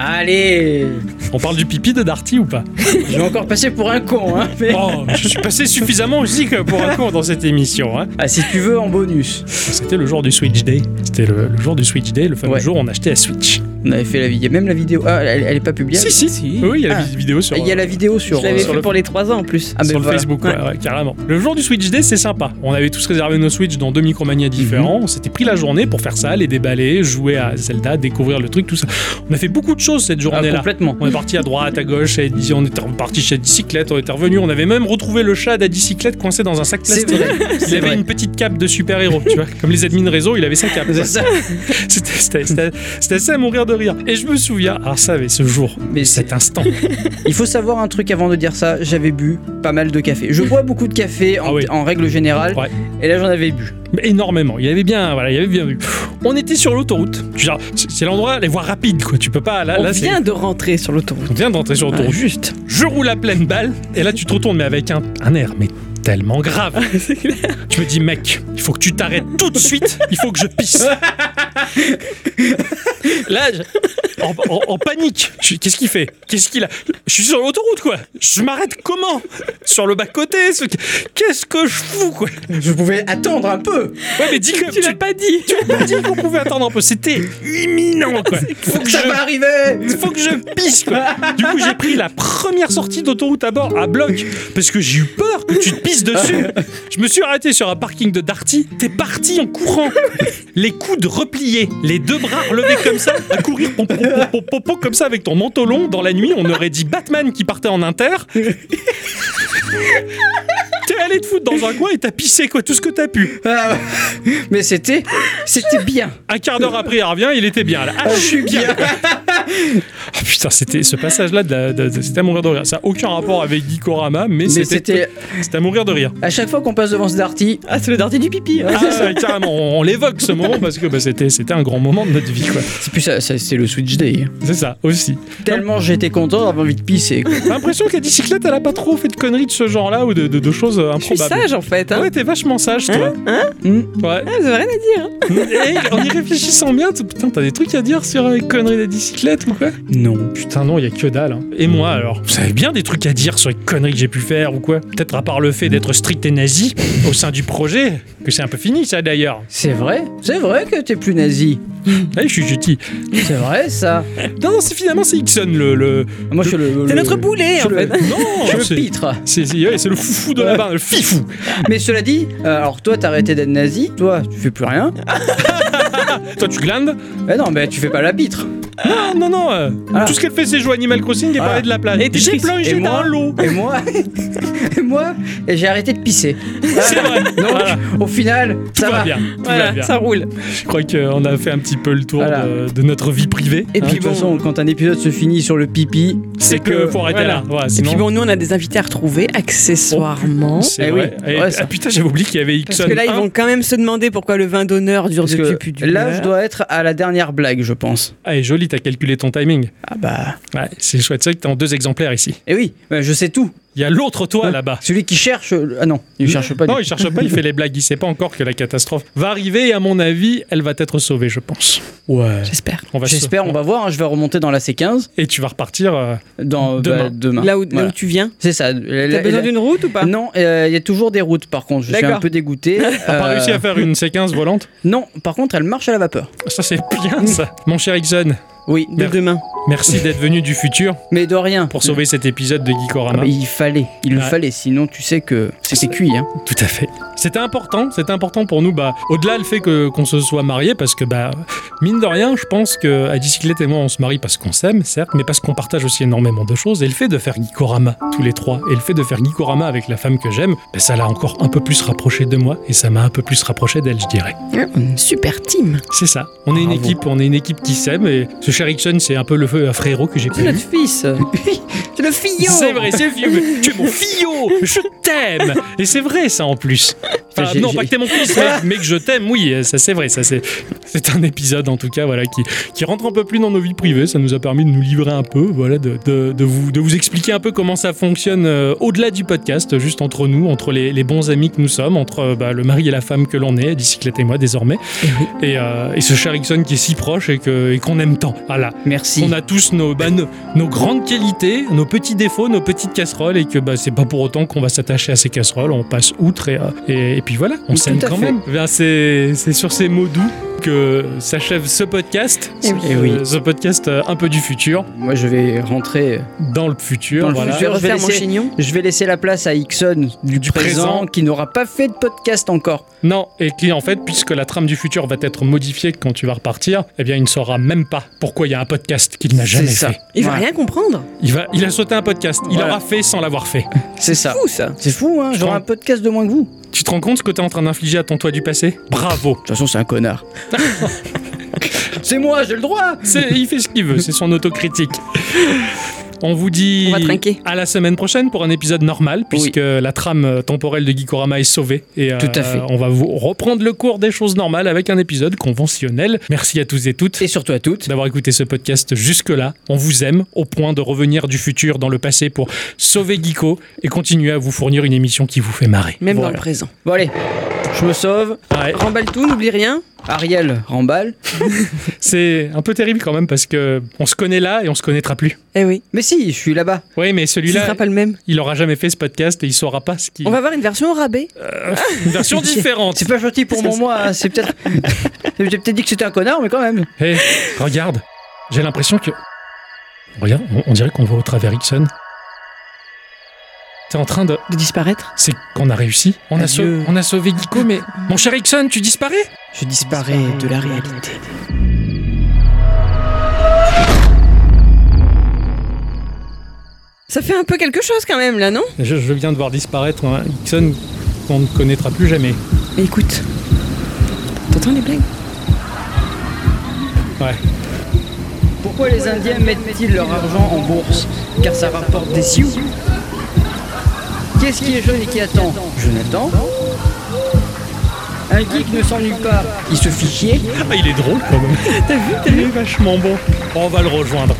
Allez
On parle du pipi de Darty ou pas
Je vais encore passer pour un con, hein. mais-
Oh, je suis passé suffisamment aussi que pour un con dans cette émission. hein.
Ah, si tu veux, en bonus.
C'était le jour du Switch Day. C'était le, le jour du Switch Day, le fameux jour où on achetait la Switch.
On avait fait la vidéo, même la vidéo. Ah, elle, elle est pas publiée.
Si, si. Oui, il y a la
Ah.
vi- vidéo sur.
Il y a la vidéo
Je
sur.
l'avais
sur
fait
le-
pour les 3 ans en plus.
Ah, ben
sur le
voilà.
Facebook, ouais, ouais, carrément. Le jour du Switch Day, c'est sympa. On avait tous réservé nos Switch dans deux micromanias
Mhm.
différents. On s'était pris la journée pour faire ça, les déballer, jouer à Zelda, découvrir le truc, tout ça. On a fait beaucoup de choses cette journée-là.
Ah, complètement.
On est parti à droite, à gauche, à Eddy, on était parti chez Dicyclette, on était revenu. On avait même retrouvé le chat d'Adicyclette coincé dans un sac
C'est
plastique.
vrai,
Il
c'est
avait
vrai.
une petite cape de super-héros, tu vois. Comme les admins réseau, il avait sa cape.
C'est
quoi.
ça.
C'était- C'était c'était- c'était assez à mourir de rire. Et je me souviens, alors ça, mais ce jour, cet instant.
Il faut savoir un truc avant de dire ça. J'avais bu pas mal de café. Je bois beaucoup de café en,
Ah
en règle générale. Et là, j'en avais bu.
Mais énormément. Il avait bien, voilà, il avait bien vu. On était sur l'autoroute. Genre, c'est c'est l'endroit, les voies rapides, quoi. Tu peux pas. Là,
On
là, c'est-
vient de rentrer sur l'autoroute.
on vient d'entrer sur l'autoroute.
juste.
Je roule à pleine balle. Et là, tu te retournes, mais avec un, un air, mais tellement grave. Tu me dis, mec, il faut que tu t'arrêtes tout de suite. Il faut que je pisse. Là, je- en, en- en panique. Je- Qu'est-ce qu'il fait Qu'est-ce qu'il a Je suis sur l'autoroute, quoi. Je m'arrête comment Sur le bas-côté ce- Qu'est-ce que je fous, quoi
Je pouvais attendre un peu.
Ouais, mais dis que. Tu l'as
pas dit
Tu m'as pas dit qu'on pouvait attendre un peu. C'était imminent, quoi. Faut que
Ça
je.
va arriver.
Faut que je pisse, quoi. Du coup, j'ai pris la première sortie d'autoroute à bord, à bloc, parce que j'ai eu peur que tu te pisses dessus. Je me suis arrêté sur un parking de Darty. T'es parti en courant. Les coudes repliés, les deux bras relevés comme ça, à courir pom, pom, pom, pom, pom, pom, comme ça avec ton manteau long. Dans la nuit, on aurait dit Batman qui partait en inter. T'es allé te foutre dans un coin et t'as pissé, quoi, tout ce que t'as pu.
Mais c'était. C'était bien.
Un quart d'heure après, il revient, il était bien là. Ah, je suis bien. Ah, putain, c'était ce passage-là, de la- de- de- c'était à mourir de rire. Ça n'a aucun rapport avec Gikorama, mais,
Mais
c'était
c'était-
c'était à mourir de rire.
À chaque fois qu'on passe devant ce Darty. Ah, c'est le Darty du pipi.
Ah, ouais, carrément, on, on l'évoque ce moment parce que bah, c'était c'était un grand moment de notre vie. quoi.
C'est plus ça, ça, c'est le Switch Day.
C'est ça, aussi.
Tellement j'étais content d'avoir envie de pisser. quoi.
J'ai l'impression que la bicyclette, elle a pas trop fait de conneries de ce genre-là ou de, de- de choses improbables.
Je suis sage en fait. Hein.
Ouais, t'es vachement sage toi.
Hein
Mm.
Ouais.
Ah, Vous avez rien à
hein.
dire.
Et en y réfléchissant bien, t- putain, t'as des trucs à dire sur les conneries des bicyclettes ou quoi
Non.
Putain, non, y a que dalle. hein. Et moi alors Vous avez bien des trucs à dire sur les conneries que j'ai pu faire ou quoi Peut-être à part le fait d'être strict et nazi au sein du projet, que c'est un peu fini ça d'ailleurs.
C'est vrai, c'est vrai que t'es plus nazi.
Ouais, je suis gentil.
C'est vrai ça.
Non, non, c'est finalement c'est Ixon le. le
Moi je suis le.
C'est
le-
notre boulet en
je le-
fait.
Non,
je le
c'est-
pitre.
C'est c'est- ouais, c'est le foufou de la barre, le fifou.
Mais cela dit, euh, alors toi t'as arrêté d'être nazi, toi tu fais plus rien.
Toi tu glandes
Mais non, mais tu fais pas la pitre.
Non, non, non. euh,
Ah.
Tout ce qu'elle fait, c'est jouer Animal Crossing et
Voilà.
parler de la plage.
Et t'es
j'ai
triste.
plongé
Et
dans
moi
l'eau.
Et moi, et moi, et j'ai arrêté de pisser.
C'est vrai.
Donc,
Voilà.
au final,
Tout
ça
va
va.
bien. Tout va bien.
roule.
Je crois qu'on a fait un petit peu le tour
Voilà.
de, de notre vie privée.
Et
hein,
puis
de
bon,
toute façon.
quand un épisode se finit sur le pipi,
c'est que faut arrêter
voilà.
là. Voilà,
Et
sinon-
puis bon, nous on a des invités à retrouver accessoirement.
C'est
eh
vrai.
oui,
Et-
ouais,
ah,
ça.
putain, j'avais oublié qu'il y avait Ixon.
Parce que là, ils vont quand même se demander pourquoi le vin d'honneur dure
Parce
depuis
que
plus du
là, je dois être à la dernière blague, je pense.
Ah, et joli, t'as calculé ton timing.
Ah bah.
Ouais, c'est chouette. C'est vrai que t'es en deux exemplaires ici.
Eh oui, bah, je sais tout.
Il y a l'autre toi
Ouais.
là-bas.
Celui qui cherche. Ah non, il cherche pas. du
Non,
tout.
il cherche pas, il fait les blagues. Il sait pas encore que la catastrophe va arriver et à mon avis, elle va être sauvée, je pense. Ouais.
J'espère.
On va se-
J'espère, on va voir. hein, je vais remonter dans la C15.
Et tu vas repartir. euh,
Dans,
Demain.
bah, demain.
Là où, là
Voilà.
où tu viens.
C'est ça. La-
T'as
la-
besoin
la-
d'une route ou pas
Non, euh, il y a toujours des routes par contre. Je suis
D'accord.
un peu dégoûté.
T'as pas
Euh,
réussi à faire une séquence volante
Non, par contre, elle marche à la vapeur.
Ça, c'est bien ça. Mon cher Ixon,
Oui.
De
Mer-
demain.
merci d'être venu du futur
Mais de rien.
pour sauver cet épisode de
Ah,
Geekorama.
mais il fallait, il le
Ouais.
fallait, sinon tu sais que c'était cuit. Hein.
Tout à fait. C'était important, c'était important pour nous. Bah, au-delà le fait que qu'on se soit mariés, parce que bah mine de rien, je pense que à Dicyclette et moi, on se marie parce qu'on s'aime, certes, mais parce qu'on partage aussi énormément de choses. Et le fait de faire Gikorama tous les trois, et le fait de faire Gikorama avec la femme que j'aime, bah, ça l'a encore un peu plus rapproché de moi, et ça m'a un peu plus rapproché d'elle, je dirais.
Ah, Super team.
C'est ça. On est une
Bravo.
équipe, on est une équipe qui s'aime. Et ce cher Ixon, c'est un peu le feu à frérot que j'ai
C'est
connu.
notre fils.
C'est le fillon.
C'est vrai, c'est vieux. tu es mon fillot, je t'aime. Et c'est vrai ça en plus. Enfin,
J'ai-
non,
j'ai-
pas que t'es mon fils, mais, mais que je t'aime, oui, euh, ça c'est vrai. Ça c'est, c'est un épisode en tout cas, voilà, qui, qui rentre un peu plus dans nos vies privées. Ça nous a permis de nous livrer un peu, voilà, de, de- de vous, de vous expliquer un peu comment ça fonctionne euh, au-delà du podcast, juste entre nous, entre les, les bons amis que nous sommes, entre euh, bah, le mari et la femme que l'on est, bicyclette et moi désormais, et, euh, et ce cher Ixon qui est si proche et, que, et qu'on aime tant. Voilà.
Merci.
On a tous nos, bah, nos, nos grandes qualités, nos petits défauts, nos petites casseroles, et que bah, c'est pas pour autant qu'on va s'attacher à ces casseroles, on passe outre, et, euh, et, et puis voilà, on
Tout
s'aime
à
quand
fait.
même. Ben, c'est c'est sur ces mots doux que s'achève ce podcast,
Eh oui.
Ce-
Eh oui.
ce podcast euh, un peu du futur,
Moi, je vais rentrer.
dans le futur.
Dans le
voilà.
Je vais
futur. Je vais
refaire mon
laisser-
chignon.
Je vais laisser la place à Ixon du,
Du présent.
présent, qui n'aura pas fait de podcast encore.
Non, et qui en fait, puisque la trame du futur va être modifiée quand tu vas repartir, eh bien il ne saura même pas pourquoi il y a un podcast qu'il n'a
C'est
jamais
ça.
fait.
Il va
Voilà.
rien comprendre.
Il, va, il a sauté un podcast, il
Voilà.
aura fait sans l'avoir fait.
C'est ça.
Fou ça.
C'est fou, hein. J'aurai
Franck.
un podcast de moins que vous. De
Tu te rends compte ce que t'es en train d'infliger à ton toit du passé Bravo
toute façon, c'est un connard. c'est moi, j'ai le droit.
C'est- il fait ce qu'il veut, c'est son autocritique. On vous dit
On va trinquer.
à la semaine prochaine pour un épisode normal, puisque la trame euh, temporelle de Gikorama est sauvée. Et, euh,
Tout à fait.
On va vous reprendre le cours des choses normales avec un épisode conventionnel. Merci à tous et toutes
Et surtout à toutes.
d'avoir écouté ce podcast jusque-là. On vous aime au point de revenir du futur dans le passé pour sauver Giko et continuer à vous fournir une émission qui vous fait marrer.
Même dans
Voilà.
le présent.
Bon, allez. Je me sauve.
Ouais,
Remballe tout, n'oublie rien.
Ariel remballe.
c'est un peu terrible quand même parce que on se connaît là et on se connaîtra plus.
Eh oui.
Mais si, je suis là-bas.
Oui, mais
Ce
celui-là,
sera pas le même.
il aura jamais fait ce podcast et il saura pas ce qui.
On va avoir une version au rabais.
Une version différente.
C'est pas gentil pour mon moi. hein. C'est peut-être. j'ai peut-être dit que c'était un connard, mais quand même.
Hé, regarde, j'ai l'impression que. Regarde, on, on dirait qu'on voit au travers Ixon. T'es en train de.
De disparaître.
C'est qu'on a réussi. On a, sau-
Adieu.
on a sauvé Guico, mais. Mon cher Ixon, tu disparais
Je disparais de la réalité.
Ça fait un peu quelque chose quand même là, non
je, je viens de voir disparaître un Ixon qu'on ne connaîtra plus jamais.
Mais écoute. T'entends les blagues
Ouais.
Pour-
Pourquoi les Indiens mettent-ils leur argent en bourse Car ça rapporte des sioux. Qu'est-ce qui est jeune et qui attend Jonathan Un geek ne s'ennuie pas, il se fait chier.
Ah, il est drôle quand même.
T'as vu,
Il est vachement bon. On va le rejoindre.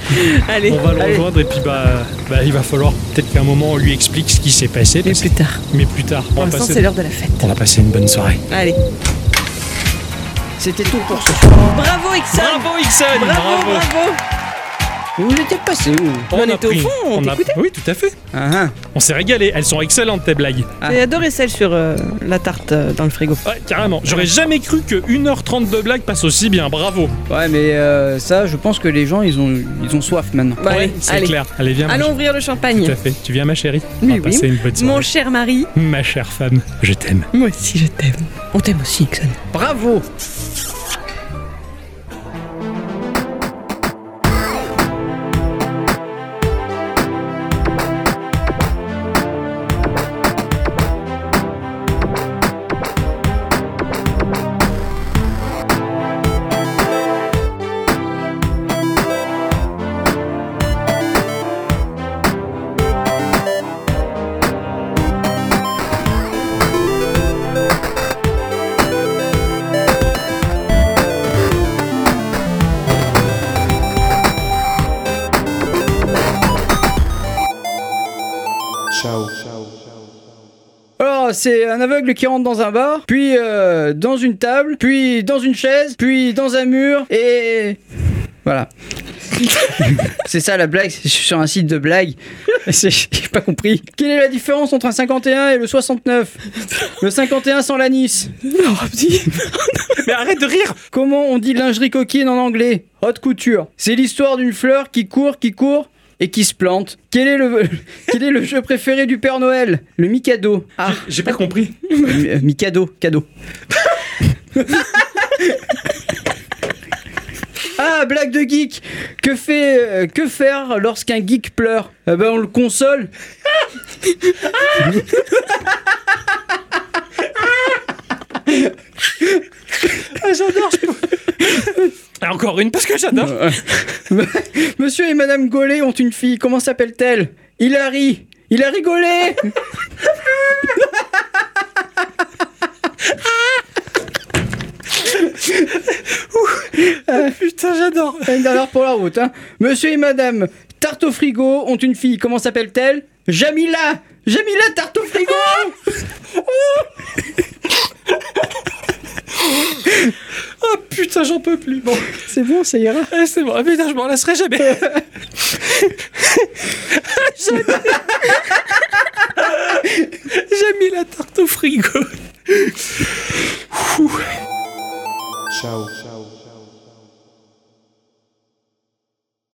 Allez,
on va le
allez.
rejoindre et puis bah, bah, il va falloir peut-être qu'à un moment on lui explique ce qui s'est passé. Mais plus
tard.
Mais plus tard.
Pour l'instant, Ah, c'est l'heure de la fête.
On a passé une bonne soirée.
Allez.
C'était tout pour ce soir.
Bravo Ixon
Bravo Ixon
Bravo,
Bravo.
bravo
Vous étiez passé où
On, a
était au
pris-
fond, on
a-
t'écoutait. Ah,
Oui, tout à fait. On s'est régalé. Elles sont excellentes tes blagues.
J'ai adoré celle sur euh, la tarte euh, dans le frigo.
Ouais, carrément. J'aurais jamais cru que 1h30 de blague passe aussi bien. Bravo.
Ouais, mais euh, ça, je pense que les gens, ils ont, ils ont soif maintenant.
Bah,
Ouais,
allez,
c'est
allez.
clair. Allez, viens. ma
Allons
chérie.
ouvrir le champagne.
Tout à fait. Tu viens, ma chérie. on
Oui,
va
oui.
passer une bonne soirée.
Mon cher mari.
Ma chère femme, je t'aime.
Moi aussi, je t'aime. On t'aime aussi, Ixon.
Bravo
Ciao.
Alors, c'est un aveugle qui rentre dans un bar, puis euh, dans une table, puis dans une chaise, puis dans un mur, et. Voilà. c'est ça la blague, je suis sur un site de blagues. C'est- J'ai pas compris. Quelle est la différence entre un 51 et le 69 Le 51 sans l'anis. Mais arrête de rire Comment on dit lingerie coquine en anglais Haute couture. C'est l'histoire d'une fleur qui court, qui court et qui se plante. Quel est le, quel est le jeu préféré du Père Noël Le Mikado. Ah.
J'ai pas compris.
Euh, Mikado, cadeau. Ah, blague de geek Que, fait, euh, que faire lorsqu'un geek pleure Eh ben, on le console J'adore
encore une, parce que j'adore
Bah.
Monsieur et Madame Gollet ont une fille, comment s'appelle-t-elle Hilary Il a rigolé Putain, j'adore. Une dernière pour la route. hein. Monsieur et Madame Tarte au frigo ont une fille. Comment s'appelle-t-elle Jamila. Jamila Tarte au frigo.
Oh putain, j'en peux plus. Bon,
c'est bon, ça ira.
c'est bon. Ah, putain, je m'en lasserai jamais. Jamais. J'ai mis la tarte au frigo.